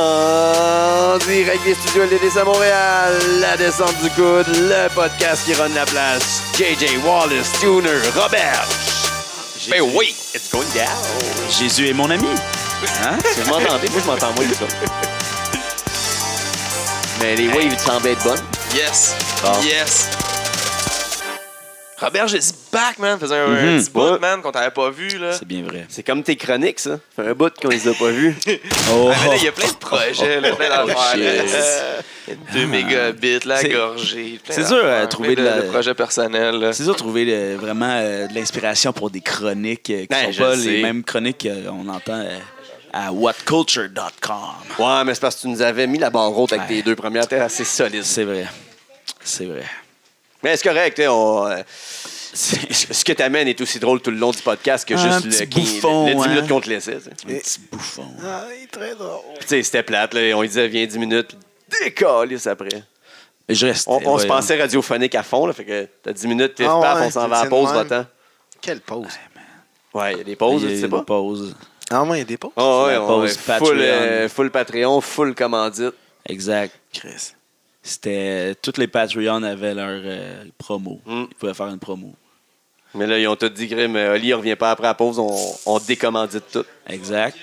En direct des studios LDDC à Montréal, la descente du coude, le podcast qui run la place, JJ Wallace, Tuner, Robert. Ben oui. It's going down. Jésus est mon ami. Hein? Vous m'entendez? Moi, je m'entends moins que ça. Mais les waves, ils semblaient être bonnes. Yes. Bon. Yes. Robert, j'ai dit back, man. Faisait un, Mhm. un petit bout, Ouais. man, qu'on t'avait pas vu, là. C'est bien vrai. C'est comme tes chroniques, ça. Fait un bout qu'on les a pas vus. Oh. Ah, mais là, il y a plein de projets, là, plein d'affaires. là. Deux mégabits, la C'est- gorgée. plein c'est dur à d'affaires, trouver plein de la- de projets personnels. là. C'est sûr de trouver euh, vraiment euh, de l'inspiration pour des chroniques euh, qui Ben, ne je sont pas sais. les mêmes chroniques qu'on entend euh, à whatculture.com. Ouais, mais c'est parce que tu nous avais mis la barre haute avec tes deux premières terres assez solides. C'est vrai. C'est vrai. Mais c'est correct, hein, on, euh, ce que t'amènes est aussi drôle tout le long du podcast que Un juste petit le, qui- bouffon, le, le 10 hein. minutes qu'on te laissait. tu sais. Un petit bouffon. Ah, Puis, tu sais, c'était plate, là, on lui disait viens 10 minutes, puis décalisse après. Je reste. euh, On, on se ouais. pensait radiophonique à fond, là, fait que t'as 10 minutes, pif, Ah paf, ouais, on s'en va à c'est la pause, le même. va-t'en. Quelle pause? Ouais, il y a des pauses, Il y a tu sais une pas. Pause. Ah ouais, il y a des pauses. Ah ouais, la on pause est full, Patreon. euh, full Patreon, full commandite. Exact. Chris. C'était. Toutes les Patreons avaient leur euh, promo. Mm. Ils pouvaient faire une promo. Mais là, ils ont tout dit, Grim, euh, Oli, il revient pas après la pause, on, on décommandite tout. Exact.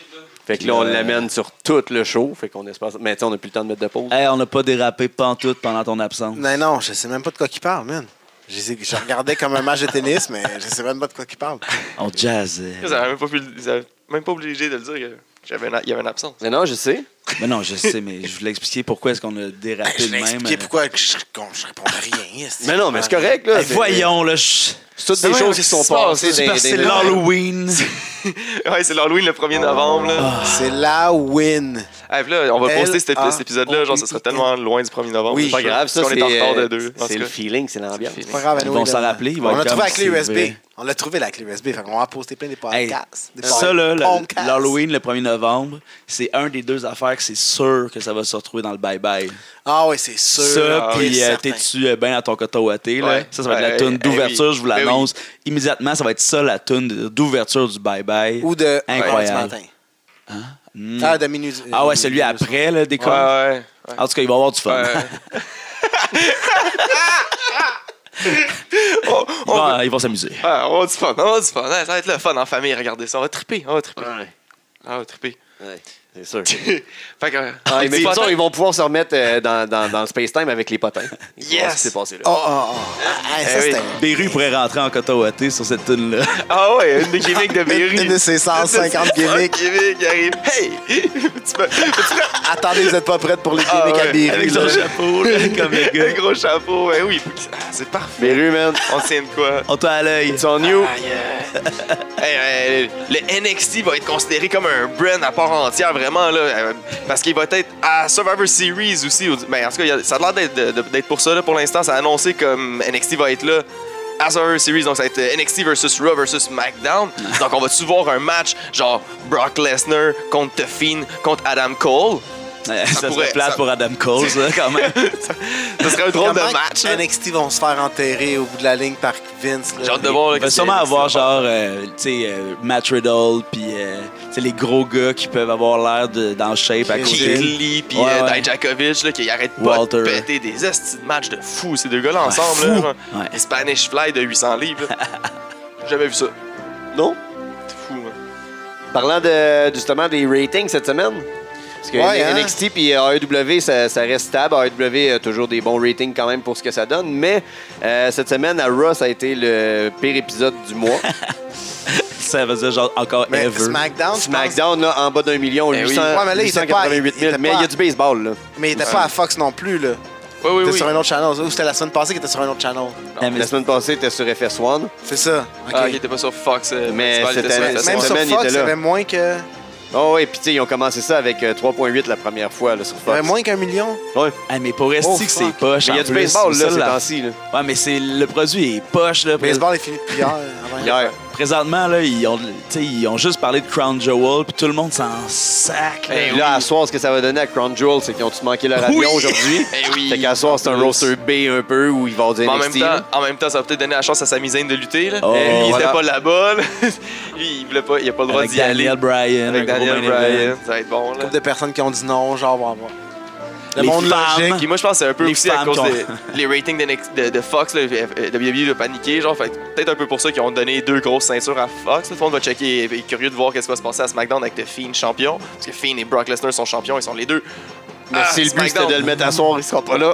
Fait que là, on Euh, l'amène sur tout le show. Fait qu'on espère. Mais tu sais, on n'a plus le temps de mettre de pause. Hey, on n'a pas dérapé pantoute pendant ton absence. Non, Ben non, je sais même pas de quoi qu'il parle, man. Je, sais- je regardais comme un match de tennis, mais je sais même pas de quoi qu'il parle. On jazzait. Ils avaient même pas, pu le- ils avaient même pas obligé de le dire que j'avais une- il y avait une absence. Mais non, je sais. Mais non, je sais, mais je voulais expliquer pourquoi est-ce qu'on a dérapé Ben, Je de vais même. euh, expliquer pourquoi que je, qu'on- je réponds à rien. est-ce que- Mais non, mais c'est correct, là. Hey, C'est- euh, voyons, là. je- C'est toutes des C'est choses vrai, qui sont c'est pas- passées. c'est dans- parce que dans- C'est là- l'Halloween. ouais, c'est l'Halloween le 1er novembre. Là. C'est la win. Ah, puis là, on va L- poster cet, épi- A- cet épisode-là, genre, ça serait tellement loin du 1er novembre. Oui. je C'est pas suis sûr, grave, ça. parce qu'on est en c'est, retard de euh, deux. En C'est tout le cas. feeds, c'est l'ambiance. feeling. Pas grave, Ils anyway, vont s'en là. rappeler, ils vont On être l'a comme trouvé avec c'est la USB. vrai. On l'a trouvé la clé USB. Fait qu'on va poster plein des Hey, podcasts. des ça, là, le- podcasts. l'Halloween, le 1er novembre, c'est un des deux affaires que c'est sûr que ça va se retrouver dans le bye-bye. Ah ouais, c'est sûr. Ça, Ah, puis c'est euh, certain. t'es-tu euh, bien à ton coton ouaté, là? Ouais. Ça, ça va être Ouais, la tune eh, d'ouverture, eh oui. je vous l'annonce. Immédiatement, ça va être ça, la tune de- d'ouverture du bye-bye. Ou de Incroyable. Incroyable. du matin. Mm. Ah, de minuit. Ah ouais, celui après, là, des Ouais, ouais, ouais. En tout cas, il va y avoir du fun. Ouais. on, Ils on, vont- ils vont s'amuser. ouais, on va avoir du fun, on va avoir du fun. Ouais, ça va être le fun en famille, regardez ça. On va triper, on va triper. Ah, Ouais, On va triper. ouais, c'est sûr. fait que, euh, Ah, les mais petits ça, potins- ils vont pouvoir se remettre euh, dans, dans, dans le space-time avec les potins. Ils vont Yes. voir ce qui s'est passé là. Oh, oh, oh. Ah, hey, Eh ça, oui. c'était. Beru pourrait rentrer en coton ouaté sur cette tune là Ah ouais, une des gimmicks de Berry. Une de ses 150 gimmicks. gimmick qui arrive. Hey! tu peux, Attendez, vous êtes pas prête pour les Ah, gimmicks ouais, à Biru, avec son là. chapeau, là, comme les un gars. gros chapeau. Ben oui, faut que- ah, c'est parfait. Béru, man. On tient de quoi? On t'a à l'œil. It's on you. Ah, yeah. Hey, hey, le NXT va être considéré comme un brand à part entière, vraiment, là, euh, parce qu'il va être à Survivor Series aussi. ou- Ben, en tout cas, il y a- ça a l'air d'être, de- de- d'être pour ça, là, pour l'instant. Ça a annoncé comme NXT va être là à Survivor Series. Donc, ça va être euh, NXT versus Raw versus SmackDown. Donc, on va-tu voir un match genre Brock Lesnar contre The Fiend contre Adam Cole? Ça, pourrait- serait plate ça- pour Adam Cole, ça, quand même. Ça serait un drôle de Comment match. là. NXT vont se faire enterrer au bout de la ligne par Vince. là. J'ai hâte de voir. là, On va qu'est-ce sûrement que- avoir genre, euh, tu sais, euh, Matt Riddle, puis euh, tu sais, les gros gars qui peuvent avoir l'air de- dans le shape à Keith côté. Keith Lee puis Ouais, euh, ouais. Dijakovic là, qui arrête pas Walter. de péter des estis de matchs de fou ces deux gars là Ouais, ensemble fou. là, Ouais. Les Spanish Fly de 800 livres là. J'ai jamais vu ça Non? c'est fou hein. Parlant de, justement des ratings cette semaine. Parce que Ouais, hein? NXT puis euh, AEW, ça, ça reste stable. AEW a toujours des bons ratings quand même pour ce que ça donne. Mais euh, cette semaine, à Raw, ça a été le pire épisode du mois. Ça faisait genre encore Mais ever. SmackDown, je pense- SmackDown, là, en bas d'un million, Eh oui. 800 Ouais, mais là, il était pas- 888 il 000. était Mais il y a pas- du baseball, là. Mais il était pas à Fox non plus, là. oui oui T'es oui sur un autre channel. Ou c'était la semaine passée qu'il était sur un autre channel. Non, Ah, mais La semaine passée, était sur FS1. C'est ça. ah, Ok. il était pas sur Fox euh, Mais principal, il était c'était- sur Même FS1. sur cette semaine, il Fox, était il y là. avait moins que. Oh, ouais, puis tu sais, ils ont commencé ça avec euh, 3,8 la première fois là, sur il y Fox. avait moins qu'un million. Ouais. Ah, mais pour Esti Oh, que c'est fuck. poche. Mais il y en a du plus, baseball, là, ça, ces la- temps-ci. là. Ouais, mais c'est le produit est poche, là. Le baseball est fini depuis hier. avant- Hier. Présentement, là, ils ont, tu sais, ils ont juste parlé de Crown Jewel, puis tout le monde s'en sac. là. Et là, à soir, ce que ça va donner à Crown Jewel, c'est qu'ils ont tous manqué leur avion Eh Oui. aujourd'hui. Eh oui. Fait qu'à soir, c'est un En plus. roster B un peu où ils vont dire Mais en, même NXT, temps, là. en même temps, ça va peut-être donner la chance à Sami Zayn de lutter. Là. Oh, Et lui, il voilà. était pas là-bas. là. lui, il voulait pas, il a pas le droit Avec d'y aller. Daniel Bryan. un Avec gros Daniel main event. Bryan, ça va être bon. Là. Couple de personnes qui ont dit non, genre, bon, bon. Le Les monde femmes. logique. Puis moi, je pense que c'est un peu Les aussi à femmes cause qui ont- des les ratings de, Nex- de- de Fox. Là, euh, WWE a paniqué. Genre, fait que peut-être un peu pour ça qu'ils ont donné deux grosses ceintures à Fox. Tout le monde va checker et est curieux de voir qu'est-ce qui va se passer à SmackDown avec The Fiend champion. Parce que Fiend et Brock Lesnar sont champions, ils sont les deux. Mais Ah, si le but SmackDown. c'était de le mettre à soir, ils seront pas là.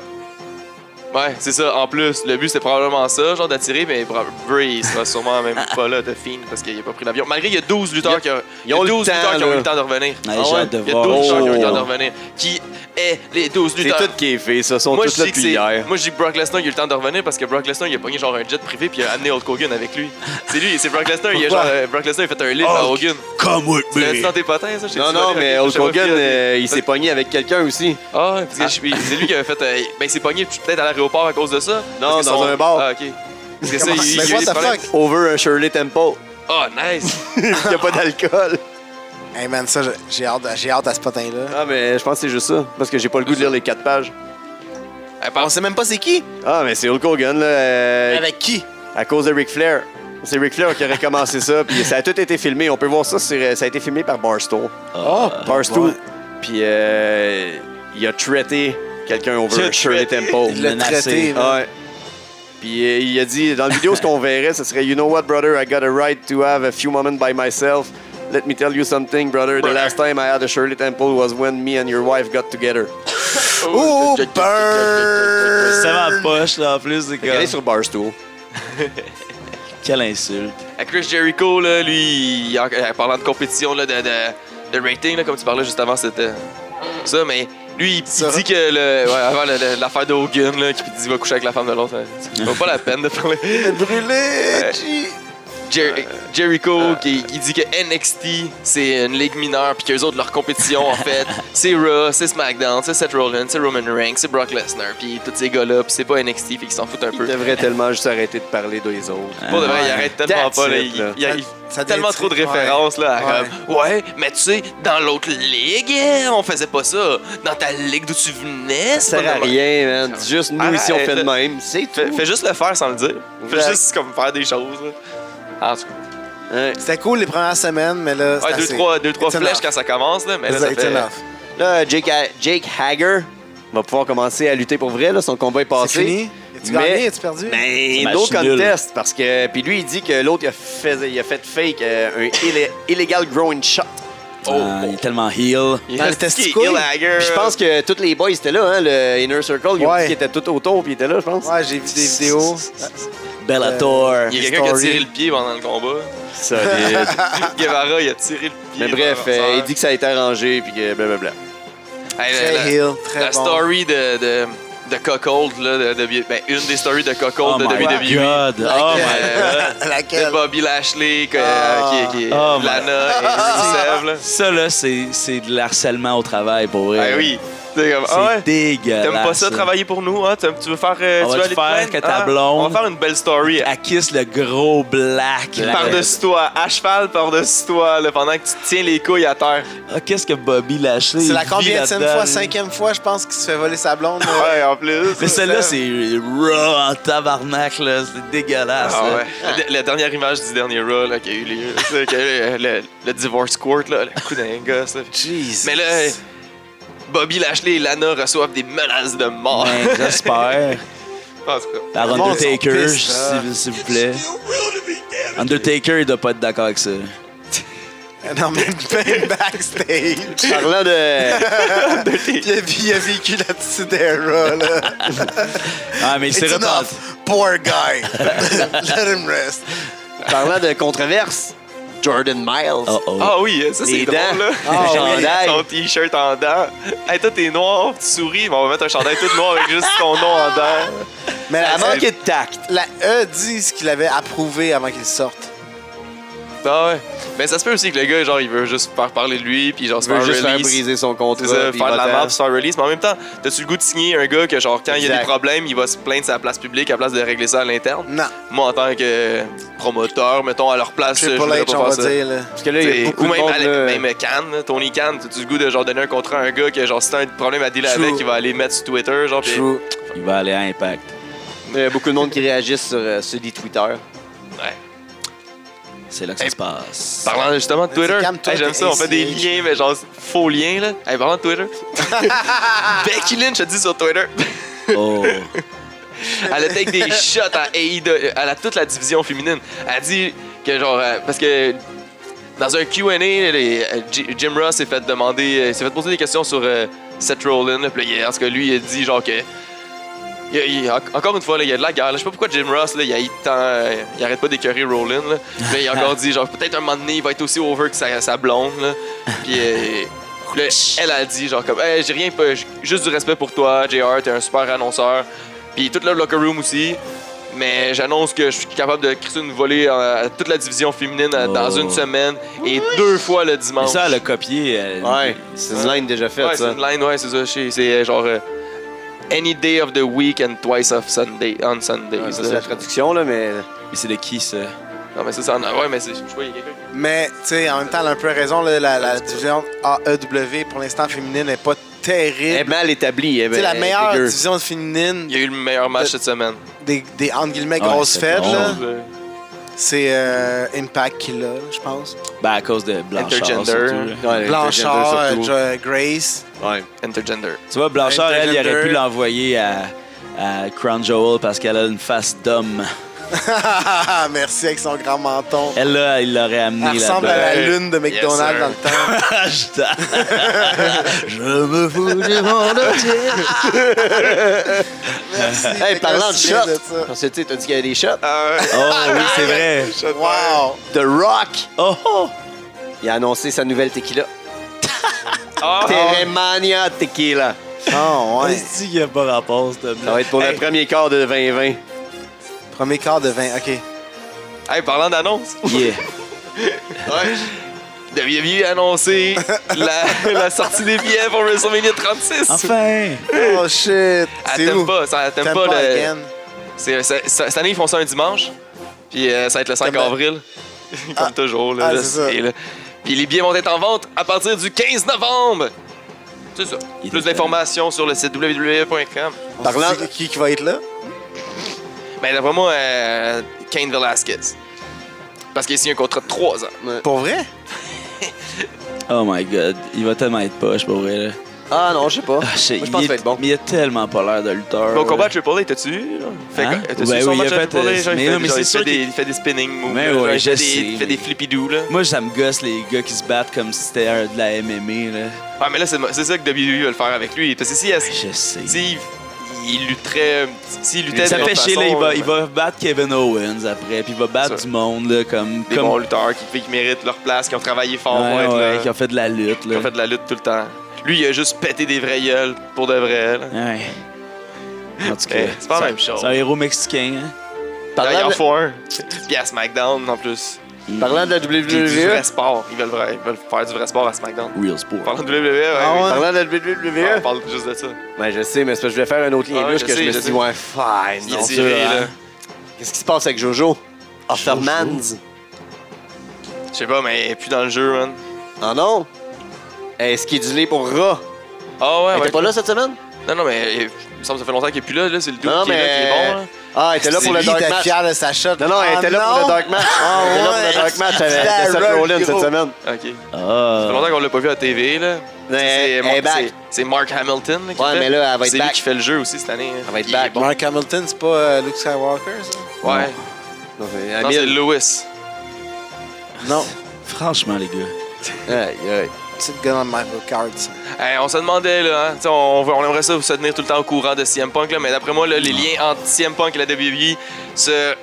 Ouais, c'est ça. En plus, le but c'est probablement ça, genre d'attirer, mais prob- Bray il sera sûrement même pas là de Fiend parce qu'il a pas pris l'avion. Malgré qu'il y a 12 lutteurs qui ont, il y a ils ont le 12 lutteurs temps, qui ont eu là. le temps de revenir. Ah Ouais, j'ai hâte de Il y a 12 voir. lutteurs qui ont eu le temps Oh. de revenir. Qui est les 12 C'est lutteurs tout qui est fait, ça. Ils sont moi, tous je là dis que depuis c'est- hier. moi, je dis que Brock Lesnar, il a eu le temps de revenir parce que Brock Lesnar, il a pogné genre un jet privé puis il a amené Hulk Hogan avec lui. C'est lui, c'est Brock Lesnar, il a genre. Pourquoi? euh, Brock Lesnar, il a fait un livre à Hulk. Hogan. Come with Tu l'as dit me. dans tes potins, ça? Je t'ai Non, dit, non, je mais sais Hulk pas qui Hogan, a dit. euh, il s'est pogné avec quelqu'un aussi. Ah, ouais, parce que je suis- c'est lui qui avait fait. euh, ben, il s'est pogné peut-être à l'aéroport à cause de ça. Non, Parce que dans un bar. Ah, ok. Parce que ça, Comment- il, il a Mais eu what des the problèmes. fuck? Over un Shirley Temple. Ah, nice. il n'y a pas d'alcool. Hey man, ça, je- j'ai hâte, j'ai hâte à ce patin-là. Ah, mais je pense que c'est juste ça. Parce que j'ai pas le goût de lire les quatre pages. Elle pense- sait même pas c'est qui. Ah, mais c'est Hulk Hogan, là. euh, Avec qui? à cause de Ric Flair. C'est Ric Flair qui aurait commencé ça. Puis ça a tout été filmé. On peut voir ça. sur- euh, ça a été filmé par Barstool. Oh, Barstool. ouais. Puis euh, il a traité quelqu'un Il over a un Shirley Temple. Il l'a menacé. traité. là. Ouais. Puis euh, il a dit, dans la vidéo, ce qu'on verrait, ce serait You know what, brother, I got a right to have a few moments by myself. Let me tell you something, brother. The last time I had a Shirley Temple was when me and your wife got together. Oh, C'est ma burn! poche, là, en plus. Fait C'est qu'elle est comme... sur Barstool. Quelle insulte. À Chris Jericho, là, lui, il- en, en parlant de compétition, là, de, de, de rating, là, comme tu parlais juste avant, c'était ça, mais lui, il, il Ça. dit que le, ouais, avant le- le- l'affaire de Hogan, là, qui dit qu'il va coucher avec la femme de l'autre, hein, ça vaut pas la peine de parler. Brûlé, G. Jer- Jericho, qui, qui dit que NXT, c'est une ligue mineure, puis qu'eux autres, leur compétition, en fait, c'est Raw, c'est SmackDown, c'est Seth Rollins, c'est Roman Reigns, c'est Brock Lesnar, puis tous ces gars-là, puis c'est pas NXT, puis qu'ils s'en foutent un Il peu. devrait tellement juste arrêter de parler des autres. Pour de vrai, Ouais. il arrête tellement Ah, That's pas. Là, it, il, là. il- il- Ça- ça tellement devient trop de triste, références. Là, à Ouais. comme, ouais, mais tu sais, dans l'autre ligue, hein, on faisait pas ça. Dans ta ligue d'où tu venais, Ça c'est sert à pas normal. rien, man. Juste nous, ici, on fait de Arrête. euh, même. C'est Fais, tout. fais juste le faire sans le dire. Fais Exact. juste comme faire des choses. là. En tout cas, Ouais. C'était cool les premières semaines, mais là, c'est ouais, deux, assez. trois, deux, trois It's flèches enough. quand ça commence, là, mais là, ça It's- it's fait... enough. Là, Jake, Jake Hager va pouvoir commencer à lutter pour vrai. Là. Son combat est C'est passé. fini? As-tu Mais- gagné? As-tu perdu? Mais Match no nul. contest, parce que. Puis lui, il dit que l'autre, il, a fait- il a fait fake euh, un illé- illegal growing shot. Oh, Ah, il est tellement heel. Il Dans reste le qui, testicule? Hill Hager? Puis je pense que tous les boys étaient là, hein, le Inner Circle. Il y a Ouais. qui était tout autour, puis il était là, je pense. Ouais, j'ai vu des vidéos. Bellator. Il y a quelqu'un qui a Story. tiré le pied pendant le combat. Solide. Guevara, il a tiré le pied. Ah, Mais bref, dans euh, l'adversaire. il dit que ça a été arrangé, puis que blablabla. Hey, la- la- Très heel, très La bon. story de, de, de Cuckold, là, de, de- ben, une des stories de Cuckold Oh de my WWE. god. Oh my god. Euh, de Laquelle? Bobby Lashley, que- euh, qui, qui est Oh my- Lana et Rusev. Là. Ça, là, c'est c'est de l'harcèlement au travail, pour vrai. Ah oui. C'est comme, C'est ah ouais. dégueulasse. T'aimes pas ça travailler pour nous, hein? T'aimes- Tu veux faire, euh, On tu va veux te aller te faire plaindre, que ta hein? blonde- On va faire une belle story. À kiss le gros black. là. Par-dessus toi, à cheval par-dessus toi, là, pendant que tu te tiens les couilles à terre. Ah, Qu'est-ce que Bobby Lashley C'est la il vit combien là-dedans, fois? là? Cinquième fois, je pense, qu'il se fait voler sa blonde. euh, Ouais, en plus. Mais celle-là, là. c'est raw en tabarnak, là. C'est dégueulasse. Ah là. ouais. La, la dernière image du dernier Raw là, qui a eu lieu, c'est que, euh, le, le divorce court, là, le coup d'un gosse. là. Jesus. Mais là, euh, Bobby Lashley et Lana reçoivent des menaces de mort. Ben, J'espère. En tout cas. Ah, Par Le monde Undertaker, sont pistes, là. s'il s'il vous plaît. Undertaker, il doit pas être d'accord avec ça. Euh, Non, mais même backstage. Parlant de. il, a, il a vécu l'attitude d'Era, là. Ah, mais il s'est It's repenti. enough. Poor guy. Let him rest. parlant de controverse, Jordan Miles. Oh oh. Ah oui, ça Les c'est drôle dents. là. Ah, Genre, oui. Chandail. Ton t-shirt en dents. Hey, toi t'es noir, tu souris, mais on va mettre un chandail tout noir avec juste ton nom en dents. Mais la, Elle a manqué de tact. la E dit ce qu'il avait approuvé avant qu'il sorte. Ah ouais. Mais ça se peut aussi que le gars, genre, il veut juste faire parler de lui, puis genre, se Il veut faire juste faire release. briser son contrat. C'est ça, puis faire il de la va map, t'en- faire release, mais en même temps, t'as-tu le goût de signer un gars que, genre, quand il y a des Exact. problèmes, il va se plaindre sur la place publique à place de régler ça à l'interne? Non. Moi, en tant que promoteur, mettons, à leur place, je Triple voudrais H, pas on faire va ça. dire. Là. Parce que là, il y a T'sais, beaucoup Ou de même, monde, Ale- là, même Cannes, là, Tony Cannes, t'as-tu le goût de genre donner un contrat à un gars que genre si t'as un problème à dealer True. avec, il va aller mettre sur Twitter, genre pis, True. Il va aller à Impact. Il y a beaucoup de monde qui réagissent sur, euh, sur des Twitter. C'est là que ça se passe. Parlant justement de Mais Twitter, t'sais, calme-toi, hey, j'aime t'es ça, on fait des insinué. liens, mais genre faux liens là. Hey, parlant de Twitter, Becky Lynch a dit sur Twitter, Oh. elle a take des shots à AEW, E, à la- toute la division féminine. Elle a dit que genre, euh, parce que dans un Q&A, les- euh, J- Jim Ross s'est fait demander, euh, s'est fait poser des questions sur euh, Seth Rollins, là, puis là, il- en tout cas, lui, il a dit genre que Il y a- il y a- en- encore une fois, là, il y a de la guerre. là. Je sais pas pourquoi Jim Ross, là, il, haït tant, euh, il arrête pas d'écœurer Rollin. Là. Puis là, il a encore dit, genre, peut-être un moment donné, il va être aussi over que sa, sa blonde. Là. Puis euh, là, elle a dit, genre, comme, Hey, j'ai rien, pas- j- juste du respect pour toi, JR, t'es un super annonceur. Puis tout le locker room aussi. Mais j'annonce que je suis capable de crisser une volée euh, à à toute la division féminine euh, dans Oh. une semaine et deux fois le Mais dimanche. ça, elle a copié. euh, Ouais, c'est une line déjà faite, Ouais, c'est ça. une line, ouais, c'est ça. C'est c'est, euh, genre euh, Any day of the week and twice of Sunday on Sunday. Ouais, c'est ça, c'est ça. la traduction, là, mais. Mais c'est de qui, ça? Non, mais ça, c'est en. Ouais, mais c'est. Je sais pas, il y a quelqu'un qui. Mais, tu sais, en même temps, elle a un peu raison. là, la, la division AEW, pour l'instant, féminine, n'est pas Elle est terrible. mal établie. Tu sais, la meilleure Eh ben, dégueu. division féminine Il y a eu le meilleur match Euh, cette semaine. des, des entre guillemets, Ouais, Ah grosses c'est fêtes, bon. là, Euh, c'est euh, Impact qui l'a, je pense. Ben, à cause de Blanchard. Intergender. surtout, là. Ouais, les Blanchard, intergender, surtout. euh, Grace. Ouais. Intergender. Tu vois, Blanchard, elle, il aurait pu Intergender. l'envoyer à, à Crown Joel parce qu'elle a une face d'homme. Merci avec son grand menton. Elle, là, il l'aurait Elle amené ressemble là-bas. à la lune de Yes, McDonald's sir. dans le temps. Je me fous du monde entier. Merci. Hey, parlant de Merci de shots, ça. parce que tu sais, t'as dit qu'il y a des shots. Ah, ouais. Oh oui, c'est vrai. Wow! The Rock, Oh, oh. il a annoncé sa nouvelle tequila. Ah, Terremania Tequila. Oh, ouais. Est-ce qu'il n'y a pas rapport, Ça ce va être pour Hey, le premier quart de 2020. Premier quart de 20, OK. Hey, parlant d'annonce. yeah. Ouais. WWE a annoncé la, la sortie des billets pour WrestleMania 36. Enfin! Oh, shit! Elle C'est t'aime où? Ah, pas, ça, elle t'aime T'aimes pas, pas le- again? c'est- c'est- c'est- cette année, ils font ça un dimanche. Puis euh, ça va être le 5 T'aimes- avril. Comme toujours, là. ah, je c'est ça. sais, là. Puis les billets vont être en vente à partir du 15 novembre. C'est ça. Il Plus était- d'informations sur le site www.com. On Parlant- sait Qui, qui va être là? Ben, d'après moi, euh, Kane Velasquez. Parce qu'il a signé un contrat de 3 ans. Pour vrai? Oh my god, il va tellement être poche pour vrai. là. Ah non, je sais pas. Ah, je sais, Moi, je il pense que ça est- va être bon. Mais il a tellement pas l'air de lutteur. Mon combat à là. Triple A, t'as-tu vu? là? Fait Hein? que- T'as-tu Ben vu son oui, match il a à fait, Triple A? genre, mais il fait- non, mais genre, c'est il fait sûr des- qu'il- Il fait des spinning moves. Mais là, ouais, genre, il je fait des- sais, Il fait mais- des flippy doo là. Moi, ça me gosse les gars qui se battent comme si c'était euh, de la MMA. Là. Ah, Ah, mais là, c'est c'est ça que WWE va le faire avec lui. Parce que si, elle- Je sais. si il lutterait. S'il luttait Ça d'une fait autre chier, là, façon, il va, euh, il va battre Kevin Owens après, puis il va battre Ça. du monde, là, comme... Des comme bons lutteurs qui, qui méritent leur place, qui ont travaillé fort Ouais, pour être ouais, là, qui ont fait de la lutte, qui là. ont fait de la lutte tout le temps. Lui, il a juste pété des vrais gueules pour de vrai. là. Ouais. En tout cas, Eh, c'est pas la ça- même chose. C'est un héros mexicain, hein. Là, il Parlant en de- faut un. Puis à SmackDown, en plus. Parlant de la E, Puis du E? vrai WWE, sport. Ils veulent, vrai- ils veulent faire du vrai sport à SmackDown. Real sport. Parlant de WWE, ouais, Ah oui. ouais? parlant de la E, Ah, E? on WWE, parle juste de ça. ben je sais, mais c'est parce que je voulais faire un autre lien Ah, louche je que sais, je me je suis dit, sais. ouais, fine, Il est non, tiré, ça, là. hein. Qu'est-ce qui se passe avec Jojo? Offermans. Je sais pas, mais il est plus dans le jeu, man. Ah non? Eh, Est-ce qu'il est du lait pour Ra? Ah ouais, Elle ouais. était pas là cette semaine? Non, non, mais il il me semble que ça fait longtemps qu'il est plus là. là. C'est le dude Non, qui est là, qui mais- est bon. là. Ah, elle était là C'est pour le lui, il dark était match. fier de sa shot. Non, Ah, non, elle était là pour le dark match. Ah, Elle était là ouais. pour le dark match avec La avec Seth Rock, Rollins cette gros. semaine. OK. Ça fait Ah. longtemps qu'on l'a pas vu à TV, là. Mais elle Mar- est eh, back. c'est Mark Hamilton là, qui Ouais, fait. mais là, elle va être C'est lui back. qui fait le jeu aussi cette année. hein. Elle va être Il est back. bon. Mark Hamilton, c'est pas euh, Luke Skywalker, ça? Ouais. Non, Non, c'est Lewis. Non, Franchement, les gars. Aïe, aïe. c'est le gars dans Mario Kart, ça. Hey, on se demandait, là, hein, tu sais, on, on aimerait ça se tenir tout le temps au courant de CM Punk, là, mais d'après moi, là, Ah. les liens entre CM Punk et la WWE se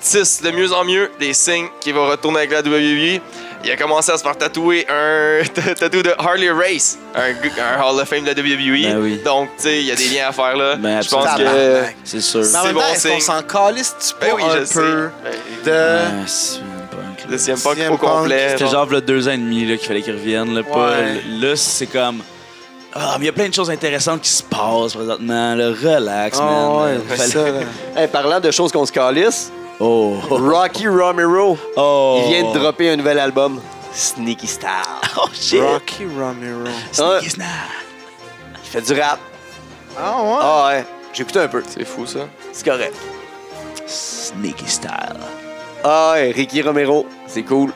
tissent de mieux en mieux des signes qu'il va retourner avec la WWE. Il a commencé à se faire tatouer un tatou de Harley Race, un, g- un Hall of Fame de la WWE. Ben oui. Donc, tu sais, il y a des liens à faire là. Ben, je pense absolument. que. Ben Tabarnak. C'est sûr. Mais en C'est même bon temps, est-ce signe. qu'on s'en calisse-tu pas Ben oui, un je sais. peu Ben, de... Ah, c'est un punk, de CM Punk CM au complet. C'était genre là, deux ans et demi là, qu'il fallait qu'il revienne. Là, pas- Ouais. là, c'est comme. Ah, mais il y a plein de choses intéressantes qui se passent présentement. Là. Relax, Ah, man. ouais, Là, c'est ça, là. Hey, parlant de choses qu'on se calisse, Oh. Rocky Romero, Oh. il vient de dropper un nouvel album. Sneaky Star. Oh, shit. Rocky Romero. Sneaky snap. Il fait du rap. Ah ouais? Ah ouais, j'ai écouté un peu. C'est fou, ça. C'est correct. Sneaky style. Ah ouais, Ricky Romero, c'est cool.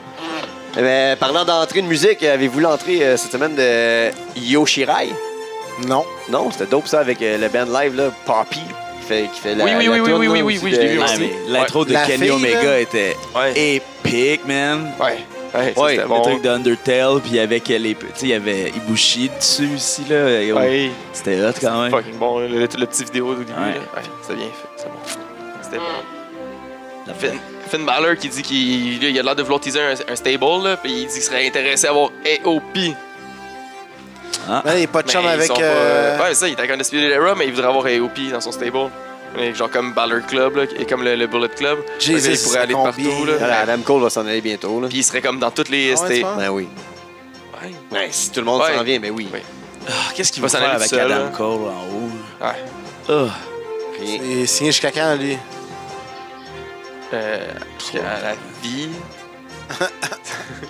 Eh ben, parlant d'entrée de musique, avez-vous l'entrée euh, cette semaine de Yo Shirai? Ah, Non. Non, c'était dope ça avec euh, le band live, là, Poppy, qui fait, qui fait la Oui, oui, la oui, oui, tourne, oui, là, oui, aussi oui, de- je l'ai vu Ah, aussi. mais l'intro de La Kenny fille, là. Omega était Ouais. épique, man. Ouais. Ouais, ça, Ouais, c'était le bon. Le truc d'Undertale, puis avec les. Tu sais, il y avait Ibushi dessus aussi, là. Et on- Ouais. C'était hot quand même. Fucking bon, le, le, le petit vidéo au début. Ouais. là. Ouais, c'était bien fait, c'est bon. C'était bon. Finn, Finn Balor qui dit qu'il il a l'air de vouloir teaser un, un stable, là, puis il dit qu'il serait intéressé à avoir AOP. Là, il n'y a pas de Mais chum ils avec. sont pas- euh, Ouais, ça, il est avec un Undisputed Era, E mais il voudrait avoir AOP dans son stable. Mais Genre comme Balor Club, là, et comme le, le Bullet Club. Jesus, il pourrait aller de combien? partout, là. Voilà, Adam Cole va s'en aller bientôt. Là. Puis il serait comme dans toutes les. Ah ouais, c'était- tu penses? Ben oui. Ouais. Ouais, si tout le monde Ouais. s'en vient, mais oui. Ouais. Ah, Qu'est-ce qu'il Va va s'en faire aller avec tout seul, Adam là. Cole en haut? Ouais. Ah. Rien. Il est signé jusqu'à quand, lui? Euh, jusqu'à la vie.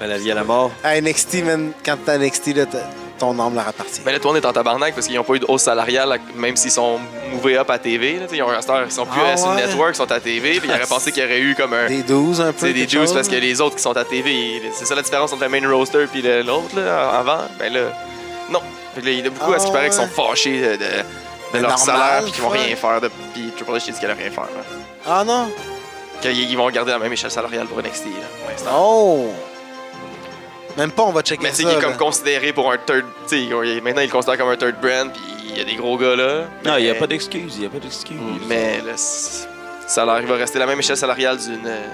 la vie à la mort. À NXT, man, quand t'es à NXT, là, t'as- ton âme leur appartient. Mais Ben là, tout le monde est en tabarnak parce qu'ils n'ont pas eu de hausse salariale, même s'ils sont movés up à TV. Là, tu sais, ils, ont, à cette heure, ils sont plus Ah à sur le ouais? network, ils sont à TV. Puis ils auraient pensé qu'il y aurait eu comme un. Des 12 un peu. tu sais, Ben, des quelque juice chose, parce que là. les autres qui sont à TV, ils- c'est ça la différence entre le main roster puis le- l'autre là, avant. Ben là, non. Fait que là, il y en a beaucoup à ce qui Ah paraît qui sont ouais. fâchés euh, de, de Mais leur normal, salaire puis qu'ils vont ouais. rien faire. De, puis Triple H dit qu'il allait rien faire. là. Ah non? Qu'ils ils vont garder la même échelle salariale pour NXT. Là, pour l'instant. Oh! Même pas, on va checker Mais tu sais, Ah, ça, il est là. comme considéré pour un third. tu sais, il- Maintenant, il le considère comme un third brand, puis il y a des gros gars là. Non, il n'y a Mais- pas d'excuse. Il n'y a pas d'excuse. Mais le s- salaire, il va rester la même échelle salariale d'une. euh,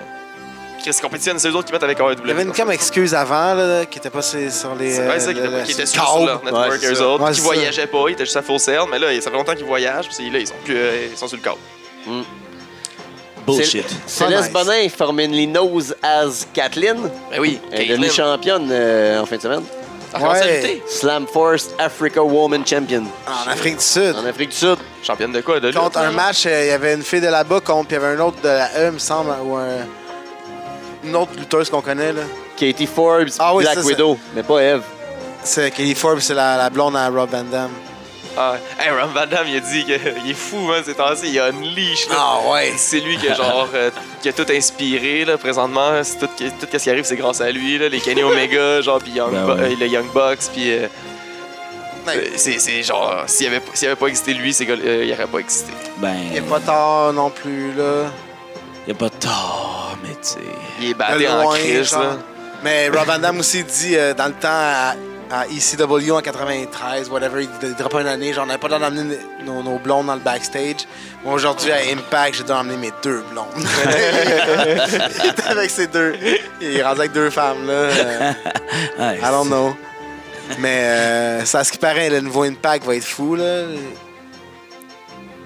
Chris compétitionne, c'est eux autres qui mettent avec AEW. Il y avait une comme excuse avant, là, qui était pas sur sur les. C'est euh, vrai, ça, qui le- était, le- qui le était sur sur leur câble. network, Ouais, c'est eux ça. autres, Ouais, qui c'est voyageaient pas, ils étaient juste à full sale, mais là, ça fait longtemps qu'ils voyagent, puis là, ils sont, plus, euh, ils sont sur le câble. Bullshit. Céleste nice. Bonin, formerly knows as Kathleen, Ben oui, elle est devenue championne euh, en fin de semaine. T'as recommencé à Eh, Ouais. lutter? Slam Force Africa Woman Champion. En Afrique du Sud. En Afrique du Sud. Championne de quoi, de lutte? Contre un match, euh, il y avait une fille de là-bas contre, puis il y avait un autre de la E, me semble, ou un- une autre lutteuse qu'on connaît, là. Katie Forbes, Ah oui, Black ça, ça- Widow, mais pas Eve. C'est Kelly Forbes, c'est la, la blonde à Rob Van Damme. Ah, hey, Ram Van Damme, il a dit qu'il est fou, hein, ces temps-ci, il a une leash, là. Ah, ouais! C'est lui qui a, genre, euh, qui a tout inspiré, là, présentement. C'est Tout, tout ce qui arrive, c'est grâce à lui, là. Les Kenny Omega, genre, puis Young, Ben Bu- ouais. euh, le Young Bucks, puis... euh, euh, c'est c'est genre, s'il avait, s'il avait pas existé lui, ces gars, euh, il aurait pas existé. Ben, Il est pas tard non plus, là. il n'y a pas tort, mais tu sais. Il est De batté Ah, en loin, crise, genre. là. Mais Rob Van Damme aussi dit euh, dans le temps à, à ECW en 93, whatever, il il dropait une année, genre on n'avait pas le droit d'emmener nos, nos blondes dans le backstage. Moi aujourd'hui à Impact, j'ai dû emmener mes deux blondes. il était avec ses deux. Il est rendu avec deux femmes là. Euh, Ouais, I don't know. Mais euh, ça, à ce qui paraît, le nouveau Impact va être fou là.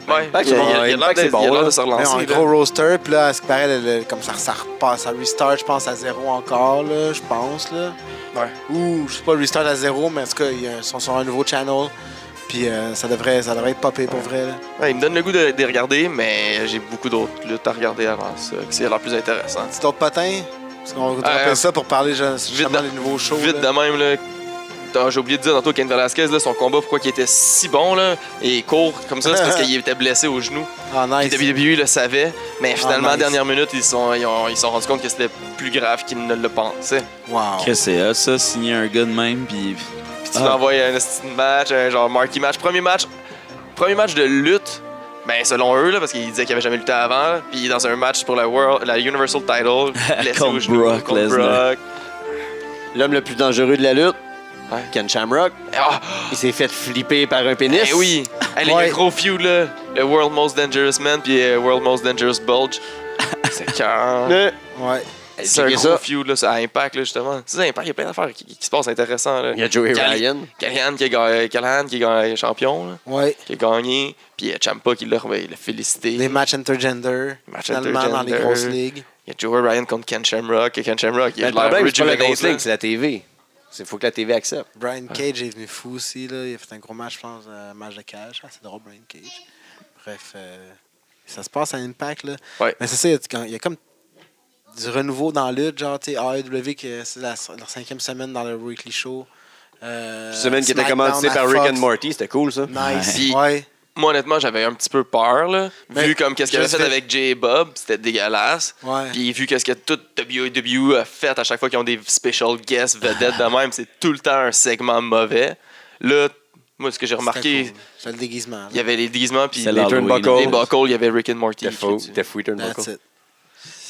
Ouais, Impact, il y a- c'est il y a- il y a bon, l'air de- c'est bon, il y a l'air là. de se Là, relancer. un là. gros roster, puis là, à ce qui paraît, le- le- comme ça, ça repasse, ça restart, je pense, à zéro encore, là, je pense, là. Ouais. Ou, je sais pas, restart à zéro, mais en tout cas, ils sont sur un nouveau channel, puis euh, ça, devrait, ça devrait être popé pour vrai, là. Ouais, il me donne le goût de, de les regarder, mais j'ai beaucoup d'autres luttes à regarder avant ça, qui c'est l'air plus intéressant. Petit autre patin? Parce qu'on va te rappeler euh, ça pour parler genre, justement de- des nouveaux shows, Vite de là. même, là. attends, J'ai oublié de dire tantôt Ken Velasquez, là, son combat, pourquoi il était si bon là, et court comme ça, c'est parce qu'il était blessé au genou. Ah, Puis nice. WWE le savait, mais finalement, nice. dernière minute, ils se sont, ils ont- ils se sont rendus compte que c'était plus grave qu'ils ne le pensaient. Wow. Chris, c'est hot, ça, signer un gars de même, puis. Puis tu Ah. l'envoies à un esti de match, un genre marquee match. Premier match, premier match de lutte, ben selon eux, là, parce qu'ils disaient qu'ils n'avaient jamais lutté avant. là. Puis dans un match pour la, World, la Universal Title, blessé au Contre genou, Brock contre Lesnar. Brock. L'homme le plus dangereux de la lutte, Ouais. Ken Shamrock. Ah, Il s'est fait flipper par un pénis. eh oui! Hey, les Ouais. gros feud, là, le World Most Dangerous Man puis euh, World Most Dangerous Bulge. C'est cœur. Euh, Ouais. C'est un checkez gros ça. feud là, à Impact, là, justement. Tu sais, Impact, il y a plein d'affaires qui, qui se passent intéressantes. là. Il y a Joey Cal- Ryan. Callahan qui est ga- Callahan qui est ga- champion, là, Ouais. qui a gagné. Puis euh, Champa qui l'a, il l'a félicité. Les matchs intergender, Matchs finalement, dans les intergender. grosses ligues. Il y a Joey Ryan contre Ken Shamrock. Et Ken Shamrock, il Mais a le problème, c'est pas la rejuvenated, grosse là. ligue, c'est la TV. Il faut que la TV accepte. Brian Cage est venu fou aussi. Là. Il a fait un gros match, je pense, un match de cage. Ah, c'est drôle, Brian Cage. Bref, euh, ça se passe à Impact. Là. Ouais. Mais c'est ça, il y a- quand- il y, a comme du renouveau dans la lutte. Genre, tu sais, E AEW, que c'est la- leur cinquième semaine dans le Weekly Show. Euh, semaine qui était SmackDown commanditée à par Rick Fox. and Morty, c'était cool ça. Nice. Ouais. Ouais. Moi, honnêtement, j'avais un petit peu peur, là. Mais vu comme qu'est-ce qu'il avait je fait sais- avec Jay et Bob, c'était dégueulasse. Ouais. Puis vu qu'est-ce que toute WWE a fait à chaque fois qu'ils ont des special guests vedettes de même, c'est tout le temps un segment mauvais. Là, moi, ce que j'ai remarqué, C'était cool. C'est le déguisement. il y avait les déguisements, puis C'est les, la- Les Halloween. les turnbuckles. buckles, il y avait Rick and Morty. T'es fou, qui- t'es fou, That's turnbuckles. it.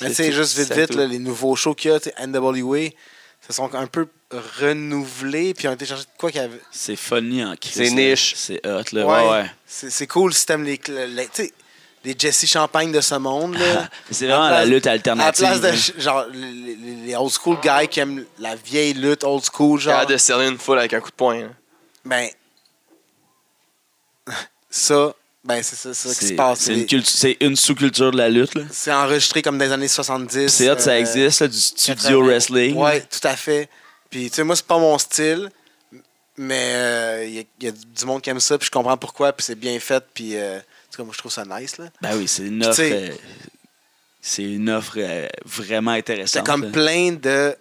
Mais tu sais, juste vite, c'est vite, tout. là, les nouveaux shows qu'il y a, tu sais, NWA, se sont un peu renouvelés, puis ont été chargés de quoi qu'il y avait. C'est funny en crise. C'est là. niche. C'est hot, là. Ouais, ouais. C'est c'est cool si t'aimes les, cl- les, tu sais, les Jesse Champagne de ce monde. Là. C'est vraiment la lutte alternative. À la là. place de genre, les, les- les old school guys qui aiment la vieille lutte old school, genre. Capable de sceller une foule avec un coup de poing. hein. là. Ben. ça, ben, c'est ça, c'est ça qui se C'est passe. c'est une, Les- cultu- c'est une sous-culture de la lutte, là. C'est enregistré comme dans les années 70. C'est hot, ça euh, existe, là, du studio 80. wrestling. Ouais, tout à fait. Puis, tu sais, moi, c'est pas mon style, mais il y, a du monde qui aime ça, puis je comprends pourquoi, puis c'est bien fait, puis, euh, en tout cas, moi, je trouve ça nice, là. Ben oui, c'est une Puis, offre. tu sais- euh, c'est une offre euh, vraiment C'est intéressante. comme là. plein de.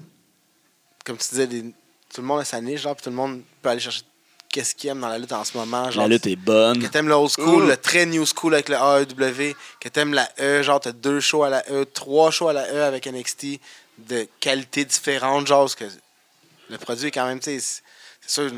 Comme tu disais, des- tout le monde a sa niche, genre, puis tout le monde peut aller chercher qu'est-ce qu'il aime dans la lutte en ce moment. Genre, La lutte est bonne. Que t'aimes le old school, Ouh. le très new school avec le AEW, que t'aimes la E, genre t'as deux shows à la E, trois shows à la E avec NXT de qualité différente, genre parce que le produit est quand même, tu sais, c'est c'est sûr,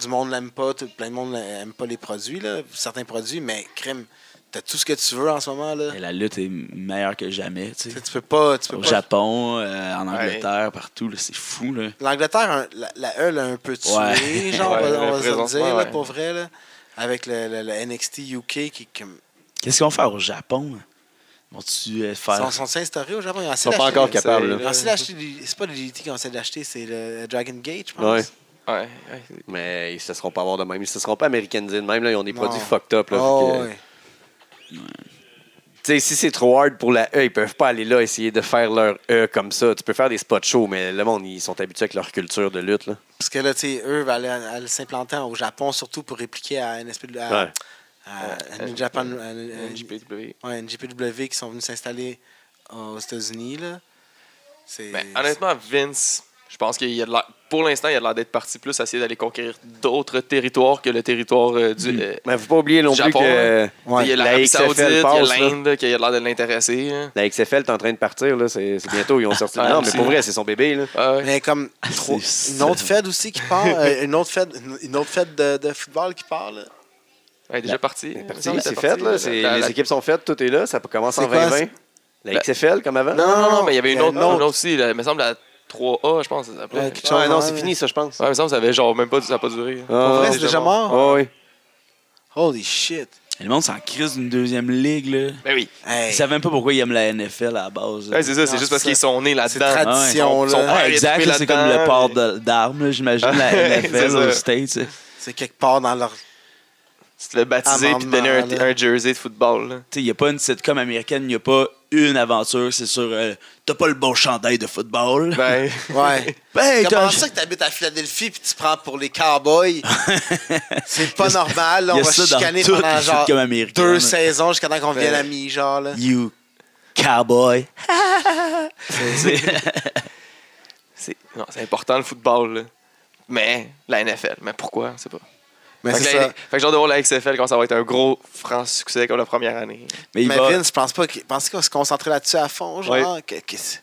du monde l'aime pas, tout- plein de monde n'aime pas les produits, là, certains produits, mais crème, t'as tout ce que tu veux en ce moment, là. Et la lutte est meilleure que jamais, tu Tu sais. sais, tu peux pas. Tu peux Au pas- Japon, euh, en Angleterre, partout, là, c'est fou, là. L'Angleterre, un- la, la E l'a un peu tué, Ouais. genre, on va- Ouais, on va se le dire, présentement, là, ouais. pour vrai, là, avec le, le- le NXT UK qui, comme Qu'est-ce qu'ils vont faire au Japon? hein? Vont-tu euh, Ils faire. sont, sont instaurés au Japon. Ils ont sont pas encore capables, Ils là. ont essayé d'acheter du- C'est pas le DDT qu'on essaie d'acheter, c'est le Dragon Gate, je pense. Ouais. Ouais, ouais. Mais ils ne se seront pas avoir de même. Ils se seront pas américanisés de même. Là, ils ont des Non. produits fucked up. Là, Oh, fait que- Tu ouais. sais, si c'est trop hard pour la E, ils peuvent pas aller là essayer de faire leur E comme ça. Tu peux faire des spots chauds, mais le monde, ils sont habitués avec leur culture de lutte. Là. Parce que là, tu sais, eux veulent aller, aller s'implanter au Japon, surtout pour répliquer à NSP. À, Ouais. à- à New Euh, Japan. à- à- NJPW. ouais, NJPW qui sont venus s'installer aux États-Unis, là. C'est. Ben, honnêtement, Vince, je pense qu'il y a de l'air- pour l'instant, il a de l'air d'être parti plus à essayer d'aller conquérir d'autres territoires que le territoire euh, du. euh, Mais faut pas oublier non Japon, plus que Mm. Ouais. il y a la l'Arabie XFL Saoudite, il y a passe, là. l'Inde, qu'il y a de l'air de l'intéresser. hein. la XFL est en train de partir. là. C'est c'est bientôt, ils ont sorti. Ah, non, mais aussi. pour vrai, c'est son bébé. Là. Ah ouais. Mais comme trois- c'est- une autre Fed aussi qui part, euh, une autre Fed, une autre Fed de, de football qui part. Là. Ouais, déjà parti. C'est parti, Il me semble que c'est c'était fait. parti, Là. C'est- La- les la- équipes sont faites, tout est là. Ça commence en C'est quoi, 2020. La La- XFL comme avant. Non, non, non, non, mais il y avait une Il y a autre, une autre. une autre aussi. là, il me semble la 3A, je pense. Ça s'appelait. Ouais, ouais, quelque Ah, chose, non, ouais. c'est fini, ça, je pense. il me semble que ça avait genre même pas, ça a pas duré. Ah, Pour vrai, ouais. c'est déjà mort. Ah, oui. Holy shit. Et Le monde s'en crise d'une deuxième ligue, là. Ben oui. Hey. Ils savent même pas pourquoi ils aiment la NFL à la base. là. Ouais, c'est ça, c'est Non, juste parce c'est qu'ils sont nés C'est là-dedans. trad- tradition, Son- son là. père Ouais, est exact, coupé là, c'est comme là-dedans, le port mais- de- d'armes, là, j'imagine, la C'est NFL ça. aux States. là. C'est quelque part dans leur. Tu te fais baptiser puis te donner Amendement, un, Ah, là. un jersey de football. là. Il n'y a pas une sitcom américaine, il n'y a pas une aventure, c'est sûr. euh, t'as pas le bon chandail de football. Ben, Ben, Ouais. t'as- Comment ça que t'habites à Philadelphie puis tu prends pour les cowboys? c'est pas normal. là, il y on a va ça dans chicaner toutes pendant les genre sitcoms américaines, deux là. saisons jusqu'à temps qu'on devienne Ouais. amis, genre. Là. You cowboy. C'est- c'est non, c'est important le football. là. Mais la NFL, mais pourquoi? On sait pas. Mais Ben, fait, que c'est la- ça. fait que j'ai hâte de voir la XFL quand ça va être un gros franc succès comme la première année. Mais il Mais va- Vince, je pense pas qu'il pense qu'on va se concentrer là-dessus à fond, genre. que- que- Qu'est-ce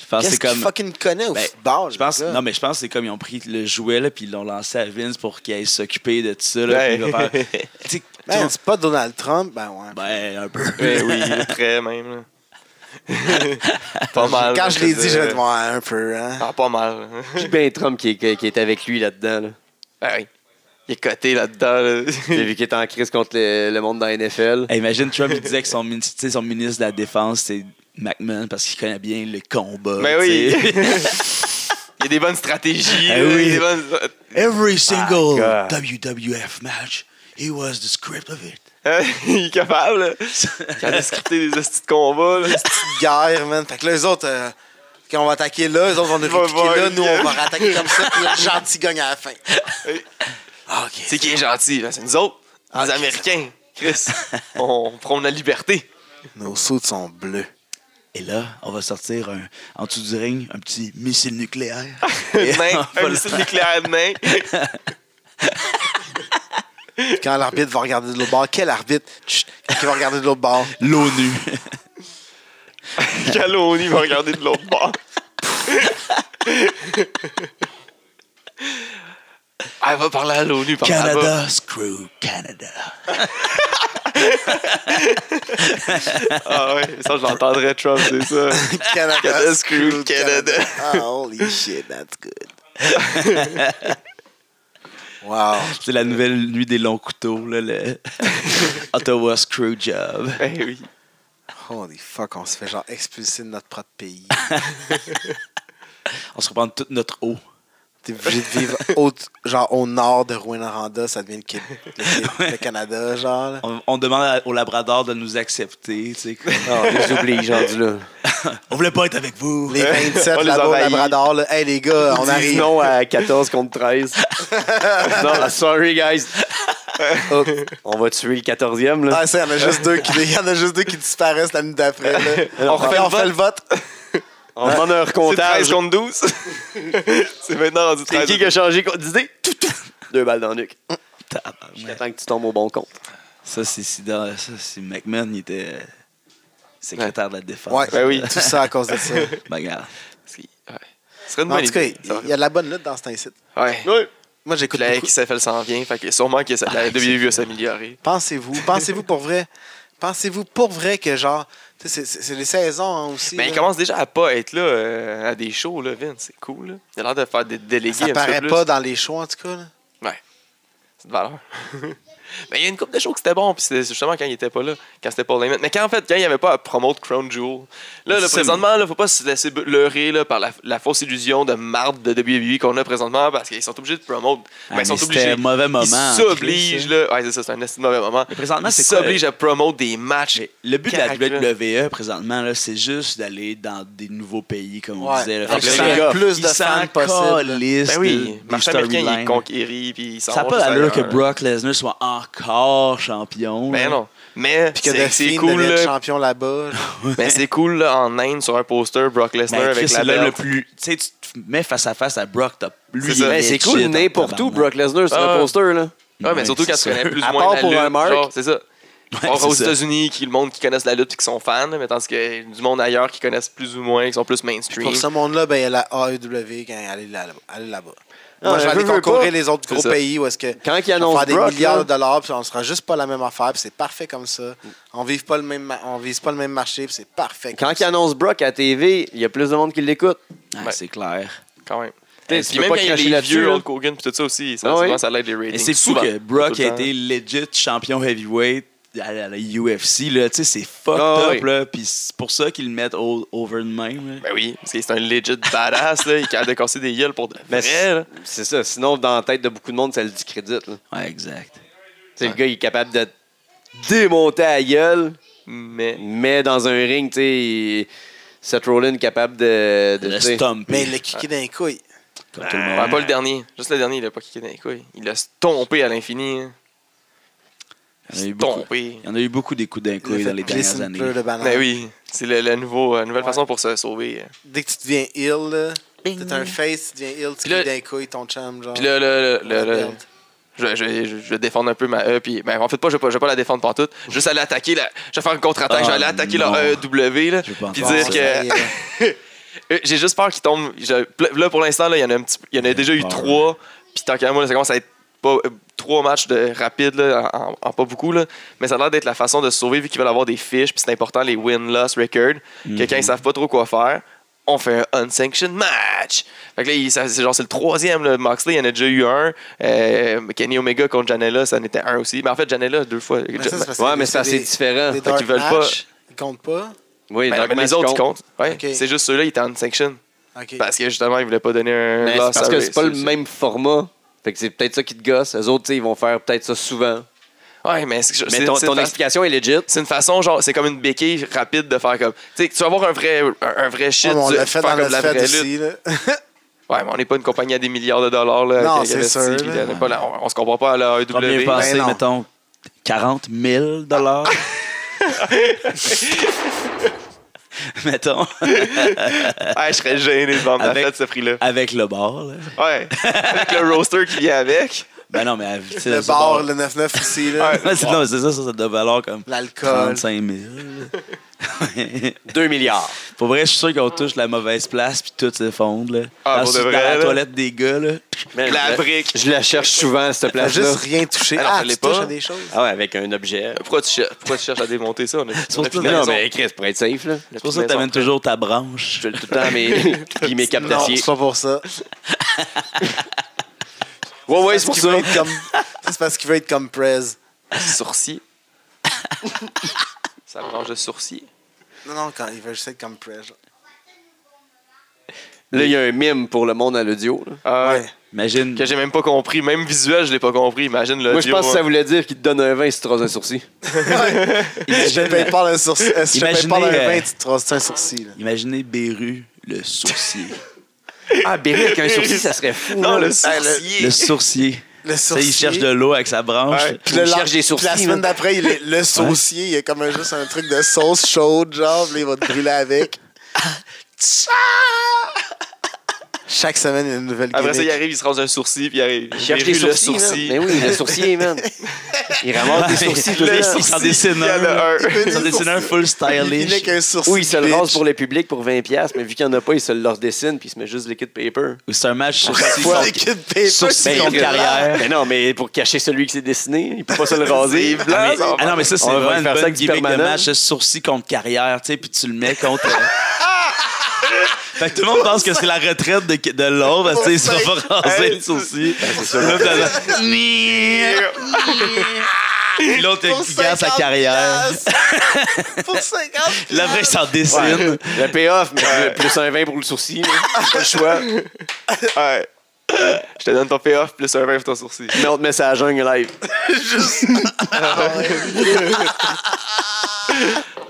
je pense que Ah, c'est qu'il comme. fucking connaît au Ben, Oh, football? Je pense, le gars? non, mais je pense que c'est comme ils ont pris le jouet là, puis ils l'ont lancé à Vince pour qu'il aille s'occuper de tout ça. Là, Ouais. puis il va faire- Tu sais, Man, tout- c'est pas Donald Trump. Ben ouais. ben, un peu. Ben oui, très même. là. pas mal. Quand je l'ai dit, je vais vais te voir un peu. Hein. Ah, pas mal. Puis ben Trump qui est, qui est avec lui là-dedans. là. Ben oui. Il est coté là-dedans. là. J'ai vu qu'il est en crise contre le, le monde dans la NFL. Hey, imagine Trump, il disait que son, mini- tu sais, son ministre de la Défense, c'est McMahon, parce qu'il connaît bien le combat. Ben tu oui. sais. Il y a des bonnes stratégies. Ah Ben là, oui. des bonnes- Every single God. WWF match, he was the script of it. Hein? Il est capable, là. Il a scripté des hosties de combat, là. Petite guerre, man. Fait que là, eux autres, euh, quand on va attaquer là, eux autres vont nous Ils vont voir répliquer là, nous, une on va attaquer comme ça, puis le gentil gagne à la fin. Ah, OK. C'est qui est gentil, là? C'est nous autres, les ok. Américains. Chris, on prône la liberté. Nos sauts sont bleus. Et là, on va sortir un- en dessous du ring un petit missile nucléaire. Et on Nain, va un le missile nucléaire de nain. Puis Quand l'arbitre va regarder de l'autre bord, quel arbitre Chut, qui va regarder de l'autre bord L'ONU. Caloni va regarder de l'autre bord. Ah, Elle va parler à l'ONU par là-bas. Canada, screw Canada. Ah ouais, ça, je l'entendrais, Trump, c'est ça. Canada, Canada, screw Canada. Ah, holy shit, that's good. wow. C'est la nouvelle nuit des longs couteaux, là, le Ottawa screw job. Eh oui. Holy fuck, on se fait genre expulser de notre propre pays. On se reprend toute notre eau. T'es obligé de vivre au, genre au nord de Rwanda, ça devient le, Qué- le Qué- le Canada, genre. là. On, on demande à- au Labrador de nous accepter. tu sais, comme- Non, on les oublie, rendu là. on voulait pas être avec vous. Les 27 On les là-bas au envahit. Labrador, là. Hey les gars, Ils on disent arrive. non à 14 contre 13. non, sorry, guys. Oh, on va tuer le 14e, là. Ah, ça, il y en a juste deux qui, il y en a juste deux qui disparaissent la minute d'après. là. On On, fait, refait on fait le vote. On demande un C'est 13 recomptage. contre 12. c'est maintenant rendu C'est 13. qui qui a changé co- d'idée? Tout, tout. Deux balles dans le nuque. Tabarnak. J'attends que tu tombes au bon compte. Ça, c'est si dans- ça, c'est McMahon, il était euh, secrétaire de la défense. Ouais, Ben oui. tout ça à cause de ça. Ben, regarde. Ouais. Ce serait une Non, en bonne tout cas, idée. il il y a de la bonne lutte dans cet incite. Ouais. Oui. Moi, j'écoute La beaucoup. XFL s'en vient, fait que sûrement que ça, la Ah, WWE va s'améliorer. Pensez-vous, pensez-vous pour vrai, pensez-vous pour vrai que genre, tu sais, c'est- c'est c'est les saisons hein, aussi. Mais Ben, il là. commence déjà à pas être là euh, à des shows, là, Vince. C'est cool. Là. Il a l'air de faire des délégués un petit ça peu paraît plus. pas dans les shows en tout cas. là. C'est de valeur. Mais il y a une couple de shows qui c'était bon, puis c'est justement quand il était pas là, quand c'était Paul Heyman. Mais quand en fait, quand il n'y avait pas à promote Crown Jewel, là, là C'est- présentement, là, faut pas se laisser be- leurrer là, par la, la fausse illusion de marde de WWE qu'on a présentement parce qu'ils sont obligés de promote. Ah, Ben, ils mais sont c'était obligés. un mauvais moment. Ils Chris, s'obligent, là. Ouais, c'est ça, c'est un esti de mauvais moment. Mais présentement, ils c'est quoi, euh, s'obligent à promote des matchs. Mais le but de Carac, là. la E, WWE présentement, là, c'est juste d'aller dans des nouveaux pays, comme on Ouais. disait. là. Fait que que le là, plus ils de s'en fans possible. calissent Ben de- oui, des le marché américain, il est storylines. conquéri, puis il s'en Ça n'a va pas juste l'allure que ailleurs. Brock Lesnar soit encore champion. Ben là. non. Mais Puis que c'est The c'est Fiend cool, devient là. champion là-bas. là. Mais c'est cool, là, en Inde, sur un poster, Brock Lesnar Ben, Chris, avec la c'est l'homme le belt. plus. Tu sais, tu te mets face à face à Brock, t'as lui. C'est ça. il est Mais c'est legit cool, en n'importe où, tabarnak. Brock Lesnar sur Ah. un poster, là. Ouais, mais Ouais, surtout quand tu c'est connais ça. plus À ou moins part la pour lutte. un marque. genre, c'est ça. Ouais, Or, c'est aux ça. États-Unis, qui le monde qui connaissent la lutte et qui sont fans, mais tandis que du monde ailleurs qui connaissent plus ou moins, qui sont plus mainstream. Pour ce monde-là, ben, il y a la AEW quand elle est là- elle est là-bas. Ah, Moi, je vais veux, aller veux concourir pas. les autres gros ça. pays où est-ce que Quand ils on va annoncent faire des Brock, milliards là, de dollars, puis on sera juste pas la même affaire, puis c'est parfait comme ça. Mm. On vise pas le même, ma- on vise pas le même marché, puis c'est parfait. quand comme ils annoncent Brock à TV, il y a plus de monde qui l'écoute. Ah, c'est clair. Quand même. Eh, T'sais, Puis même quand il y a les vieux Hulk Hogan puis tout ça aussi, ça, Ah oui. souvent, ça l'aide les ratings. Et c'est fou Souvent. que Tout Brock le a temps. été legit champion heavyweight à la, à la UFC. Là, tu sais, c'est fucked Ah, up. oui. Là, puis c'est pour ça qu'ils le mettent au- over de même. là. Ben oui, parce que c'est un legit badass, là. Il est capable de casser des gueules pour de Mais vrai, là. C'est ça. Sinon, dans la tête de beaucoup de monde, ça le discrédite. là. Ouais, exact. T'sais, Le gars, il est capable de démonter à gueule, Mais. mais dans un ring, tu sais, il- Seth Rollins est capable de. de Le t'sais- stomp. Mais le kické d'un couille. comme tout le Ouais, monde. Ah, pas le dernier. Juste le dernier, il a pas kické dans les couilles. Il l'a stompé à l'infini. hein. Il y en a eu beaucoup. Ah. Stompé. Il y en a eu beaucoup des coups d'un coup le dans fait les glisser dernières une pleure années. de banane. Ben oui, c'est le- la nouveau, euh, nouvelle Ouais. façon pour se sauver. euh. Ah. Dès que tu deviens ill, là, t'es un face, tu deviens ill, tu Puis là- kickes d'un couille ton chum, genre. Puis là, le, on le- le- perd. je, je, je, je vais défendre un peu ma E. Puis, ben, en fait, pas, je vais pas, je vais pas la défendre partout. Juste aller attaquer la. Je vais faire une contre-attaque. je vais aller Ah, attaquer non. la EW. Là, Je veux pas puis entendre dire ça. que. Euh, J'ai juste peur qu'il tombe. je- là, pour l'instant, là, il y en a, un petit, peu- il y en a déjà eu peur. trois. Puis tant qu'à moi, là, ça commence à être pas, euh, trois matchs de rapide là, en, en- en pas beaucoup. Là. Mais ça a l'air d'être la façon de se sauver vu qu'ils veulent avoir des fiches. Puis c'est important, les win-loss record. Que Mhm. quand ils savent pas trop quoi faire, on fait un unsanctioned match. Fait que là, il- ça- c'est genre c'est le troisième. Là. Moxley, il y en a déjà eu un. Euh, Kenny Omega contre Janela, ça en était un aussi. Mais en fait, Janela, deux fois. Mais ça, c'est parce que Ouais, mais c'est des- assez différent. Des Fait dark qu'ils veulent pas- matchs, Ils comptent pas. Oui, Ben, Dark mais Match les autres, ils compte. comptent. Ouais. Ok. C'est juste ceux-là, ils étaient unsanctioned. Ok. Parce que justement, ils voulaient pas donner un Mais c'est loss parce à que Ray. c'est pas le C'est- même format. Fait que c'est peut-être ça qui te gosse. Les autres, tu sais, ils vont faire peut-être ça souvent. Ouais, mais c'est Mais c'est- ton, c'est ton une fa- explication est legit. c'est une façon, genre, c'est comme une béquille rapide de faire comme. Tu sais, tu vas avoir un vrai, un, un vrai shit. Ah, on tu- l'a faire fait dans comme de notre la vraie fête lutte. aussi. là. Ouais, mais on n'est pas une compagnie à des milliards de dollars. Là, Non, avec c'est investi, sûr, puis là. on est pas là- on, on se compare pas à la E Combien AEW. pensé, Ben non. mettons, 40 000 dollars? mettons, Ah, je serais gêné de vendre ma Avec- fête ce prix-là. avec le bar. Là. Ouais. Avec le roaster qui vient avec. Ben non, mais... tu sais, Le ce bar, le 9-9 aussi. là. Ouais. Ouais, c'est- non, c'est ça, ça, ça doit valoir comme L'alcool. 35 000. 2 milliards. Pour vrai, je suis sûr qu'on touche la mauvaise place puis tout s'effondre. là. Ah, Dans- pour de dans vrai, la là. toilette des gars, là. Man, La je- brique. Je la cherche souvent, cette T'as place-là. juste rien touché. Alors, Ah, je l'ai tu touches pas. à des choses. Ah ouais, avec un objet. Pourquoi tu, cher- pourquoi tu cherches à démonter ça? On a- on a surtout- plus de Mais raison. non, mais Chris, pour être safe, là. C'est pour ça que t'amènes toujours ta branche. Je le tout le temps mes, puis mes capes Non, d'acier. c'est pas pour ça. Ouais, ouais, c'est pour Parce qu'il ça. veut être comme- C'est parce qu'il veut être comme Prez. Sourcil. ça mange de sourcil. Non, non, quand il veut juste être comme Prez. genre. Là, il y a un mime pour le monde à l'audio. là. Ah, Ouais. Imagine. Que j'ai même pas compris. Même visuel, je l'ai pas compris. Imagine le. Moi, je duo, pense que ça hein. voulait dire qu'il te donne un vin si tu traces un sourcil. Je te paye pas le sourcil. euh, Si je te paye pas le Imaginez, vin, euh, tu te traces un sourcil. là. Imaginez Beru, le sourcier. Ah, Berry avec un sourcil, ça serait fou. Non, le le sourcier. sourcier. Le Tu sais, sourcil. il cherche de l'eau avec sa branche. Ouais. Puis le Il lend- cherche des sourcils, puis La semaine là. d'après, il est le saucier. Il y a comme un- juste un truc de sauce chaude, genre. puis là, il va te brûler avec. Chaque semaine, il y a une nouvelle Après ça, il gimmick. arrive, il se rase un sourcil, puis il arrive. Il cherche J'ai des vu le sourcils. man. sourcil. Mais oui, le sourcier, man. Il ramasse des sourcils. tout le Le temps. Il s'en dessine Il y en a un. un. Il s'en dessine un full Il n'est stylish. qu'un sourcil. Oui, il se le bitch. rase pour le public pour 20$, piastres, mais vu qu'il n'y en a pas, il se le leur dessine puis il se met juste du liquid paper. Ou C'est un match sourcier. Pour contre- les kids paper, sourcil ils sont contre carrière. Mais non, mais pour cacher celui qui s'est dessiné, il peut pas se le raser. C'est blanc, Ah, mais- ça. Ah non, mais ça, c'est On va vraiment une faire ça bonne avec du gimmick de permanent. match, euh, sourcil contre carrière, tu sais, puis tu le mets contre. euh. fait que tout le monde pense que c'est la retraite de, de l'autre, parce que tu sais, il se fait pas raser le sourcil. Là, puis là, puis L'autre, pour il garde sa 50 carrière. piastres. pour 50 Là, après, il s'en Ouais. dessine. Le payoff, mais plus- plus un 20 pour le sourcil. là. Pas le choix. Ouais. Je te donne ton payoff plus un verre pour ton sourcil. Mais on te met ça à la jungle live.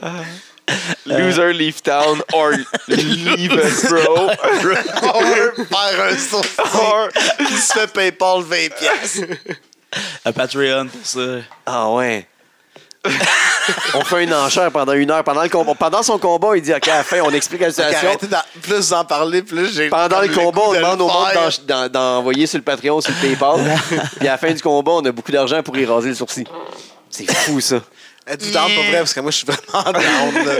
Euh. Loser leave town or leave us, bro. On veut faire un sourcil. Or- Il se fait PayPal 20 pièces. Un Patreon pour ça. Ah ouais. on fait une enchère pendant une heure. Pendant, le com- pendant son combat, il dit OK, à la fin, on explique la situation. Arrêtez d'en- plus d'en parler, plus j'ai. Pendant le comme combat, goût on de demande le au monde faire. d'en- d'en- d'envoyer sur le Patreon, sur le PayPal. Puis à la fin du combat, on a beaucoup d'argent pour y raser le sourcil. C'est fou, ça. Êtes-vous down pour vrai? Parce que moi, je suis vraiment down. là.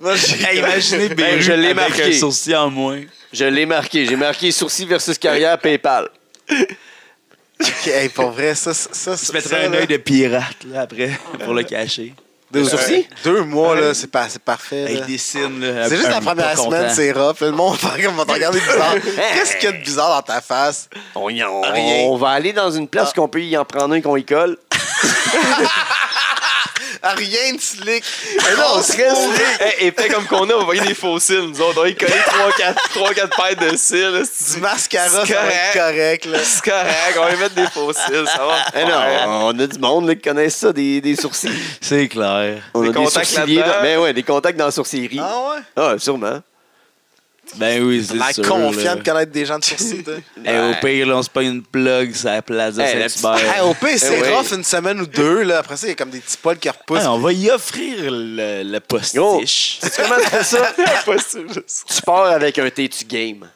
Moi, j'ai. Hey, imaginez Beru je l'ai avec marqué. un sourcil en moins. Je l'ai marqué. J'ai marqué sourcil versus carrière PayPal. Ok, hey, pour vrai, ça, ça, ça. Tu mettrais un œil de pirate, là, après, pour le cacher. Deux sourcils? Deux mois, là, c'est pas- c'est parfait. Hey, là. il dessine, là. C'est un- juste la un première pas content. semaine, c'est rough. là, Le monde va comme- va te regarder bizarre. Qu'est-ce qu'il y a de bizarre dans ta face? On, y- on- Rien. on va aller dans une place qu'on peut y en prendre un qu'on y colle. Ah, Rien de slick. Mais là, on serait slick. Hey, et fait comme qu'on a, on voyait des faux cils, nous autres. On y collait 3-4 paires de cils. là, Du C'est mascara, ça va être correct. Là. c'est correct, on va y mettre des faux cils, ça va. Eh non, on a du monde là, qui connaissent ça, des, des sourcils. C'est clair. On Des a des contacts sourciliers. là-dedans. dans- Mais ouais, des contacts dans la sourcillerie. Ah, Ah ouais? sûrement. Ben oui, c'est La sûr. confiance là. de connaître des gens de sourcils. toi. Hey, au pire, là, on se pas une plug sur la Plaza Hey, la Hey, Saint-Hubert. au pire, c'est Eh oui. rough une semaine ou deux. Là. Après ça, il y a comme des petits poils qui repoussent. Hey, on va y offrir le, le Gros, postiche. sais comment tu fais ça? impossible. tu pars avec un t'es-tu game.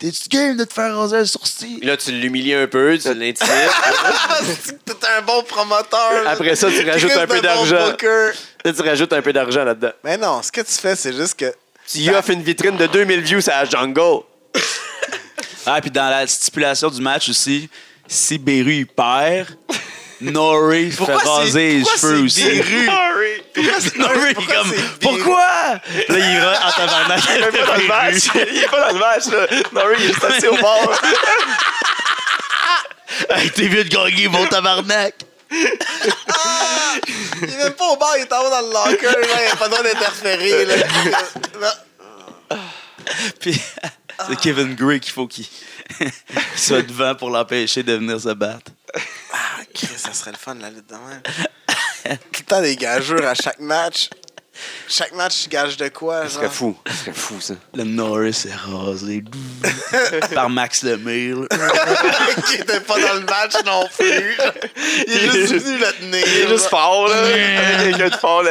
T'es-tu game de te faire raser un sourcil? Puis là, tu l'humilies un peu, tu l'intimides. Ah, c'est que T'es un bon promoteur. là. Après ça, tu rajoutes Christ un de peu bon d'argent. booker. Là, tu rajoutes un peu d'argent là-dedans. Mais non, ce que tu fais, c'est juste que. Tu y offres une vitrine de 2000 views à Jungle. Ah, puis dans la stipulation du match aussi, si Beru il perd, Nori se fait Pourquoi c'est- raser les pourquoi cheveux c'est aussi. Beru? Sorry. Pourquoi c'est- Nori il est pourquoi comme c'est Beru? Pourquoi? Là, il rentre en tabarnak. Il est pas dans le match. Ah, Il est pas dans le match, là. Norrie, il est juste assis au bord. Hey, T'es venu de gagner mon tabarnak. Il est même pas au bar, il est en haut dans le locker. là, Il a pas le droit d'interférer. là. Non. Puis c'est Kevin Gray qu'il faut qu'il qu'il soit devant pour l'empêcher de venir se battre. Christ, ça serait le fun, la lutte de même. Tout le temps des gageurs à chaque match. Chaque match, tu gages de quoi? Ce Genre? serait fou. Ce serait fou, ça. Le Norris est rasé par Max Lemire. qui était pas dans le match non plus. Il est juste venu le tenir. Il est juste fort, là. Avec quelqu'un de fort, le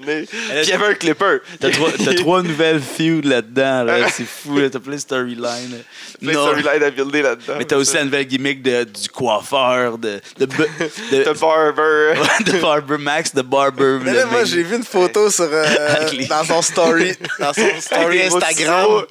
le nez. Puis il y avait un clipper. T'as trois, t'as trois nouvelles feuds là-dedans. Là. C'est fou. là. T'as plein de storylines. Plein de Non. storylines à builder là-dedans. Mais t'as aussi la nouvelle gimmick de, du coiffeur, de, de, bu- de, The Barber. de Barber Max, de Barber Mais là, moi, Lemire. j'ai vu une photo sur, euh, Avec les- dans son story, dans son story Avec des Instagram. gros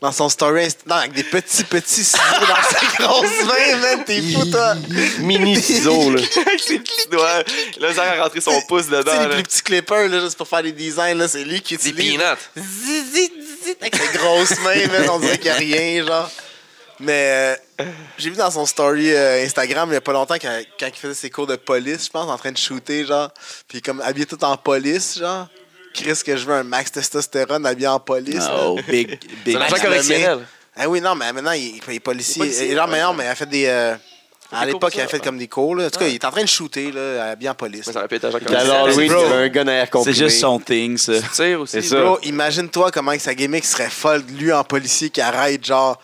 Dans son story Instagram. Non, avec des petits, petits ciseaux dans ses grosses mains, man. T'es fou, toi. Mini ciseaux, là. Avec ses petits doigts. Là, ça a rentré son pouce Tu sais, dedans. les là. plus petits clippers, là, juste pour faire des designs, là, c'est lui qui Des utilise. peanuts. Zizi, zizi, avec ses grosses mains, man. On dirait qu'il n'y a rien, genre. Mais euh, j'ai vu dans son story euh, Instagram il n'y a pas longtemps quand, quand il faisait ses cours de police, je pense, en train de shooter, genre. Puis comme habillé tout en police, genre. Chris, que je veux un max testostérone habillé en police. là. Oh, big, big. un Max agent correctionnel. Lemay. Ah oui, non, mais maintenant, il, il Il est est policier. policier, Et genre, ouais. mais non, mais il a fait des. euh, à des cours l'époque, pour il a ça. fait comme des cours. Là. En tout cas, il est en train de shooter, là, habillé en police. Mais ça aurait pu être agent Dans correctionnel. l'Halloween, Bro. il y avait un gun à air C'est comprimé. juste son thing, ça. Tire aussi. C'est ça. Bro, imagine-toi comment sa gimmick serait folle, lui en policier qui arrête genre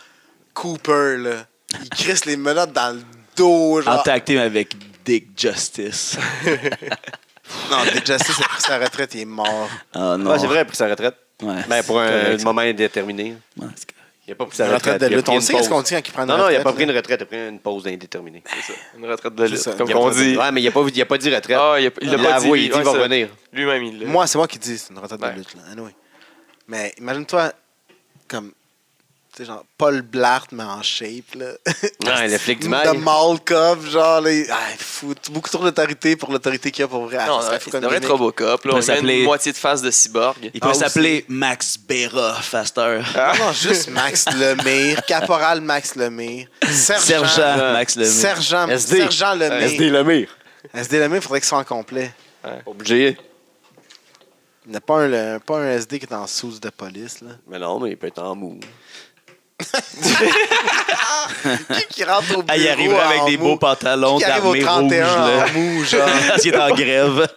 Cooper, là. Il crisse les menottes dans le dos, En genre. tag team avec Dick Justice. Non, Dick Justice a pris sa retraite, il est mort. Ah non. Ouais, c'est vrai, il a pris sa retraite. Ouais. Ben, pour un, correct. moment indéterminé. Ouais, c'est correct. Il n'a pas pris sa Sa retraite retraite. de il a lutte. pris On une sait qu'est-ce pause. qu'on dit quand il prend une Non, non, il retraite. n'a pas pris là. une retraite, il a pris une pause indéterminée. Une retraite de C'est ça. lutte. Comme Il a on pas dit. Ouais, mais il n'a pas, il a pas dit retraite. Ah, il a- il l'a a pas dit. avoué, il dit Ouais, il va ça. revenir. Lui-même, il l'a. Moi, c'est moi qui dis, c'est une retraite Ouais. de lutte, là. Anyway. Mais imagine-toi comme. Tu sais, genre, Paul Blart, mais en shape, là. Ouais, le flic du mal. De Malkov, genre, là. il- Ah, il fout beaucoup trop d'autorité pour l'autorité qu'il y a pour vrai. Ah, Non, ça ça serait fou comme devrait être gimmick. Robocop. Là, peut on met s'appeler- une moitié de face de cyborg. Il Ah, peut aussi. s'appeler Max Bera, Faster. Non, non, juste Max Lemire, Caporal Max Lemire, Sergent, Sergent Max Lemire. Sergent, SD. Sergent Lemire. SD SD, Lemire. Lemire, faudrait qu'il soit en complet. Obligé. Il n'y a pas un, le- pas un SD qui est en sous de police. Là. Mais non, mais il peut être en mou. Qui, qui rentre au bureau Ah, il arriverait avec en des mou? beaux pantalons Qui arrive au d'armée rouge, 31 là. en mou, genre. Parce qu'il est en grève.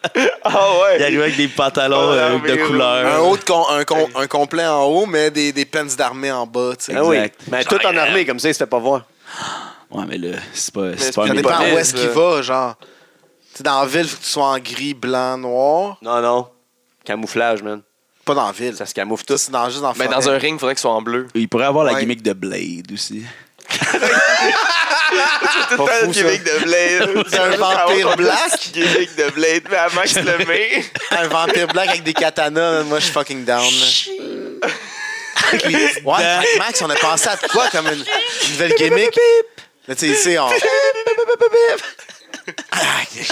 Ah Il arrive avec des pantalons euh, Pantalons rouges. de Ah, Un, couleur. autre con- un, con- un complet en haut, mais des, des peines d'armée en bas. tu sais. Ah oui. Exact. Mais tout en armée, comme ça, il se fait pas voir. Ouais, mais là, c'est pas, c'est c'est pas pas Ça un des dépend police, où est-ce qu'il là. va, genre. Tu sais, dans la ville, faut que tu sois en gris, blanc, noir. Non, non. Camouflage, man. Pas dans la ville. Ça se camoufle Ça, tout. c'est dans, juste Ben, dans la Mais Ben, dans forêt. un ring, il faudrait qu'il soit en bleu. Il pourrait avoir la Ouais. gimmick de Blade aussi. Tout Pas le fou, gimmick de Blade. C'est un vampire black. Gimmick de Blade. Mais à Max Lemay. un vampire black avec des katanas, moi je suis fucking down. là. Avec les petites ouais, dents. Max, on a pensé à quoi comme une, une nouvelle gimmick? Là, tu sais, ici, on. Ah, ok. Puis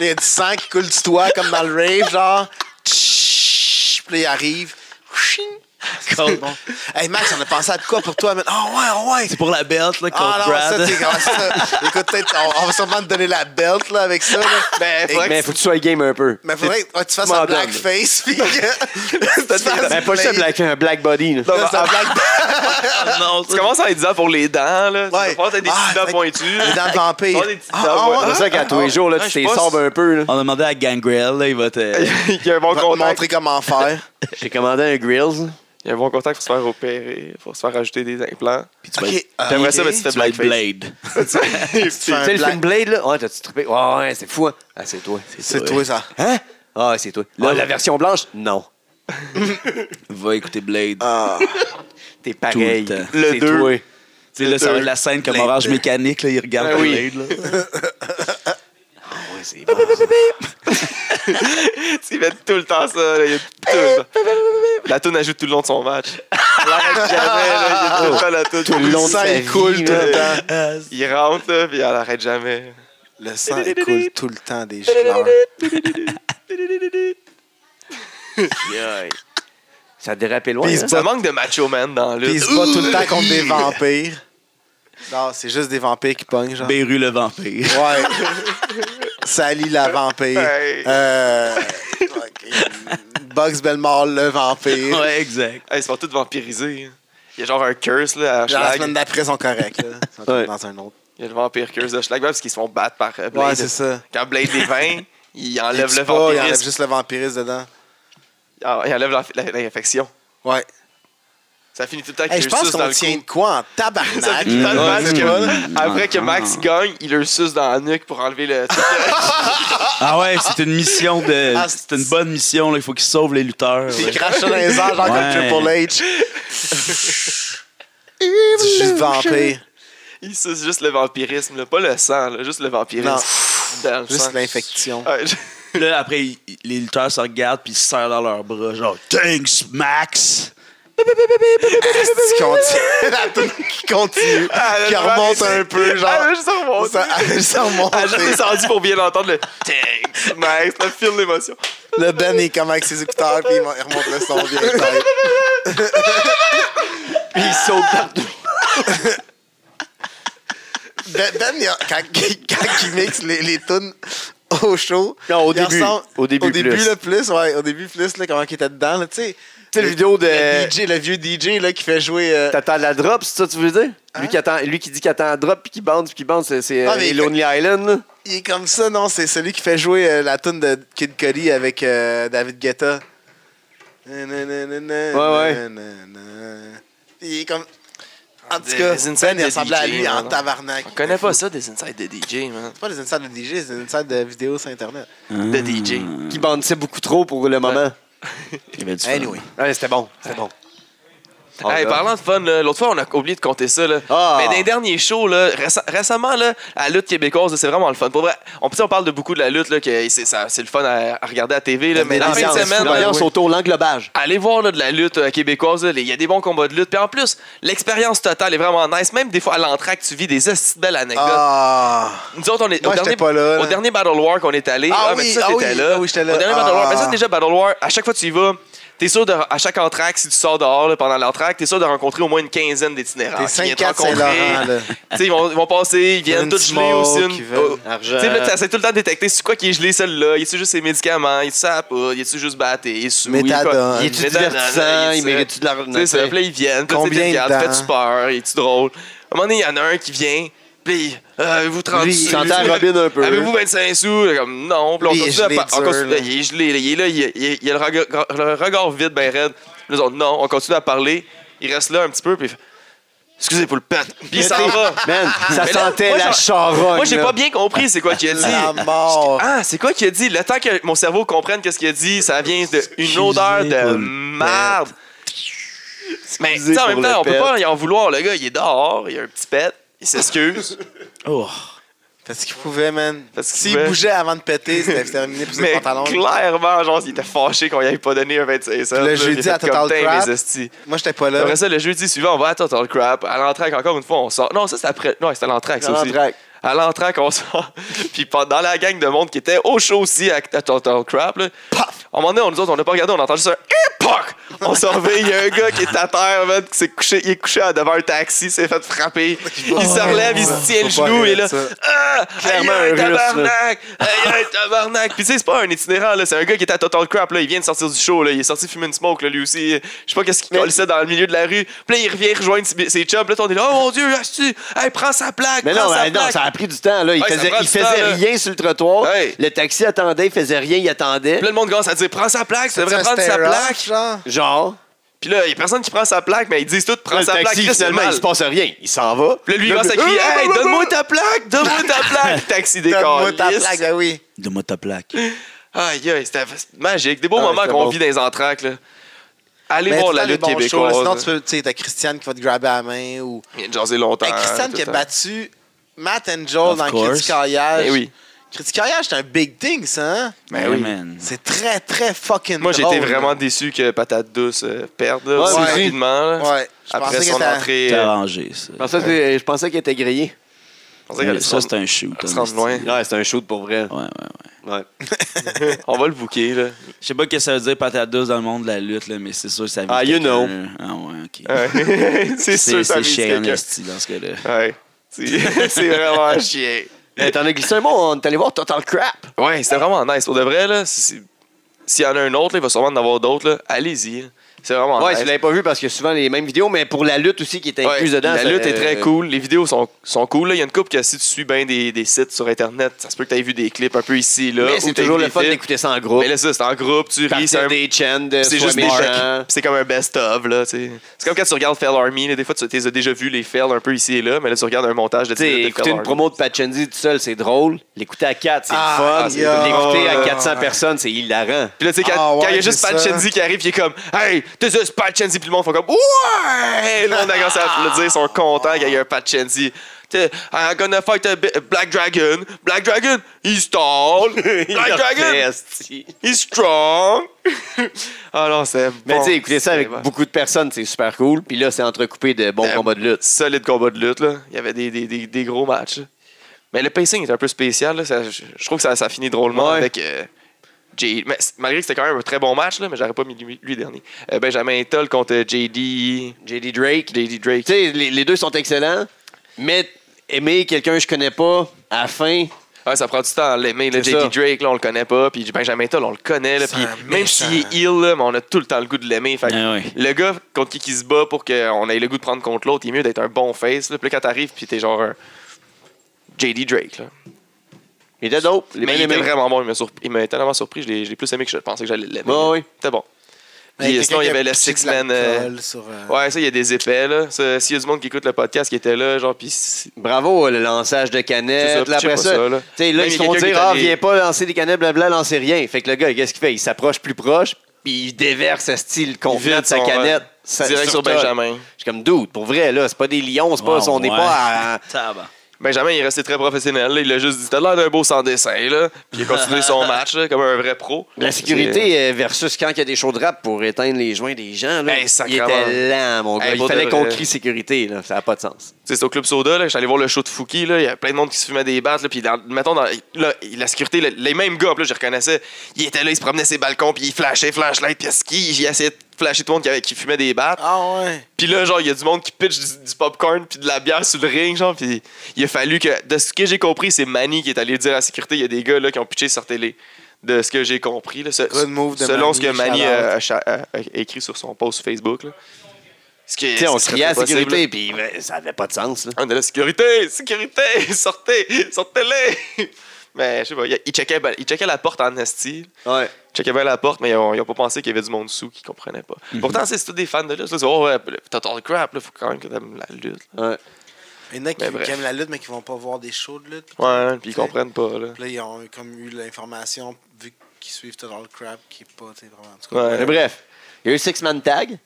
Il y a du sang qui coule du toit comme dans le rave, genre. Tch, Puis là, il arrive. Ching. C'est bon. Hey Max, on a pensé à quoi pour toi? man? Ah ouais, ouais! C'est pour la belt, là, qu'on Ah non, ça, brade. t'es comment ça? Écoute, peut-être, on, on va sûrement te donner la belt là, avec ça. Là. Ben, faudrait Mais faut que tu sois game un peu. Mais faudrait que ouais, tu fasses un Madame. blackface. Puis que. tu fasses Mais pas juste un blade. black, un black body. là. Là, c'est un black. Ah non, Tu commences à être disant pour les dents, là. Ouais. Ouais. Tu as des Ah, petites dents fait- pointues. Des dents de vampire. Pas des petites Ah, dents, ah, ouais. ouais. C'est ça qu'à tous les jours, là, tu je sais t'es pas sobre si- un peu. là. On a demandé à Gangrel, là, il va te. Il y a un bon On va te contact. montrer comment faire. J'ai commandé un grills. Il y a un bon contact pour se faire opérer, pour se faire rajouter des implants. Puis tu vas Ok, être- euh, T'aimerais ça, ok. mais tu fais tu vas être blackface. Blade. Tu fais Tu un sais, le black- film Blade, là? Ouais, t'as-tu trippé? Ouais, ouais, c'est fou, hein? Ah, c'est toi. C'est toi, ça. Hein? Ah, c'est toi. Là, Ouais. la version blanche? Non. Va écouter Blade. Ah. T'es pareil. Tout le temps. C'est Le deux. toi. tu sais, là, ça va être la scène comme Orange Mécanique, là, il regarde Ben Ah oui. Blade, là. Ouais, c'est bon. Il fait tout le temps ça. là. Il y a tout Eh, le temps. La toune ajoute tout le long de son match. Il arrête jamais, là. Il y a tout le temps la toune. Tout le long de sang, sa il vie, coule tout le là. temps. Il rentre, là, puis elle arrête jamais. Le sang il coule tout le temps des fleurs. Aïe. Ça a dérapé loin. Puis hein? Ça manque de macho man dans la Puis il lutte. se bat tout le temps contre des vampires. Non, c'est juste des vampires qui pognent, genre. Beru le vampire. Ouais. Sally la vampire. Hey. Euh, ok. Bugs Belmore le vampire. Ouais, exact. Hey, ils se font tous vampiriser. Il y a genre un curse là, à Genre, la Schlag. semaine d'après, ils sont corrects. Là. Ils sont Ouais. dans un autre. Il y a le vampire curse de Schlagbab parce qu'ils se font battre par euh, Blade. Ouais, c'est ça. Quand Blade est vain, il Il enlève tue le pas, Il vampirisme. enlève juste le vampiriste dedans. Ah, Il enlève la- la- l'infection. Ouais. Ça finit tout le temps Hey, qu'il je le pense suce dans qu'on le tient de cou. quoi en Ça tabarnak. finit dans le Ouais, match c'est que- bon. Mm. après que Max gagne, il le suce dans la nuque pour enlever le. Ah ouais, c'est une mission de. Ah, C'est une bonne mission, là. Il faut qu'il sauve les lutteurs. Il ouais. crache sur les airs, genre Ouais. comme Triple H. C'est juste vampire. il suce juste le vampirisme, là. pas le sang, là, juste le vampirisme. Dans le sang. Juste l'infection. Ouais, je- Là, après, il- il- les lutteurs se regardent puis ils se serrent dans leurs bras, genre Thanks, Max! qui continue. La toune qui continue. Ah, Qui le remonte vent, un peu, genre. Ah, juste remonté. Ça, ça remonte. Ah, juste descendu pour bien entendre le Thanks, Max. Ça file l'émotion. Le Ben, il comme avec ses écouteurs, puis il remonte le son bien tête. Puis il saute partout. Ben, Ben, il a- quand, quand il mixe les, les tunes au show, Non, au il début. ressemble- Au début plus. le plus, ouais, au début plus, là, comment il était dedans, là, tu sais. Tu sais, la vidéo de- Le, DJ, le vieux DJ, là, qui fait jouer... euh, T'attends la drop, c'est ça que tu veux dire? Lui, qui attend, lui qui dit qu'il attend la drop puis qu'il bounce puis qu'il bounce, c'est- c'est Ah, euh, mais- Lonely Island. là. il est comme ça, non, c'est celui qui fait jouer euh, la tune de Kid Cody avec euh, David Guetta. Ouais, ouais. Il est comme... En tout Des- cas, des insides Ben, il de ressemblait à DJ, lui en non? tabarnak. On connaît pas ça des insides de DJ, man. C'est pas des insides de DJ, c'est des insides de vidéos sur Internet. De DJ. Qui bounçait beaucoup trop pour le moment. Il y avait du fun. Anyway. Ouais, c'était bon, c'était bon. Oh, hey, God. parlant de fun, là, l'autre fois, on a oublié de compter ça. Là. Ah. Mais dans les derniers shows, là, réce- récemment, là, à la lutte québécoise, là, c'est vraiment le fun. Pour vrai, on, tu sais, on parle de beaucoup de la lutte, là, que c'est, ça- c'est le fun à, à regarder à TV. Là, mais dans la fin de L'ambiance, semaine, là, L'ambiance oui. autour, l'englobage. allez voir là, de la lutte euh, québécoise. là, Il y a des bons combats de lutte. Puis en plus, l'expérience totale est vraiment nice. Même des fois, à l'entraque, tu vis des esti de belles anecdotes. Ah... Nous autres, on est, Moi, au, j'étais dernier, pas là, là. au dernier Battle War qu'on est allé. Ah mais oui, ça, ah t'étais oui, là. ah oui, j'étais là. Au dernier Ah. Battle War. Mais ça, déjà, Battle War, à chaque fois que tu y vas, t'es sûr de, à chaque entraque, si tu sors dehors là, pendant l'entraque, t'es sûr de rencontrer au moins une quinzaine d'itinérants. T'es qui viennent te 5-4 rencontrer. Saint-Laurent, là. Tu sais, ils vont, ils vont passer, ils viennent Une tous geler smoke, aussi. Une... ils Tu veulent- Argent. Euh. sais, là, t'essaies tout le temps de détecter c'est quoi qui est gelé, celle-là. Est-ce juste ses médicaments? Est-ce ça pas? Est-ce juste batté? Est-ce Méthadone. Il est-tu Méthadone, divertissant? il est- Il mérite-tu de la... tu sais, ça, puis là, ils viennent. Puis là, tu sais, Combien t'es de regardes, dents? fais-tu peur? Es-tu drôle? À un moment donné, il y en a un qui vient. Puis, euh, vous Lui, trentez. il s'entend Robin un peu. Avez-vous 25 sous? Là, Comme, non. Puis là, on Lui, il est continue à gelé par- on dur, continue- là. Il est gelé. là, Il est là. Il, il- il a le regard, le regard vide, ben raide. Puis nous autres, non. On continue à parler. Il reste là un petit peu. Puis, il fait, excusez pour le pet. Puis, il s'en va. Man, ça Mais là, sentait moi, la j'en- charogne. Moi, j'ai là. pas bien compris c'est quoi qu'il a dit. La mort. Ah, c'est quoi qu'il a dit? Le temps que mon cerveau comprenne qu'est-ce qu'il a dit, ça vient d'une odeur de pour le merde. Mais tu sais, en pour même le temps, on peut pet. pas y en vouloir. Le gars, il est dehors, il a un petit pet, il s'excuse. Oh. Parce qu'il pouvait, man. Parce qu'il S'il pouvait. bougeait avant de péter, c'était terminé pour ses mais pantalons. clairement, genre, il était fâché qu'on y avait pas donné un 25 cents. Le là, il jeudi, a fait à comme, Total Damn, Crap. les estis. Moi, j'étais pas là. Après ça, le jeudi suivant, on va à Total Crap. À l'entraque, encore une fois, on sort. Non, ça, c'est après. Non, c'était à l'entraque, ça Dans aussi. l'entraque. À l'entraque, on sort. Puis pendant la gang de monde qui était au show aussi à, à Total Crap, là, paf! À un moment donné, on, nous autres, on n'a pas regardé, on entend juste un Eh, POC! On s'en revient, il y a un gars qui est à terre, man, qui s'est couché, il est couché devant un taxi, s'est fait frapper. Il se relève, il se tient le Faut pas genou, et rire de là. ça. Ah! Clairement Aïe, aïe, un Russe, là. tabarnak! Aïe, aïe, tabarnak! Puis tu sais, c'est pas un itinérant, là, c'est un gars qui était à Total Crap, là, il vient de sortir du show, là, il est sorti fumer une smoke, là, lui aussi. Je sais pas qu'est-ce qu'il Mais- collait dans le milieu de la rue. Puis là, il revient rejoindre ses ses chums, là, on est là, oh mon dieu, asti! Hey, prends sa plaque! Mais prends non, sa mais non, plaque. ça a pris du temps. Là. Il Ouais, ça faisait, prend il du faisait temps, là. rien sur le trottoir. Hey. Le taxi attendait, il faisait rien, il attendait. Puis là, le monde commence à dire prends sa plaque, tu C'est devrais un prendre sa stare-off, plaque. genre. Genre, Puis là, il y a personne qui prend sa plaque, mais ils disent tout prends le sa taxi, plaque. Chris, c'est finalement, mal. il se passe rien. Il s'en va. Puis là, lui, il Le commence à gars, crier Ah, Hey, ah, ah, donne-moi ta plaque, donne-moi ta plaque. Taxi décor. Donne-moi ta plaque, ben oui. Donne-moi ta plaque. Aïe, aïe, c'était magique. Des beaux Ah, moments c'était qu'on bon. vit dans les entraques, là. Allez Mais voir tout le la temps, les lutte bons shows, là, québécoise. hein. Sinon, tu peux, tu sais, t'as Christiane qui va te grabber la main ou. Il vient de jaser longtemps. Hey, Ben, Christiane tout qui a le temps. battu Matt and Of Joel dans course. Criticaillage. Eh oui. Criticaillage, c'est un big thing, ça, hein? Ben oui. man. C'est très, très fucking Moi, j'étais drôle, vraiment là. déçu que Patate Douce euh, perde là, Ouais, aussi ouais. rapidement. là. Ouais. Je Après pensais son que t'as- entrée. T'es euh, arrangé, ça. Je pensais que- je pensais qu'il était grillé. on dirait qu'elle se Ça, c'est rend- un shoot. elle se hein, rend c'est- loin. Ouais, c'est un shoot pour vrai. Ouais, ouais, ouais. Ouais. On va le bouquer, là. Je sais pas ce que ça veut dire patate douce dans le monde de la lutte, là, mais c'est sûr que ça vise Ah, you quelqu'un. Ah, ouais, ok. Ouais. c'est sûr, C'est ça c'est vise chiant, quelqu'un. esti, dans ce cas-là. Ouais. C'est c'est vraiment un chien. Hey, T'en as glissé un bon, on est allé voir Total Crap. Ouais, c'était vraiment nice. Pour de vrai, là, si- si- s'il y en a un autre, là, il va sûrement en avoir d'autres. là. Allez-y. hein. C'est vraiment Ouais, nice. si vous l'avez pas vu parce que souvent les mêmes vidéos, mais pour la lutte aussi qui est incluse Ouais, dedans. La ça- lutte est très euh, cool. Les vidéos sont, sont cool. là. Il y a une coupe que si tu suis bien des, des sites sur Internet, ça se peut que tu aies vu des clips un peu ici là. Mais ou c'est t'aies toujours vu le des fun films. d'écouter ça en groupe. Mais là, ça, c'est en groupe, tu ris, c'est Partir un- des euh, chants de c'est sois juste méchant. Mark. C'est comme un best-of, là, tu sais. C'est comme quand tu regardes Fell Army, là, des fois, tu les as déjà vu, les Fell un peu ici et là, mais là, tu regardes un montage de Tu sais, de- de écouter Fell une Army. promo de Pachenzi tout seul, c'est drôle. L'écouter à 4, c'est Ah, le fun. yeah. L'écouter à Ouais. 400 personnes, c'est hilarant. Puis là, tu sais, quand Ah, ouais, quand il y a juste c'est Pat ça. Chenzi qui arrive, il est comme Hey, t'es juste Pat Chenzi, puis le monde fait comme Ouais! Là, on a commencé à applaudir, ils sont contents qu'il y ait un Pat Chenzi. Tu sais, I'm gonna fight a bi- Black Dragon. Black Dragon, he's tall. Black Dragon, he's strong. ah non, c'est. Mais bon. tu sais, écouter ça avec C'est bon. beaucoup de personnes, c'est super cool. Puis là, c'est entrecoupé de bons Euh, combats de lutte. Solide combat de lutte, là. Il y avait des, des, des, des gros matchs. là. Mais le pacing est un peu spécial, là. Ça- je, je trouve que ça, ça finit drôlement Ouais. avec. euh, J- mais c- malgré que c'était quand même un très bon match, là, mais j'aurais pas mis lui, lui dernier. Euh, Benjamin Toll contre JD. JD Drake. JD Drake. Tu sais, les, les deux sont excellents, mais aimer quelqu'un que je connais pas à la fin, Ouais, ça prend du temps à l'aimer. là. C'est JD ça. Drake, là, on le connaît pas. Puis Benjamin Toll, on le connaît. Là, C'est puis un même méchant. s'il est ill, là, mais on a tout le temps le goût de l'aimer. Fait que Ah ouais. Le gars contre qui, qui se bat pour qu'on ait le goût de prendre contre l'autre, il est mieux d'être un bon face. Là. Puis là, quand t'arrives, puis t'es genre un JD Drake. Là. il était dope. Les mais bien il était aimés. vraiment bon. Il m'a, surp- il m'a tellement surpris. Je l'ai, je l'ai plus aimé que je pensais que j'allais l'aimer. Ouais, ouais. C'était bon. Mais Puis, euh, sinon, il y quelqu'un avait le qui Ben, a Six pissé de Man. euh, l'alcool sur, euh, Ouais, ça, il y a des épais. Là. Ça, S'il y a du monde qui écoute le podcast qui était là, genre, puis si- Bravo, le lançage de C'est ça, canettes. là, pitchez après pas ça, ça, là. tu sais, là, Même ils il y se a font quelqu'un dire qui est Ah, allé- viens pas lancer des canettes, blabla, lancez rien. Fait que le gars, qu'est-ce qu'il fait Il s'approche plus proche, puis il déverse ce style contenant vide de sa son- canette. ouais. sa- direct sur toi. Benjamin. Je suis comme dude, pour vrai, là, c'est pas des lions, c'est pas, Ah, on n'est ouais. pas à. Tabarnak. Benjamin, il est resté très professionnel. là. Il a juste dit T'as l'air d'un beau sans dessin. Là. Puis il a continué son match là, comme un vrai pro. La sécurité euh, versus quand il y a des chauds de rap pour éteindre les joints des gens, là, Hey, il sacrément. était lent, mon gars. Ben, Hey, il pour fallait de qu'on vrai. crie sécurité, là. ça n'a pas de sens. Tu sais, c'est au Club Soda, là, je suis allé voir le show de Fouki, là, il y a plein de monde qui se fumait des battes, là, puis dans- mettons, dans, là, la sécurité, là, les mêmes gars, puis là, je les reconnaissais, ils étaient là, ils se promenaient ses balcons, puis ils flashaient, flashlight, puis ski, ils essayaient de flasher tout le monde qui, avait- qui fumait des battes. Ah ouais. Puis là, genre, il y a du monde qui pitch du, du popcorn puis de la bière sur le ring, genre, puis il a fallu que, de ce que j'ai compris, c'est Manny qui est allé dire à la sécurité, il y a des gars, là, qui ont pitché sur télé. De ce que j'ai compris, là, ce- Good move de selon Manny, ce que Manny shout a, a- a- a écrit sur son post Facebook, là. Ce qui est- Tu sais, on ce Eh, serait criait à pas possible, là. sécurité, puis ouais, ça n'avait pas de sens. Là. On est là, Ah, sécurité, sécurité, sortez, sortez-les! Mais je sais pas, il, il checkait, ben- il checkait la porte en esti. Ouais. Il checkait bien la porte, mais ils ont, ils ont pas pensé qu'il y avait du monde sous qui comprenait pas. Mhm. Pourtant, c'est c'est tous des fans de lutte. là, c'est, oh ouais, total crap, là, faut quand même que t'aimes la lutte. là. ouais. Il y en a qui, Mais Ben, bref. qui aiment la lutte, mais qui vont pas voir des shows de lutte. Ouais, puis ils T'sais. comprennent pas, là. Puis là, ils ont comme eu l'information, vu qu'ils suivent tout dans le crap, qui est pas, tu sais, vraiment. En tout cas, Ouais, Mais bref, il y a eu Six Man Tag,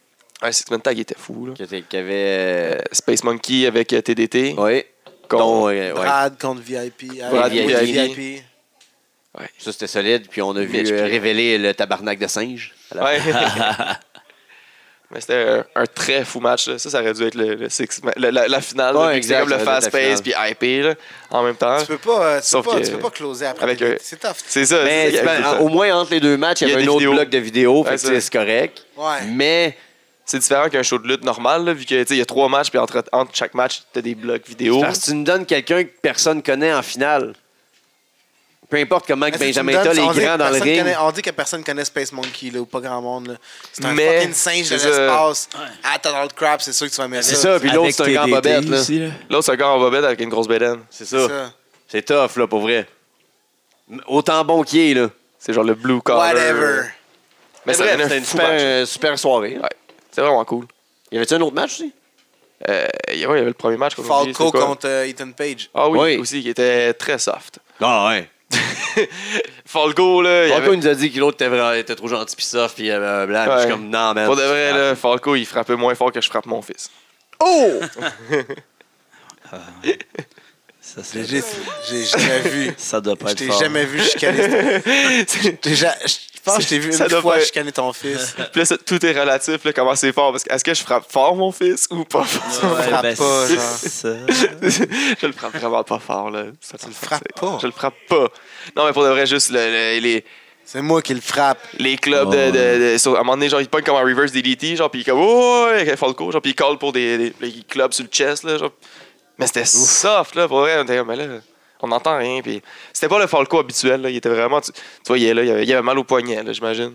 ouais Six Man Tag était fou, là. qui, était- qui avait. Euh, Space Monkey avec euh, TDT. oui. Dont, euh, ouais. Ah. Brad contre VIP. euh, Brad, oui, VIP. VIP. Ça, c'était solide. Puis on a vu Mitch euh, Pierre. révéler le tabarnak de singe. à la Ouais. Mais c'était un, un très fou match. là. Ça, ça aurait dû être le, le six, le- la, la finale. là, Ouais, vu que c'est exact, comme le ça aurait dû être la fast-paced puis hypé là, en même temps. Tu peux pas, euh, tu peux Sauf pas, que- tu peux pas closer après. avec les- un- C'est tough. C'est ça. Mais Euh, c'est ça, c'est pas- il y a- au moins entre les deux matchs, il y Il y a avait un des autre vidéos. bloc de vidéos, fait Ouais, que ça. c'est c'est correct. Ouais. Mais C'est différent qu'un show de lutte normal, là, vu que tu sais, il y a trois matchs, puis entre, entre chaque match, t'as des blocs vidéo. parce que tu nous donnes quelqu'un que personne connaît en finale. Peu importe comment que Mais si tu Benjamin me donnes- Toll on dit est que grand dans le personne ring. connaît- on dit que personne connaît Space Monkey, là, ou pas grand monde. là. C'est un Mais- fucking singe c'est de ça. l'espace. Ah, À Donald Crab, c'est sûr que tu vas mettre C'est ça, puis l'autre, Avec c'est un grand TDT bobette. là. aussi, là. L'autre, c'est un gars en bobette avec une grosse bédaine. C'est C'est ça. ça. C'est tough, là, pour vrai. Autant bon qu'il est, là. C'est genre le blue collar. Whatever. Mais ça Bref, donnait c'était un une fou match. super, euh, super soirée. Ouais. C'est vraiment cool. Il Y avait-tu un autre match aussi? Euh, il y ouais, il y avait le premier match qu'on a oublié, Falco c'était quoi? contre euh, Ethan Page. Ah oui, Oui. aussi, qui était très soft. Ah ouais. Falco, là, il y Franco avait... il nous a dit que l'autre était, vraiment- était trop gentil pis soft pis euh, blanc. Puis Je suis Ouais. comme non, man. Pour de vrai, là, Falco, il frappait moins fort que je frappe mon fils. Oh! Ça, c'est- J'ai j'ai jamais vu. ça doit pas Je être t'ai fort. jamais vu chicaner. J'ai ja- Je pense que je t'ai vu Ça une doit fois faire- chicaner ton fils. Puis là, ça- tout est relatif, là, comment c'est fort. Parce que est-ce que je frappe fort mon fils ou pas fort? Ouais, frappe ben, pas, c'est genre. ça. je le frappe vraiment pas fort, là. Ça tu le frappes pas. Je le frappe pas. Non, mais pour de vrai, juste le- le- les, C'est moi qui le frappe. les clubs Oh. de. de- de- sur- à un moment donné, genre, ils pognent comme un reverse DDT, genre, puis ils comme. Oh, ouais, avec Falco, genre, puis ils callent pour des, des, les clubs sur le chest, là, genre. Mais c'était soft, là, pour vrai. On était comme, mais là, on n'entend rien, puis. C'était pas le Falco habituel, là. Il était vraiment. Tu, tu vois, il est là, il avait, il avait mal au poignet, là, j'imagine.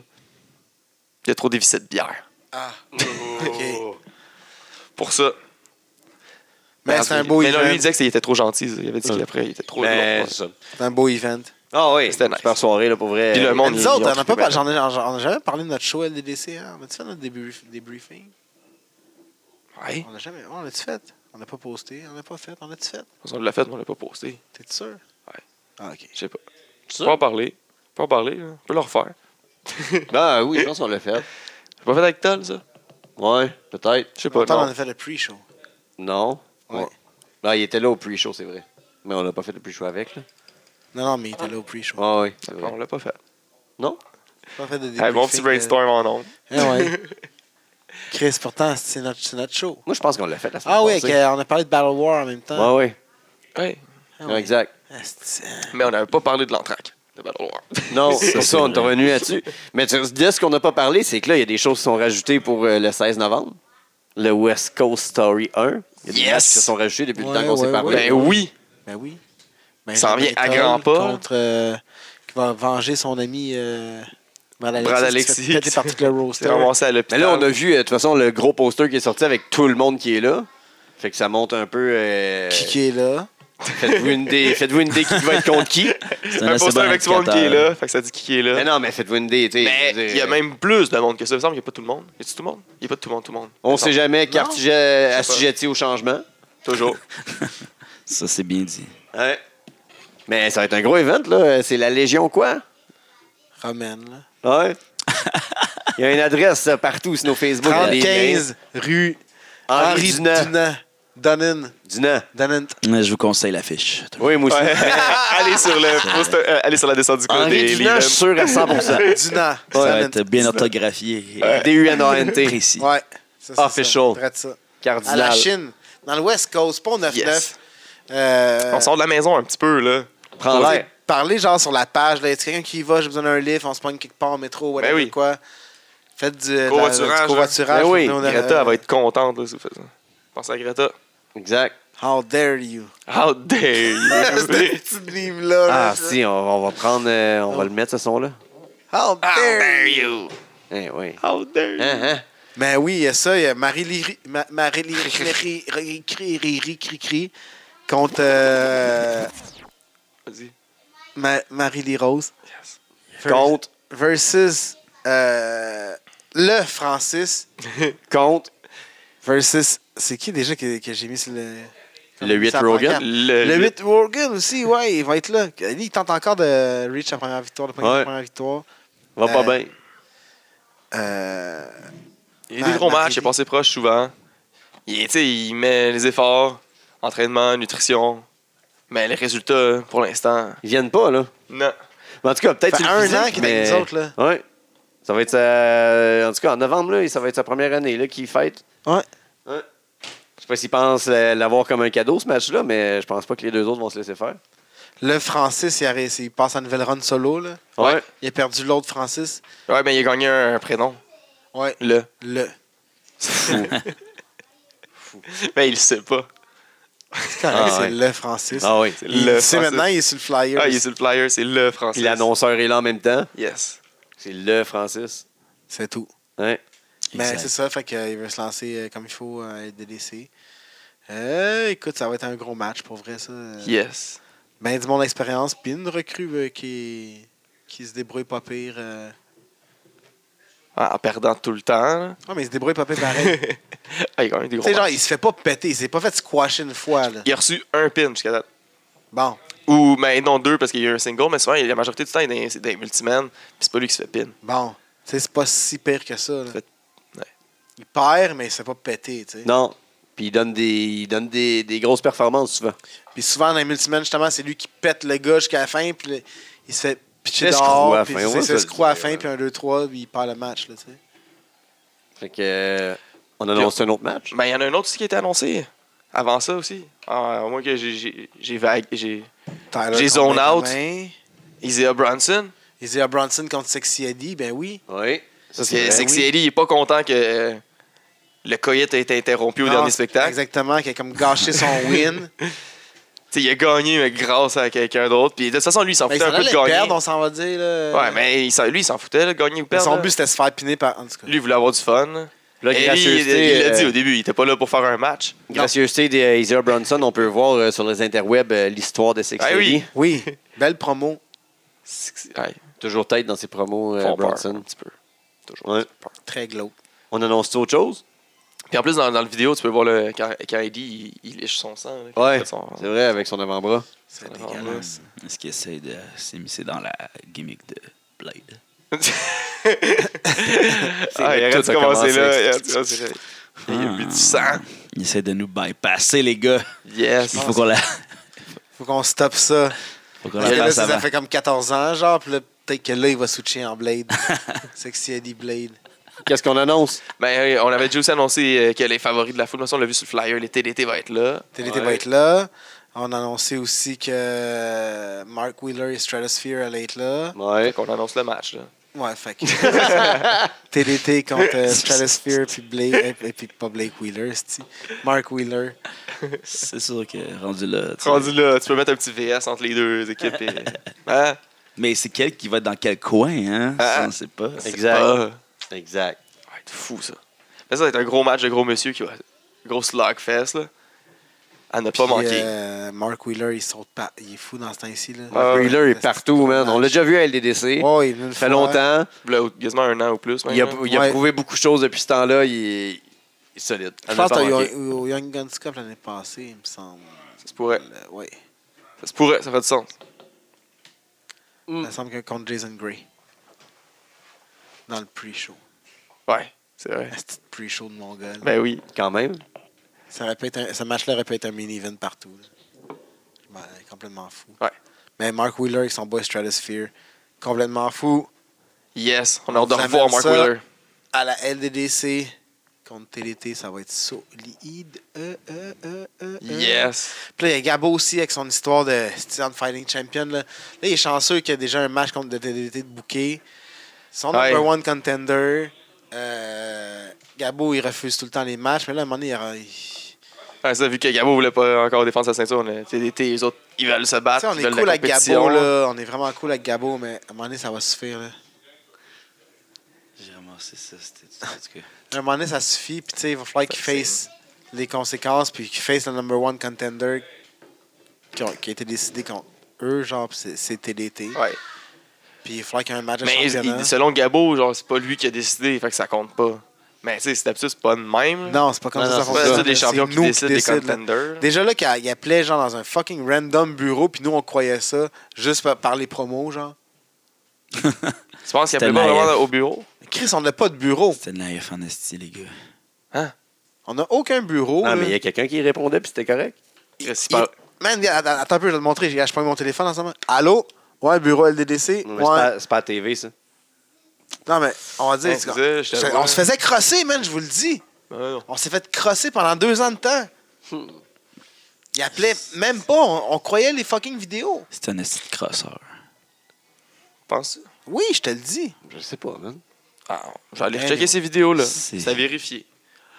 Il a trop dévissé de bière. Ah, Oh. Oh, ok. Pour ça. Mais c'est un beau Mais là, lui, il event. disait qu'il était trop gentil. Il avait dit qu'après, il était trop. Mais long. c'est ça. C'est un beau event. Ah oui, C'était nice. Super soirée, là, pour vrai. Puis le monde, Mais nous autres, ils ont on n'a pas trippé, par- j'en ai, j'en ai jamais parlé de notre show LDDC. Hein? On a-tu fait notre débrief- débriefing? Ouais. On n'a jamais. On l'a-tu fait? On n'a pas posté. On n'a pas fait. On l'a-tu fait? On l'a fait, mais on l'a pas posté. T'es sûr? Ouais. Ah, ok. Je sais pas. C'est Pas ça? en parler. Pas en parler. là. On peut le refaire. Ben oui, je pense qu'on l'a fait. J'ai pas fait avec Tal, ça. Ouais, peut-être. Je sais pas. Pourtant, on Non. a fait le pre-show. Non. Ouais. Ouais. Ben, il était là au pre-show, c'est vrai. Mais on n'a pas fait le pre-show avec, là. Non, non, mais il était là au pre-show. Ah oui, c'est vrai. On l'a pas fait. Pas fait de Hey, bon Ah, petit débriefing, brainstorm en ondes. euh, eh ouais. Chris, pourtant, c'est notre, c'est notre show. Moi, je pense qu'on l'a fait la semaine Ah oui, passée. on a parlé de Battle War en même temps. Ouais, ouais. Ouais. Ah ouais. Exact. Ah, c'est- Mais on n'avait pas parlé de l'entraque de Battle War. Non, c'est c'est ça, on est vrai. revenu là-dessus. Mais tu- de ce qu'on n'a pas parlé, c'est que là, il y a des choses qui sont rajoutées pour euh, le 16 novembre. Le West Coast Story 1. Il y a des Yes! matchs qui se sont rajoutés depuis Ouais, le temps qu'on ouais, s'est parlé. Ben oui. Ben oui. Ben, Ça en vient à Battle grands pas. Contre, euh, qui va venger son ami euh, Brad Alexis. Brad Qui Alexis. se fait péter par tout le T'es roster. ramassé à Mais l'hôpital. là, on a vu, euh, de toute façon, le gros poster qui est sorti avec tout le monde qui est là. Fait que ça monte un peu. euh, Qui, qui est là. Faites-vous une idée, faites-vous une idée qui va être contre qui. C'est un assez poster bon avec tout le monde qui est indicateur. là. Fait que ça dit qui est là. Mais non, mais faites-vous une idée. tu sais, Mais je veux dire, il y a même plus de monde que ça. Il me semble qu'il n'y a pas tout le monde. Y a tout le monde? Il n'y a pas tout le monde, tout le monde. On sait jamais, Non. quartier euh, pas. assujetti au changement. Toujours. Ça, c'est bien dit. Ouais. Mais ça va être un gros event, là. C'est la Légion quoi? Romaine, là. Ah Ouais. Il y a une adresse euh, partout sur nos Facebook. Il y a des liens. 35 rue Henri Henri Dunant. Dunant. Dunant. Dunant. Dunant. Mais je vous conseille l'affiche. Oui, moi aussi. Ouais. allez, sur le poster, euh, allez sur la descente du code Henri des Dunant, je suis Leavens. sûr à 100 Dunant. Ça va Dunant. être bien orthographié. et D-U-N-A-N-T. Précis. Ouais. Ça, c'est Official. ça. Traite ça. À la Cardinal. Chine. Dans le West Coast, pas au 9-9. Yes. Euh, On sort de la maison un petit peu, là. Prends Posez- l'air. Parlez genre sur la page. Là, y a quelqu'un qui y va, j'ai besoin d'un lift, on se pogne quelque part en métro, whatever Ben oui. quoi. Faites du euh, la- Covoiturage, du covoiturage. hein. Ben oui, Venez, on a- Greta, elle va être contente, là, si vous faites ça. Pense à Greta. Exact. How dare you? How dare Cette you! petite mime-là. là, Ah, ça. si, on, on va prendre. euh, on va le mettre, ce son-là. How Ah, How dare ben dare you? you! Eh oui. How dare you! Hein, hein? Ben oui, il y a ça. Il y a Marie-Léry Cri-Cri contre euh, Vas-y. Ma- Marie-Lee Rose. Yes. Contre. Versus euh, le Francis. Contre. Versus. C'est qui déjà que, que j'ai mis sur le. Le 8 sur la Rogan. pancarte? Le, Le 8 Morgan aussi, ouais, il va être là. Lui, il tente encore de reach la première victoire, de pogner Ouais. la première victoire. Va pas Euh, bien. Euh, Il y a des gros matchs, il est passé proche souvent. Il, est- tu sais, il met les efforts, entraînement, nutrition. Mais les résultats, pour l'instant, Ils viennent pas, là. non. Mais en tout cas, peut-être fait sur le un physique, an qu'il est mais- avec nous autres, là. Ouais. Ça va être sa- En tout cas, en novembre, là, ça va être sa première année là, qu'il fête. Ouais. Ouais. Je sais pas s'il pense euh, l'avoir comme un cadeau, ce match-là, mais je pense pas que les deux autres vont se laisser faire. Le Francis, il, a réussi- il passe en nouvelle run solo, là. Ouais. Il a perdu l'autre Francis. Ouais, mais il a gagné un prénom, Ouais, là. le. Mais il le sait pas. C'est correct, Ah, c'est ouais. le Francis. Ah oui. C'est Il le sait Francis. maintenant, il est sur le flyer. Ah, il est sur le flyer, c'est le français. Puis l'annonceur est là en même temps. Yes. C'est le Francis. C'est tout. Ouais. Mais Exact. c'est ça, fait qu'il veut se lancer euh, comme il faut à DDC. Euh, écoute, ça va être un gros match pour vrai, ça. Yes. Ben, du monde d'expérience, puis une recrue euh, qui, qui se débrouille pas pire. euh. Ah, en perdant tout le temps. là. Ah, mais il se débrouille pas pire pareil. ah, il a gagné des tu gros sais, genre, matchs. il se fait pas péter, il s'est pas fait squasher une fois, là. Il a reçu un pin jusqu'à date. Bon, Ou, mais non, deux, parce qu'il y a eu un single, mais souvent, il- la majorité du temps, il est dans- c'est des multiman, puis c'est pas lui qui se fait pin. bon. Tu sais, c'est pas si pire que ça, là. Fait- ouais. Il perd, mais il se fait pas péter, tu sais. Non. Puis il donne des, il donne des, des grosses performances souvent. Puis souvent, dans les multimènes, justement, c'est lui qui pète le gars jusqu'à la fin, puis le- il se fait pitcher L'escroc à la dehors, puis fin, il ouais, ça se le fait à la dit, fin, ouais. puis un 2-3, puis il perd le match, là, tu sais. Fait que. euh, On annonce un autre match. Ben, il y en a un autre aussi qui a été annoncé. Avant ça aussi. Ah, au moins que j'ai- j'ai j'ai vague. J'ai Tyler J'ai contre zone out. Benjamin. Isaiah Bronson. Isaiah Bronson ah, contre Sexy Eddie, ben oui. Oui. Ça, Parce que c'est Sexy oui. Ellie, il est pas content que euh, le coyote a été interrompu au Non, dernier c'est- spectacle. Exactement, qui a comme gâché son win. T'sais, il a gagné mais grâce à quelqu'un d'autre. Puis de toute façon, lui, il s'en Mais foutait ça un peu de allait gagner. perdre, on Ben, s'en va dire. Là. Ouais, mais il s'en- lui, il s'en foutait, là, gagner ou Mais perdre. son là. but, c'était de se faire piner par. En tout cas. Lui, il voulait avoir du fun. Puis là, Ellie, il gracieuseté, il l'a dit euh, au début, il était pas là pour faire un match. gracieuseté d'Isaiah Bronson, on peut voir euh, sur les interwebs euh, l'histoire de Six Ah Lady. oui. Oui, belle promo. Ouais, Toujours tête dans ses promos, euh, font peur Bronson. un petit peu. Toujours. Ouais. Très glauque. On annonce autre chose? Puis en plus, dans, dans la vidéo, tu peux voir le, quand, quand Eddie, il, il lèche son sang. là, quand il Ouais, fait son- c'est vrai, avec son avant-bras. C'est Vraiment. dégueulasse. Est-ce qu'il essaie de s'immiscer dans la gimmick de Blade? ah, il tout arrête de a commencer commencé. là. Il arrête de commencer là. Il y a plus de sang. Il essaie de nous bypasser, les gars. Yes. Il faut qu'on la, Faut qu'on stoppe ça. faut qu'on Parce la que là, fasse ça, avant. fait comme 14 ans, genre, puis là, peut-être que là, il va switcher en Blade. Sexy Eddie Blade. Qu'est-ce qu'on annonce? Ben, euh, on avait déjà aussi annoncé euh, que les favoris de la foule, mais ça, on l'a vu sur le flyer, les TDT va être là. TDT Ouais. va être là. On a annoncé aussi que Mark Wheeler et Stratosphere allaient être là. Ouais. Fait qu'on annonce le match. Là. Ouais, fait que. TDT contre euh, Stratosphere puis Blake. euh, Et puis pas Blake Wheeler, c'est-tu? Mark Wheeler. C'est sûr que rendu là. tu sais. Rendu là, tu peux mettre un petit VS entre les deux équipes. et- Hein? Mais c'est quel qui va être dans quel coin, hein? Ah. Ça, on sait pas. C'est Exact. pas- Exact. Ah, Ça va être fou, ça. Mais ça va être un gros match de gros monsieur qui va. Gros slugfest, là. À ne pas Puis, manquer. euh, Mark Wheeler, il saute pas. Il est fou dans ce temps-ci. Là. Mark Wheeler est partout, man. On l'a déjà vu à LDDC. Euh, Ouais, il est venu une Ça fait fois. hein. longtemps. Là, quasiment un an ou plus. Il a, maintenant. il a Ouais. prouvé beaucoup de choses depuis ce temps-là. Il est, il est solide. Je Elle pense n'a pas qu'il y a manqué. eu au Young Guns Cup l'année passée, il me semble. Ça se pourrait. Le- ouais. Ça se pourrait, ça fait du sens. Mm. Il me semble que contre Jason Gray. Dans le pre-show. Ouais, c'est vrai. Un petit pre-show de Mongol. Ben oui. Quand même. Ça aurait pu être un- ce match-là aurait pu être un mini-event partout. là. Je m'en- complètement fou. Ouais. Mais Mark Wheeler avec son boy Stratosphere, complètement fou. Yes, on a hâte de Ça revoir amène Mark ça. Wheeler. À la LDDC, contre TDT, ça va être solide. Euh, euh, euh, euh, euh. Yes. Puis là, il y a Gabo aussi avec son histoire de Steel Fighting Champion. Là. Là, il est chanceux qu'il y a déjà un match contre le TDT de bouquet. Son Ouais. number one contender. Euh, Gabo, il refuse tout le temps les matchs, mais là, à un moment donné, il aura- il- Tu Ouais, ça, vu que Gabo voulait pas encore défendre sa ceinture, le TDT, les autres, ils veulent se battre. sais, on ils est Ah, veulent cool la avec compétition. Gabo, là. On est vraiment cool avec Gabo, mais à un moment donné, ça va suffire, là. J'ai ramassé ça, c'était en tout cas. À un moment donné, ça suffit, puis tu sais, il va falloir qu'il Ça, c'est- face les conséquences, puis qu'il face le number one contender qui, ont- qui a été décidé contre eux, genre, puis c'est- c'est TDT. Ouais. Puis il va falloir qu'il y ait un match de Mais il- championnat. il- selon Gabo, genre, c'est pas lui qui a décidé, fait que ça compte pas. Mais tu sais, c'est d'habitude, c'est pas de même. Non, c'est pas comme Non, ça non, ça c'est pas pas fonctionne. d'habitude des là. champions C'est qui nous décident des décide, là. contenders. Déjà là, qu'il il appelait genre dans un fucking random bureau, puis nous on croyait ça juste par, par les promos, genre. Tu penses qu'il appelait C'était pas naïf. vraiment au bureau? Chris, on n'a pas de bureau. C'était naïf en esti, les gars. On n'a aucun bureau. Non, Ah, Oh, là. mais il y a quelqu'un qui répondait, puis c'était correct. Chris, il Il- parle- Man, viens, attends, attends un peu, je vais te montrer. J'ai- Je prends mon téléphone en ce moment. Allô? Ouais, bureau LDDC. Non, mais ouais. C'est pas- c'est pas à TV, ça. Non, mais on va dire. Ouais, c'est- je disais, je te je- vois. on se faisait crosser, man, je vous le dis. Ah, non. On s'est fait crosser pendant deux ans de temps. Il appelait même pas. On, on croyait les fucking vidéos. C'était un esti de crosseur. Pense. Oui, je te le dis. Je sais pas, man. Ah, je vais aller Eh rechecker non. ces vidéos-là. C'est- C'est à vérifier.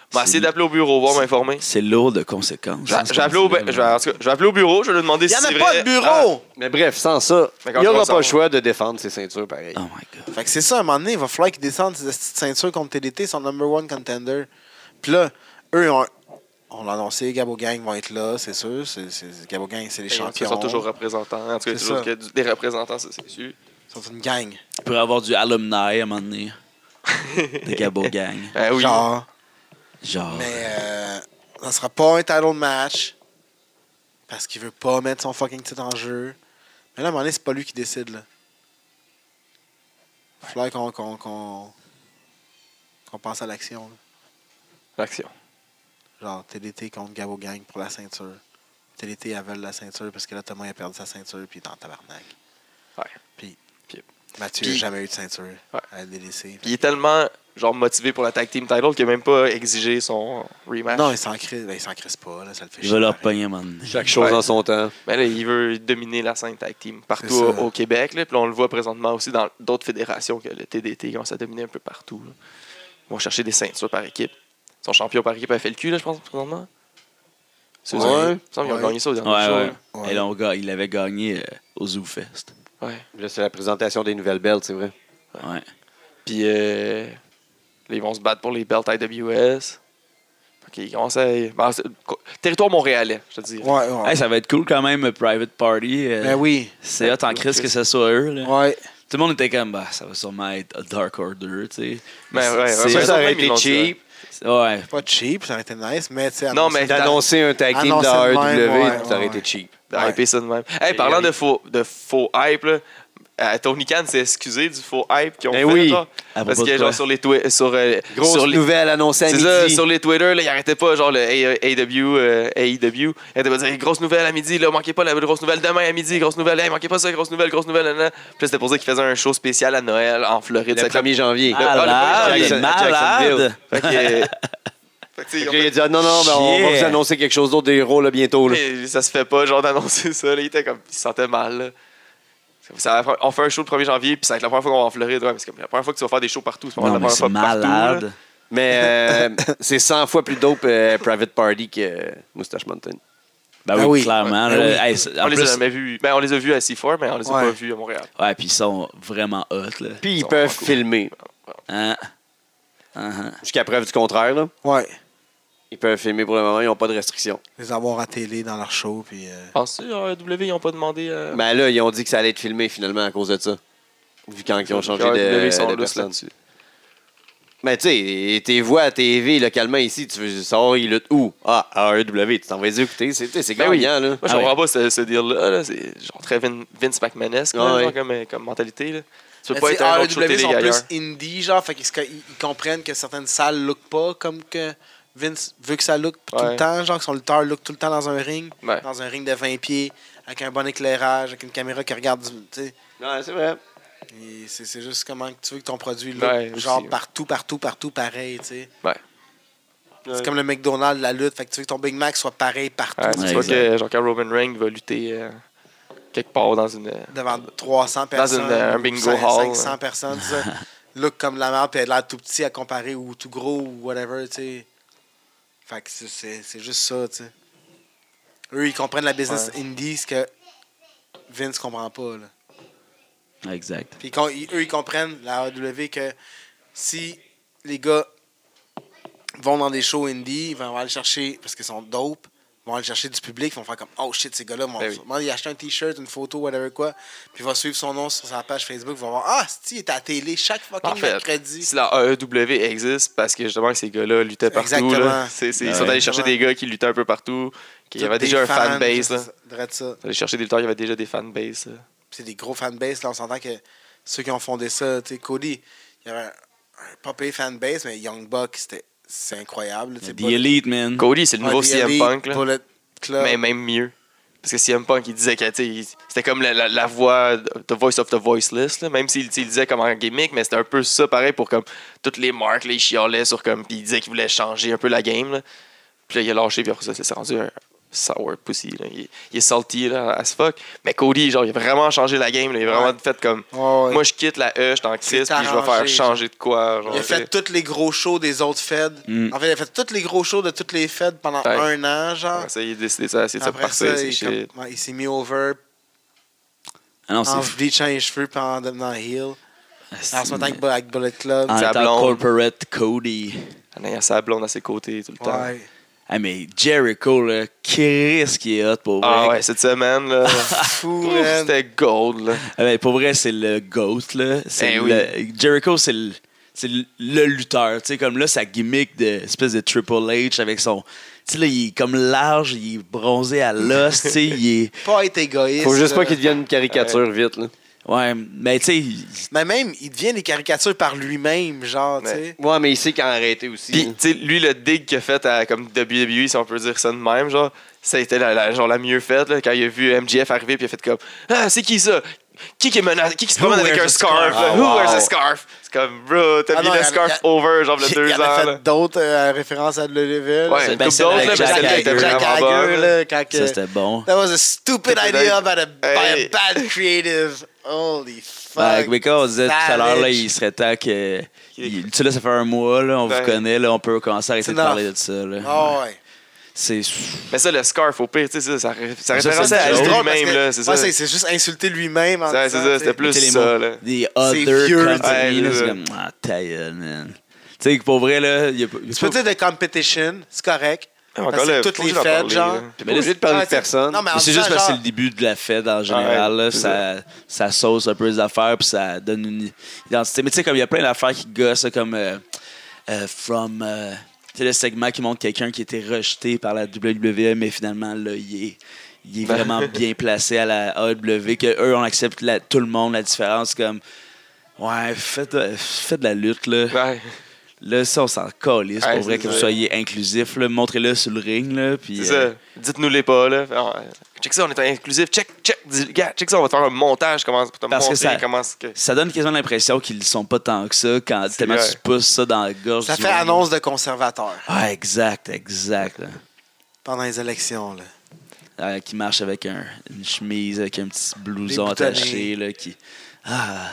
Je vais C'est- essayer d'appeler au bureau, voir c'est- m'informer. C'est lourd de conséquences. Je vais- je vais appeler au bu- je vais- en tout cas, je vais appeler au bureau, je vais lui demander Il n'y si en c'est a vrai. Ah, ben, pas de bureau. Mais bref, sans ça, il n'y D'accord, je vais aura le pas savoir. le choix de défendre ses ceintures pareil. Ah. Oh my god. Fait que c'est ça, à un moment donné, il va falloir qu'ils descendent ces petites ceintures contre TDT, son number one contender. Puis là, eux, on, on l'a annoncé, Gabo Gang va être là, c'est sûr. C'est, c'est- Gabo Gang, c'est les Les champions champions. sont toujours représentants. En tout cas, il y a C'est toujours ça. que du- des représentants, ça, c'est sûr. Ils sont une gang. Il pourrait avoir du alumni à un moment donné. De Gabo Gang. Ah oui. Genre. Genre. Mais euh, ça sera pas un title match. Parce qu'il veut pas mettre son fucking titre en jeu. Mais là, à un moment donné, c'est pas lui qui décide, là. Il va falloir qu'on, qu'on, qu'on, qu'on pense à l'action, là. L'action. Genre TDT contre Gabo Gang pour la ceinture. TDT, elle veut la ceinture parce que là, Thomas il a perdu sa ceinture puis il est en tabarnak. Ouais. Puis, Puis- Mathieu n'a puis- jamais eu de ceinture Ouais. à LDDC. Puis il est tellement genre motivé pour la tag team title qu'il a même pas exigé son rematch. Non, il s'en crisse, ben, il s'en crisse pas, là, ça le fait Il va leur pareil. pogner un moment donné. Chaque chose Ouais. en son temps. Mais là, il veut dominer la scène tag team partout C'est ça. au, au Québec. Là. Puis là, on le voit présentement aussi dans d'autres fédérations que le TDT commence à dominer un peu partout. là. Ils vont chercher des ceintures par équipe. Son champion par équipe a fait le cul, là, je pense, présentement. C'est Ouais. aux Olympiques. Il me semble qu'ils ont Ouais. gagné ça au dernier Ouais, show, ouais. là. Ouais. Et là, on ga- il avait gagné euh, au Zoo Fest. Ouais. Là, c'est la présentation des nouvelles belles, c'est vrai. Ouais. Puis euh, Là, ils vont se battre pour les belts IWS. Fait qu'ils commencent à- ben, c'est- co- territoire montréalais, je te dis. Ouais, ouais. Hey, ça va être cool quand même, Private Party. euh, Ben oui. C'est hot en crise que ce soit eux. là. Ouais. Tout le monde était comme, bah, ça va sûrement être Dark Order, tu sais. Mais ouais, ouais, C'est- ouais, Ça, ça même, aurait ils été l'ont dit, ouais. cheap Ouais. Pas cheap, ça aurait été nice, mais tu sais. Non, Ben, mais d'annoncer d'annoncer un tag team dans Annoncer AEW, de même, ouais, ça aurait ouais, été ouais. cheap. Ouais. Ouais. ça de même. Hey, parlant oui. de faux, de faux hype, là, euh, Tony Khan s'est excusé du faux hype qu'ils ont Ben fait. oui. genre. À parce propos de que genre quoi? sur les twi- sur, euh, Grosse sur les- nouvelle annoncée à C'est midi. ça, sur les Twitter, là, ils arrêtaient pas, genre le A- AW, euh, AEW. Ils arrêtaient pas de dire grosse nouvelle à midi, là, manquez pas la grosse nouvelle demain à midi, grosse nouvelle, hey, manquez pas ça, grosse nouvelle, grosse nouvelle, nan, nan. Puis là, c'était pour dire qu'ils faisaient un show spécial à Noël en Floride. le Ça, comme- 1er janvier. Ah, Malade, le- Jackson- malade. Jacksonville. Fait que, euh, fait que, tu sais, ils Fait ont que là, il a fait- dit ah, non, non, mais on va Shit. vous annoncer quelque chose d'autre des héros là, bientôt. Là. mais ça se fait pas, genre d'annoncer ça, là, il était comme, il se sentait mal. là. Ça va- on fait un show le 1er janvier, puis ça va être la première fois qu'on va en Floride. Ouais, mais c'est comme la première fois que tu vas faire des shows partout. C'est pas la Non, mais première c'est fois partout, là. malade. Mais euh, c'est 100 fois plus dope euh, Private Party que euh, Moustache Mountain. Ben Ben oui, oui. clairement. Ben là. oui. Hey, c'est- On en les a plus- jamais vus. Ben, on les a vus à C4, mais on les a Ouais. pas vus à Montréal. Ouais, puis ils sont vraiment hot, là. Puis ils sont peuvent cool. filmer. Hein? Hein, hein. Jusqu'à preuve du contraire, là. Ouais. Ils peuvent filmer pour le moment, ils n'ont pas de restrictions. Les avoir à télé dans leur show, puis. euh, Penses-tu, à W, ils n'ont pas demandé. Ben, euh, Mais là, ils ont dit que ça allait être filmé finalement à cause de ça. Vu quand ils ont changé de, Genre, W, ils sont de lousses personne. là-dessus. Mais tu sais, tes voix à TV localement ici, tu veux savoir, ils luttent où Ah, AEW, tu t'en vas les écouter, c'est tu sais, c'est Ben oui. gagnant, là. Moi, je Ah comprends pas ce, ce deal-là. là. C'est genre très Vin- Vince McMahon-esque là, Ah ouais. genre, comme, euh, comme mentalité. Là. Tu peux Mais pas Ben, tu être sais, un autre show AEW télé sont ailleurs. plus indie, genre, fait qu'ils se- ils- ils comprennent que certaines salles look pas comme que Vince veut que ça look tout Ouais. le temps, genre que son lutteur look tout le temps dans un ring, Ouais. dans un ring de 20 pieds, avec un bon éclairage, avec une caméra qui regarde, du- tu sais. Ouais, c'est vrai. Et C'est c'est juste comment que tu veux que ton produit look, Ouais, aussi, genre ouais. partout, partout, partout pareil, tu sais. Ouais. C'est comme le McDonald's, la lutte, fait que tu veux que ton Big Mac soit pareil partout, Ouais, tu c'est Ouais, pas exact. que genre, quand Roman Reigns va lutter euh, quelque part dans une. euh, vois, devant 300 personnes, une, euh, un ou bingo 500 hall, 500 ouais. personnes, tu sais. Look comme la merde, puis elle a l'air tout petit à comparer ou tout gros ou whatever, tu sais. Fait que c'est- c'est c'est juste ça, tu sais. Eux, ils comprennent la business indie, ce que Vince comprend pas, là. Exact. Puis ils com- ils- eux, ils comprennent, la AEW, que si les gars vont dans des shows indie, ils vont aller chercher, parce qu'ils sont dope, ils vont aller chercher du public, ils vont faire comme « Oh shit, ces gars-là vont Ben oui. sûrement y acheter un T-shirt, une photo, whatever quoi. » Puis ils vont suivre son nom sur sa page Facebook, ils vont voir « Ah, c'ti, il est à la télé chaque fucking En fait, mercredi. Si la AEW existe, parce que justement ces gars-là luttaient partout. Exactement. Là. C'est- c'est- ils sont Ouais. allés chercher des gars qui luttaient un peu partout, qui avaient déjà un fanbase. là. C'est ça. Ils sont allés chercher des lutteurs qui avaient déjà des fanbases. là. c'est des gros fanbases. Là, on s'entend que ceux qui ont fondé ça, tu sais, Cody, il y avait un, un pas payé fanbase, mais Young Buck, c'était c'est incroyable. The E, Elite, man. Cody, c'est le nouveau Ah, CM Punk. là. Bullet Club. Mais même mieux. Parce que CM Punk, il disait que tu sais, il- c'était comme la, la- la voix, The Voice of the Voiceless, là. même s'il tu sais, il disait comme un gimmick, mais c'était un peu ça pareil pour comme toutes les marques, les chialait sur comme, puis il disait qu'il voulait changer un peu la game. là. Puis là, il a lâché, puis après ça, c'est rendu un sour pussy. là. Il, il est salty là, as fuck. Mais Cody, genre, il a vraiment changé la game, là. il a vraiment Ouais. fait comme, Ouais, ouais. moi je quitte la E, je t'en C'est crise, puis je vais arrangé, faire changer de quoi. genre, il a tu sais. fait tous les gros shows des autres Feds. Mm. En fait, il a fait tous les gros shows de toutes les Feds pendant Ouais. un an, genre. Après ça, il a décidé de s'essayer de se Après partir, ça, c'est il, shit. comme- ouais, il s'est mis over Ah non, en c'est bleachant les cheveux puis en devenant heel. Ah, En se mettant avec, Bu- avec Bullet Club. En sa tant que blonde. corporate Cody. Il a sa blonde à ses côtés tout le temps. Ouais. Ah, mais Jericho, là, Chris qui est hot pour vrai. Ah ouais, cette semaine, là. Fou, Ouf, man. C'était gold, là. Ah ben, pour vrai, c'est le GOAT, là. C'est Eh Ben le- oui. Jericho, c'est le, c'est le- le lutteur. Tu sais, comme là, sa gimmick de espèce de Triple H avec son. Tu sais, là, il est comme large, il est bronzé à l'os, tu sais, il est. Pas être égoïste. Faut juste là. pas qu'ils deviennent une caricature vite, là. Ouais, mais tu sais, il- Mais même, il devient des caricatures par lui-même, genre, tu Ouais. sais. Ouais, mais il sait quand arrêter aussi. hein. Puis, tu sais, lui, le dig qu'il a fait à comme WWE, si on peut dire ça de même, genre, ça a été la, la- genre, la mieux faite, là, quand il a vu MJF arriver, puis il a fait comme Ah, c'est qui ça Qui qui, est mena- qui, qui se Who promène avec wears un a scarf, scarf? là? Ah, Who wow. wears a scarf C'est comme, bro, t'as Ah mis non, le il a- scarf il a- over, genre, le Il- deux il en a ans, fait là. d'autres euh, références à l'EVL. Ouais, une Ben, coupe celle d'autre, avec là, mais Jack celle-là était Hager. vraiment Jack bonne, Hager, là. là, quand ça, que- c'était bon. That was a stupid Stupid idea idea. about a, by Hey. a bad creative. Holy Ouais, fuck. Bah, avec Becca, on disait tout à l'heure, là, il savage. serait temps que. il- Tu sais, là, ça fait un mois, là, on Ben. vous connaît, là, on peut commencer à arrêter C'est de parler enough. de ça, là. Ah ouais. C'est. Mais ça, le scarf, au pire, tu sais, ça, ça, ré- ça Ça, c'est référençait à drôle, drôle parce lui-même, que- là, c'est ça. ouais, c'est c'est juste insulter lui-même. en Ouais, c'est disant, ça, tu sais. c'était plus Tu sais, les ça, mots- là. The C'est Other vieux, Company, Ouais, là, c'est c'est ça. comme. Ah, ta gueule, man. Tu sais, pour vrai, là, il y a pas. Tu peux dire de competition, c'est correct. Ah, Parce que toutes les fêtes, genre. T'es pas obligé de parler Ouais, de c'est- personne. Non, mais en Mais c'est disant, juste parce que genre, c'est le début de la fête en général. Ouais, là, c'est ça, ça sauce un peu les affaires puis ça donne une identité. Mais tu sais, comme il y a plein d'affaires qui gossent, là, comme euh, euh, From. euh, tu sais, le segment qui montre quelqu'un qui était rejeté par la WWE, mais finalement, là, il est, il est Ben. vraiment bien placé à la AEW, que eux on accepte la- tout le monde, la différence. Comme, ouais, faites, euh, faites de la lutte, là. Ouais. Là, ça, on s'en calisse, Ouais, pour vrai, c'est que vous ça. soyez inclusif, là. Montrez-le sur le ring, là. Puis, C'est euh, ça. Dites-nous les pas, là. Fait, ah, Check ça, on est inclusif. Check, check. Dis- gars, check ça, on va te faire un montage comment, pour te Parce que montrer ça- comment c'est que... Ça donne quasiment l'impression qu'ils ne sont pas tant que ça quand tellement vrai. tu pousses ça dans la gorge. Ça du fait monde. annonce de conservateur Ah, exact, exact. là. pendant les élections, là. Ah, qui marche avec un- une chemise, avec un petit blouson Des boutonnés. attaché. Là, qui... Ah,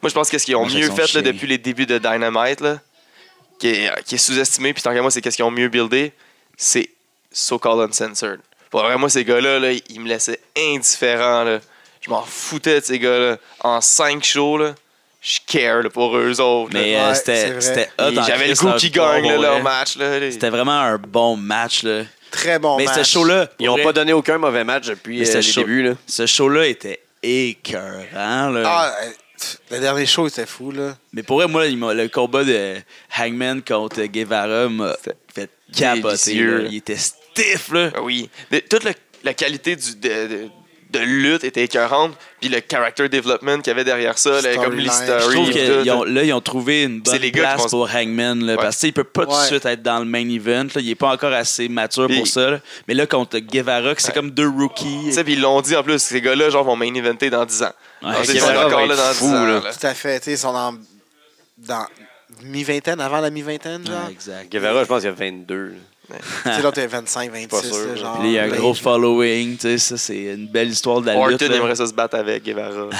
Moi, je pense que ce qu'ils ont Moi, j'ai mieux son fait là, chien. depuis les débuts de Dynamite, là, qui est, euh, qui est sous-estimé, puis tant qu'à moi, c'est qu'est-ce qu'ils ont mieux buildé, c'est So-Called Uncensored. Pour vrai, moi, ces gars-là, là, ils me laissaient indifférent. Là. Je m'en foutais de ces gars-là. En cinq shows, là, je care là, pour eux autres. là. mais ah, euh, Ouais, c'est c'était vrai. c'était hot. Et en J'avais le Christ, goût leur qu'ils victoire, gagnent là, pour leur vrai. match. Là, les- C'était vraiment un bon match. Là. Très bon mais match. ce show-là, Ils n'ont pour pas vrai, donné aucun mauvais match depuis Mais euh, c'est les chaud. débuts. Là. ce show-là était écœurant. Là. Ah, euh, pff, le dernier show, était fou, là. Mais pour vrai, moi, il m'a- le combat de Hangman contre Guevara m'a fait capoter. délicieux. là. Il était stiff. Là. Ah Oui. De- toute la, la qualité du, de, de- de lutte était écœurante. Puis le character development qu'il y avait derrière ça, là, comme les Storyline. stories. Je trouve puis que tout, ils ont- là. là, ils ont trouvé une C'est bonne les gars qui place vont se- pour Hangman. Là, Parce qu'il peut pas tout de Ouais. suite être dans le main event. là. Il est pas encore assez mature Et- pour ça. là. Mais là, contre Guevara, que c'est Ouais. comme deux rookies. Tu sais, puis ils l'ont dit en plus, ces gars-là, genre, vont main eventer dans 10 ans. Ouais, Donc, ils sont Guevara va encore être là dans 10 fou, ans. là. là. Tout à fait. Tu sais, ils sont dans, dans mi-vingtaine, avant la mi-vingtaine, genre. Ouais, exact. Puis Guevara, je pense qu'il y a 22. là. Tu sais, l'autre est 25, Ah. pas 26, sûr, là, là. genre. là, il y a un Ben, euh, gros following. tu sais, Ça, c'est une belle histoire de la lutte. Orton là. aimerait ça se battre avec Guevara.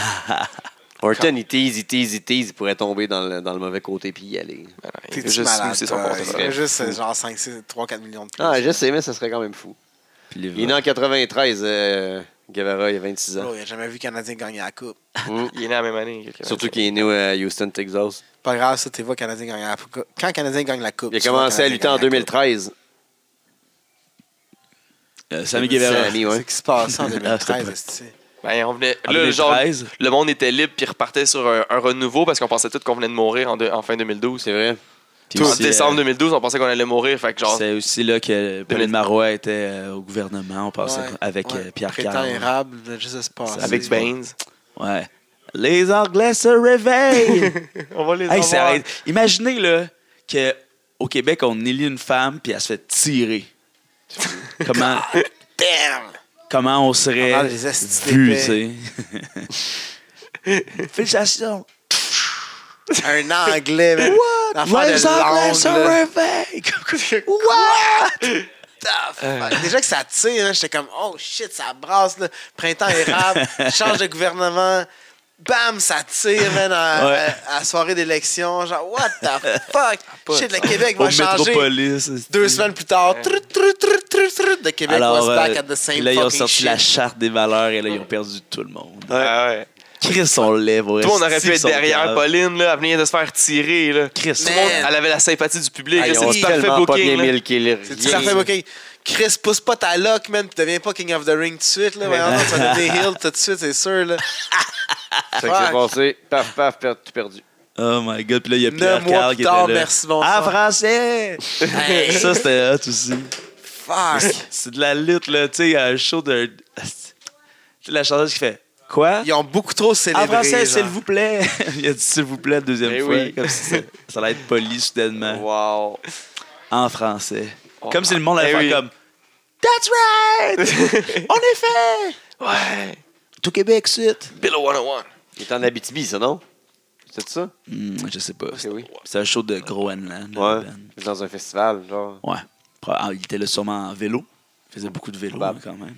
Orton, il tease, il tease, il tease. Il pourrait tomber dans le, dans le mauvais côté puis y aller. Voilà, il T'es veut juste malade. mousser son toi. Il y a portefeuille. juste euh, genre 5, 6, 3, 4 millions de plus. Ah, je sais, mais ça serait quand même fou. Puis les- Il est né en 93, euh, Guevara, il y a 26 ans. Oh, Mm. Bro, il a jamais vu le Canadien gagner la Coupe. Il est né la même année. quelque chose. Surtout qu'il est né euh, à Houston, Texas. Pas grave, ça, tu vois, le Canadien gagner la Coupe. Quand le Canadien gagne la Coupe. Il a tu vois le commencé à Canadien lutter en gagner la 2013. Euh, Sammy Coupe. Guevara. Sammy, ouais. C'est ce qui se passe en Ah, 2013, esti. Ben, on venait, En là, le genre, 2013. le monde était libre puis repartait sur un, un renouveau parce qu'on pensait tous qu'on venait de mourir en, deux- en fin 2012. C'est vrai. Puis en aussi, euh, décembre 2012, on pensait qu'on allait mourir. Fait que genre, C'est aussi là que Pauline Marois était euh, au gouvernement. On passait Ouais, avec ouais. euh, Pierre Carl. Prétérable, il a juste à se passer. avec Baines. Ouais. Les Anglais se réveillent! on va les Hey, c'est avoir. arrête. Imaginez là, que au Québec, on élit une femme puis elle se fait tirer. comment, Damn! comment on serait Ah, les estis vu, tu d'épais. sais. Félicitations. Un anglais, mais. Les L'affaire Anglais de se langue, là. réveillent. What? Ah, Euh. fuck. Déjà que ça tire, là, j'étais comme, oh shit, ça brasse, là. printemps érable, change de gouvernement, bam, ça tire, man, à, Ouais. Ah, à- à soirée d'élection. Genre, what the fuck? shit, le Québec Au va changer. Métropolis. Deux semaines plus tard, tru, tru, tru, tru, tru, the Québec Alors, was back euh, at the puis same là, ils ont fucking sorti shit. la charte des valeurs et là, ils ont perdu tout le monde. Ah ouais. Chris, on lève. Tout le monde aurait pu être derrière Pauline, là, elle venait de se faire tirer. Là. Chris, Tout le monde, Man. elle avait la sympathie du public. Ah, là, ils c'est ont du parfait tellement pas booking. bien là. milqué les C'est du parfait booking. Chris, pousse pas ta lock, man, pis deviens pas King of the Ring tout de suite, là. Voyons, non, tu vas donner heal tout de suite, c'est sûr, là. C'est passé. Paf, paf, per- tout perdu. Oh my god, puis là, il y a Neuf Pierre mois Carl plus qui était tard, là. merci, bonsoir. Ah, français! Hey. Ça, c'était hot aussi. Fuck! C'est de la lutte, là. Tu sais, un show de... Tu sais, la chanteuse qui fait « Quoi? Ils ont beaucoup trop En célébré. français, genre. s'il vous plaît! » Il a dit « S'il vous plaît » la deuxième Eh fois. oui. Comme si ça, ça allait être poli soudainement. Wow. En français. Oh, comme si le monde allait eh faire oui. comme « That's right! en effet! Ouais. Tout Québec, suite! Below 101. Il est en Abitibi, ça, non? C'est ça? Hmm, Je sais pas. Eh Ok, oui. C'est un show de Groenland. là, Ouais. le band. Dans un festival, genre. Ouais. Ah, Il était là sûrement en vélo. Il faisait beaucoup de vélo, Probable. hein, quand même.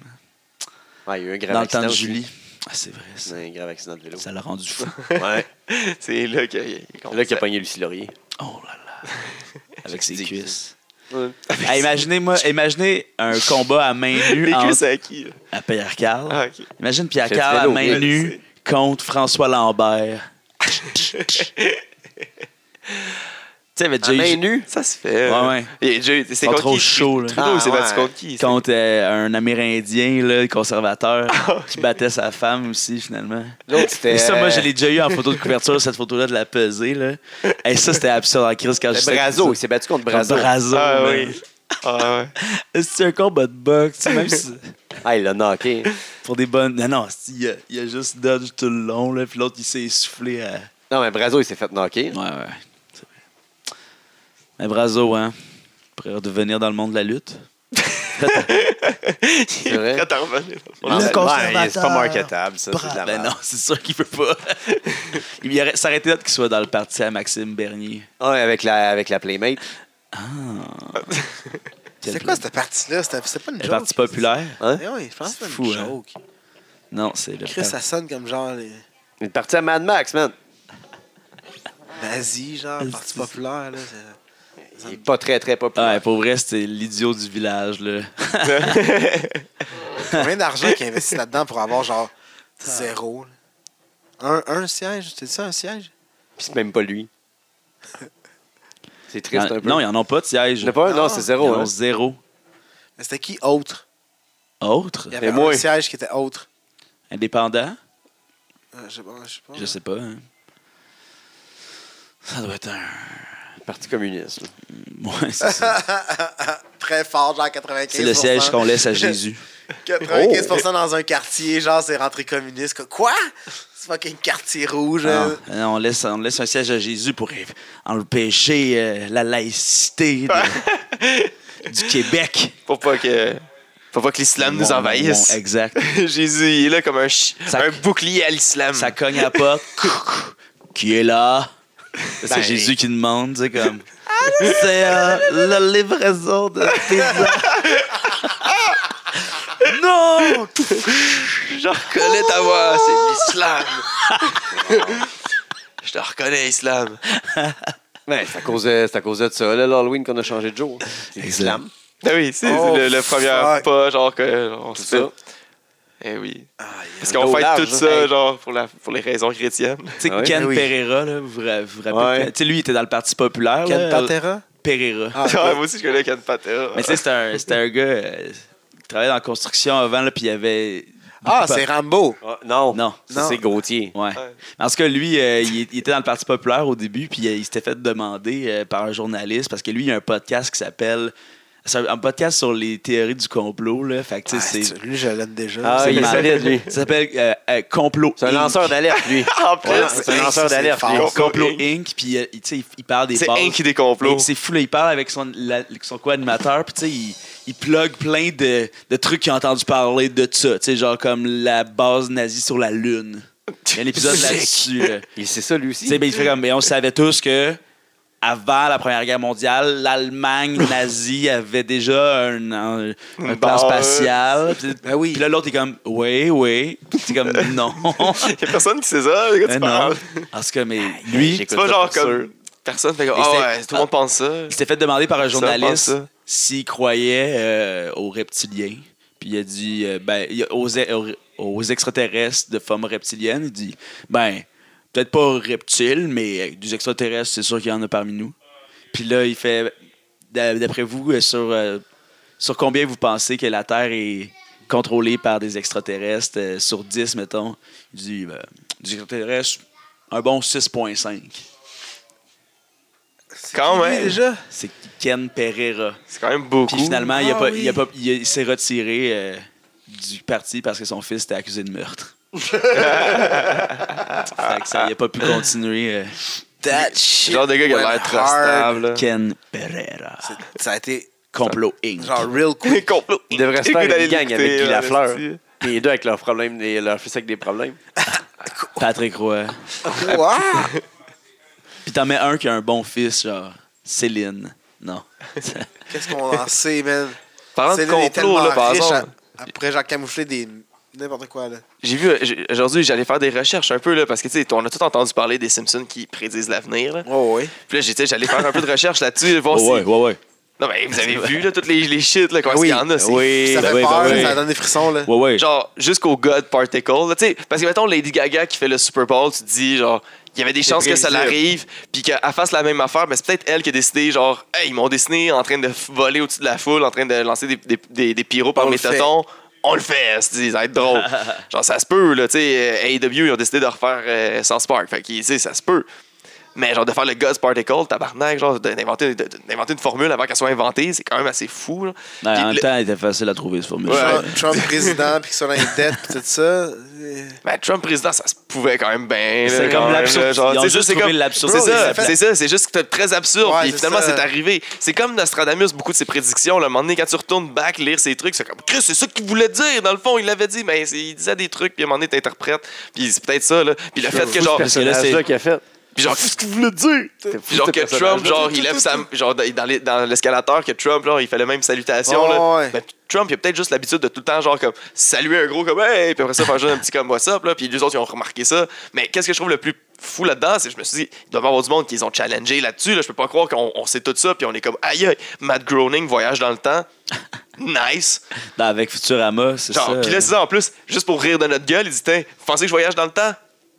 Ouais, il y a eu un grave Dans le accident. temps de aussi. Julie. Ah, c'est vrai, ça. Un grave accident de vélo. Ça l'a rendu fou. Ouais. C'est là qu'il C'est là qu'il a pogné Lucie Laurier. Oh là là. Avec ses Dis que cuisses. Ouais. Hey, imaginez-moi, imaginez un combat à main nue Les cuisses entre, à qui? là? à Pierre Carl. Ah, ok. Imagine Pierre C'est Carl très à lourd, main oui. nue contre François Lambert. sais, avec À main Jay nue? Ça se fait. Ouais, ouais. Et Jay, c'est Pas contre trop qui? chaud, là. Ah, Trudeau, il s'est Ah, battu ouais. contre qui? ça? contre euh, un Amérindien là, conservateur qui battait sa femme aussi finalement. L'autre, c'était. Et ça, moi, je l'ai déjà eu en photo de couverture, cette photo-là de la pesée. Là. Et ça, c'était absurde en crise quand je C'était Brazo. Il s'est battu contre Brazo. Brazo. Brazo Ah man. oui. Ah ouais. C'est un combat de boxe, tu sais, même si- Ah, il l'a knocké. pour des bonnes. Non, non, c'est- il a, il a juste dodge tout le long, là, puis l'autre, il s'est essoufflé à. Non, mais Brazo, il s'est fait knocker. Ouais, ouais. C'est vrai. Mais Brazo, hein, pourrait redevenir dans le monde de la lutte. Il est vrai? Ah, prêt à revenir. Non, mais- conservateur. ben, C'est pas marketable, ça. C'est de la Ben merde. non, c'est sûr qu'il peut pas. il y aurait- ça aurait été d'autres qu'il soit dans le parti à Maxime Bernier. Ah, Ouais, avec la, avec la Playmate. C'est quoi cette partie-là? C'était c'était pas une Le joke. parti populaire? Hein? Eh oui, je pense que C'est c'est fou, une hein. joke. Non, c'est le Chris, ça sonne comme genre les Il est parti à Mad Max, man. nazis, genre, Nazis. parti populaire. Là, c'est- Il est pas très, très Ah, populaire. ouais, pour vrai, c'était l'idiot du village, là. Combien d'argent qu'ils investissent là-dedans pour avoir Ah. genre zéro? là? Un, un siège? C'est ça, un siège? Puis c'est même pas lui. C'est Il y en- triste un peu. non, ils en ont pas de Il siège. y en a pas un? Non, Non, c'est Ils en zéro. ont hein. zéro. Mais C'était qui autre? Autre? Il y avait Et moi. un siège qui était autre. Indépendant? Euh, Je sais pas. Je sais pas. Je sais pas. hein. Ça doit être un... Parti communiste. là. Ouais, c'est ça. Très fort, genre 95 C'est le siège qu'on laisse à Jésus. 95 dans un quartier, genre, c'est rentré communiste. quoi. Quoi? C'est fucking quartier rouge. Non, hein. Ah, non, on, laisse, on laisse un siège à Jésus pour é- empêcher euh, la laïcité de- du Québec. Pour pas que, pour pas que l'islam nous Mon- envahisse. mon- Hmm. exact. Jésus, il est là comme un, chi- Ça- un bouclier à l'islam. Ça cogne à la porte. qui est là? C'est Ben. Jésus qui demande, tu sais, comme. Ah, C'est euh, la livraison de pizza. non! Je reconnais ta voix, c'est l'islam. Je te reconnais, islam. Ben, Ouais, c'est à cause de, c'est à cause de ça, là, l'Halloween, qu'on a changé de jour. L'islam. Ah oui, c'est Oh, le, le premier fuck. pas, genre, qu'on Tout se ça. fait. Eh oui. Ah, yeah. Parce qu'on dos fait large, tout hein. ça, Hey. genre, pour, la, pour les raisons chrétiennes. Tu sais, Ah oui? Ken Ah oui. Pereira, là, vous vous ra- vous rappelez? Ouais. Ken- Tu sais, lui, il était dans le Parti populaire. Ken là, Pantera? Pereira. Ah, Ouais, moi aussi, je connais Ken Patera. Mais tu sais, c'était un, c'était un gars euh, qui travaillait dans la construction avant, là, puis il avait. Ah, c'est Rambo. Ah, non. Non. Ça, Non. c'est Gauthier. Ouais. En tout cas, lui, euh, il, est- il était dans le Parti populaire au début, puis euh, il s'était fait demander euh, par un journaliste, parce que lui, il a un podcast qui s'appelle. C'est un- un podcast sur les théories du complot, là. Fait que, tu Ah, sais, tu- c'est. lui, je l'aime déjà. Ah, C'est il est ma- mal- solide, lui. Ça s'appelle euh, euh, Complot. C'est un Inc. lanceur d'alerte, lui. En plus, Ouais, c'est un lanceur ça, c'est d'alerte. fort. lui. Complot Complot Inc. Inc. Puis, euh, tu sais, il, il parle des c'est bases. un qui des complots. Mais C'est fou, là, il parle avec son, la- son co-animateur, puis tu sais, il, il plug plein de, de trucs qu'il a entendu parler de ça, tu sais, genre comme la base nazie sur la Lune. Il y a un épisode là-dessus. là. Et C'est ça, lui Tu sais, aussi. ben, il fait comme, mais on savait tous que avant la Première Guerre mondiale, l'Allemagne nazie avait déjà un, un, un Une plan base. spatial. Puis- Ben oui. Puis là, l'autre est comme, oui, oui. C'est comme, non. Il y a personne qui sait ça, de quoi Mais tu non. parles. En tout cas, mais lui, J'écoute C'est pas ça genre pour sûr. comme. Personne fait comme. Et Ah c'était- ouais, tout le monde pense ça. Il s'était fait demander par un Ça, je journaliste pense ça. s'il croyait euh, aux reptiliens. Puis il a dit, euh, ben, il a- aux, aux- aux extraterrestres de forme reptilienne, il dit, ben, peut-être pas aux reptiles, mais euh, des extraterrestres, c'est sûr qu'il y en a parmi nous. Puis là, il fait, d'a- d'après vous, euh, sur, euh, sur combien vous pensez que la Terre est contrôlée par des extraterrestres, euh, sur 10, mettons, il dit, ben, des extraterrestres, un bon 6,5. Quand Lui, même. déjà. C'est Ken Pereira. C'est quand même beaucoup. Puis finalement, il, a Ah pas, oui. il, a pas- il a- il s'est retiré euh, du parti parce que son fils était accusé de meurtre. fait que ça, il a pas pu continuer. euh, That shit. genre de gars qui a went l'air trop hard. stable. là. Ken Pereira. C'est- Ça a été Complot Inc. genre real quick. complot. Il devrait se Écoute, faire allez une gang avec l'écouter, Guy là, Lafleur. c'est-tu. Puis les deux avec leurs problèmes, des- leurs fils avec des problèmes. Patrick Roy. Wow. Puis t'en mets un qui a un bon fils, genre Céline. Non. Qu'est-ce qu'on en sait, man? Parlant de C'est- il est complot, là, tellement par riche, exemple. à- Après, genre, camoufler des. N'importe quoi, là. J'ai vu, euh, j'ai- aujourd'hui, j'allais faire des recherches un peu, là, parce que, tu sais, on a tout entendu parler des Simpsons qui prédisent l'avenir, là. Oh, oui. Puis là, j'étais- j'allais faire un peu de recherche là-dessus, voir si... Oh, ouais, ouais. Non, mais vous avez vu, là, toutes les, les shit, là, comment est-ce Oui, qu'il y en a, c'est Oui, Ça ben fait oui, ben peur, oui. ça donne des frissons, là. Ouais, ouais. Genre, jusqu'au God Particle. là, tu sais, parce que, mettons, Lady Gaga qui fait le Super Bowl, tu te dis, genre, il y avait des C'est chances que ça prévisible. l'arrive, puis qu'elle fasse la même affaire, mais c'est peut-être elle qui a décidé, genre, hey, ils m'ont dessiné en train de f- voler au-dessus de la foule, en train de lancer des, des, des, des pyros par On mes le fait. totons. On le fait, c'est- ça va être drôle. genre, ça se peut, là, tu sais. euh, AEW, ils ont décidé de refaire euh, South Park. Fait que, tu sais, ça se peut. Mais genre de faire le God's Particle, tabarnak, genre de- d'inventer de- de- d'inventer une formule avant qu'elle soit inventée, c'est quand même assez fou. Là. Ben, Puis en même le- temps, il était facile à trouver, ce formule. Ouais. Trump- Trump président, puis qui sont dans les dettes, puis tout ça. euh, ben, Trump président, ça se pouvait quand même bien. C'est là, comme quand même, l'absurde. là, genre, Ils ont c'est juste c'est trouvé comme- l'absurdité. C'est ça, Bro, c'est ça, c'est juste que c'était très absurde. Ouais, puis c'est finalement, ça. c'est arrivé. C'est comme Nostradamus, beaucoup de ses prédictions. Le moment donné, quand tu retournes back lire ses trucs, c'est comme Chris, c'est ça qu'il voulait dire. Dans le fond, il l'avait dit, mais c'est- il disait des trucs, puis à un moment donné, t'interprètes. Puis c'est peut-être ça, là. Puis le fait que genre. Parce que là, c'est- personnage-là qui a fait. Puis genre, qu'est-ce qu'il voulait dire? Puis genre que Trump, genre, il lève sa. Genre, dans dans les- dans l'escalator, que Trump, genre, il fait la même salutation. Ouais, là. ouais. Ben, Trump, il a peut-être juste l'habitude de tout le temps, genre, comme, saluer un gros, comme, hey, puis après ça, faire juste un petit comme, what's up, là. Puis les autres, ils ont remarqué ça. Mais qu'est-ce que je trouve le plus fou là-dedans, c'est que je me suis dit, il doit y avoir du monde qu'ils ont challengé là-dessus, là. Je peux pas croire qu'on on sait tout ça, puis on est comme, aïe, aïe, Matt Groening voyage dans le temps. Nice. Dans- avec Futurama, c'est ça. Genre, pis là, c'est ça en plus, juste pour rire de notre gueule, il dit Tiens, vous pensez que je voyage dans le temps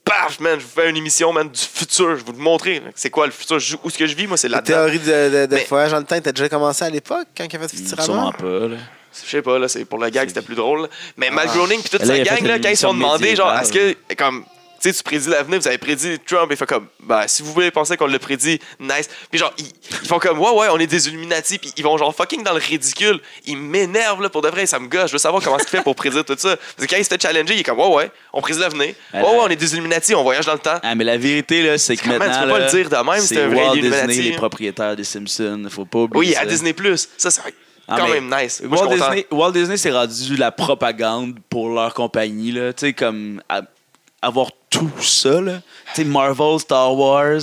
Paf, man, je vous fais une émission, man, du futur, je vais vous le montrer. là. C'est quoi le futur Je- Où ce que je vis, moi, c'est La là-dedans. théorie de, de, de Mais- voyage dans le temps était déjà commencée à l'époque, quand il a fait Sûrement Futurama. pas, là. Je sais pas, là, c'est pour le gag, c'était plus drôle. là. Mais Matt Groening, puis toute Là, il sa Ah. a gang, fait une là, quand ils se sont émission demandé, genre, médiévale. est-ce que, comme, tu sais, tu prédis l'avenir, vous avez prédit Trump, il fait comme, bah, si vous voulez penser qu'on le prédit, nice. Puis genre, ils, ils font comme, ouais, ouais, on est des Illuminati, puis ils vont genre fucking dans le ridicule. Ils m'énervent, là, pour de vrai, ça me gosse. Je veux savoir comment il fait pour prédire tout ça. Parce que quand il se fait challenger, il est comme, ouais, ouais, on prédit l'avenir. Ouais, Elle- ouais, on est des Illuminati, on voyage dans le temps. Ah, mais la vérité, là, c'est que Comment tu maintenant. peux pas là, le dire de même, c'est c'est un vrai Walt Illuminati, Disney, hein. les propriétaires des Simpsons. Faut pas oublier. Oui, à ça. Disney, ça, c'est Ah, quand mais même nice. Moi, je Walt suis content. Disney, Walt Disney s'est rendu la propagande pour leur compagnie, là. Tu sais, comme à- avoir tout ça, là. Tu sais, Marvel, Star Wars,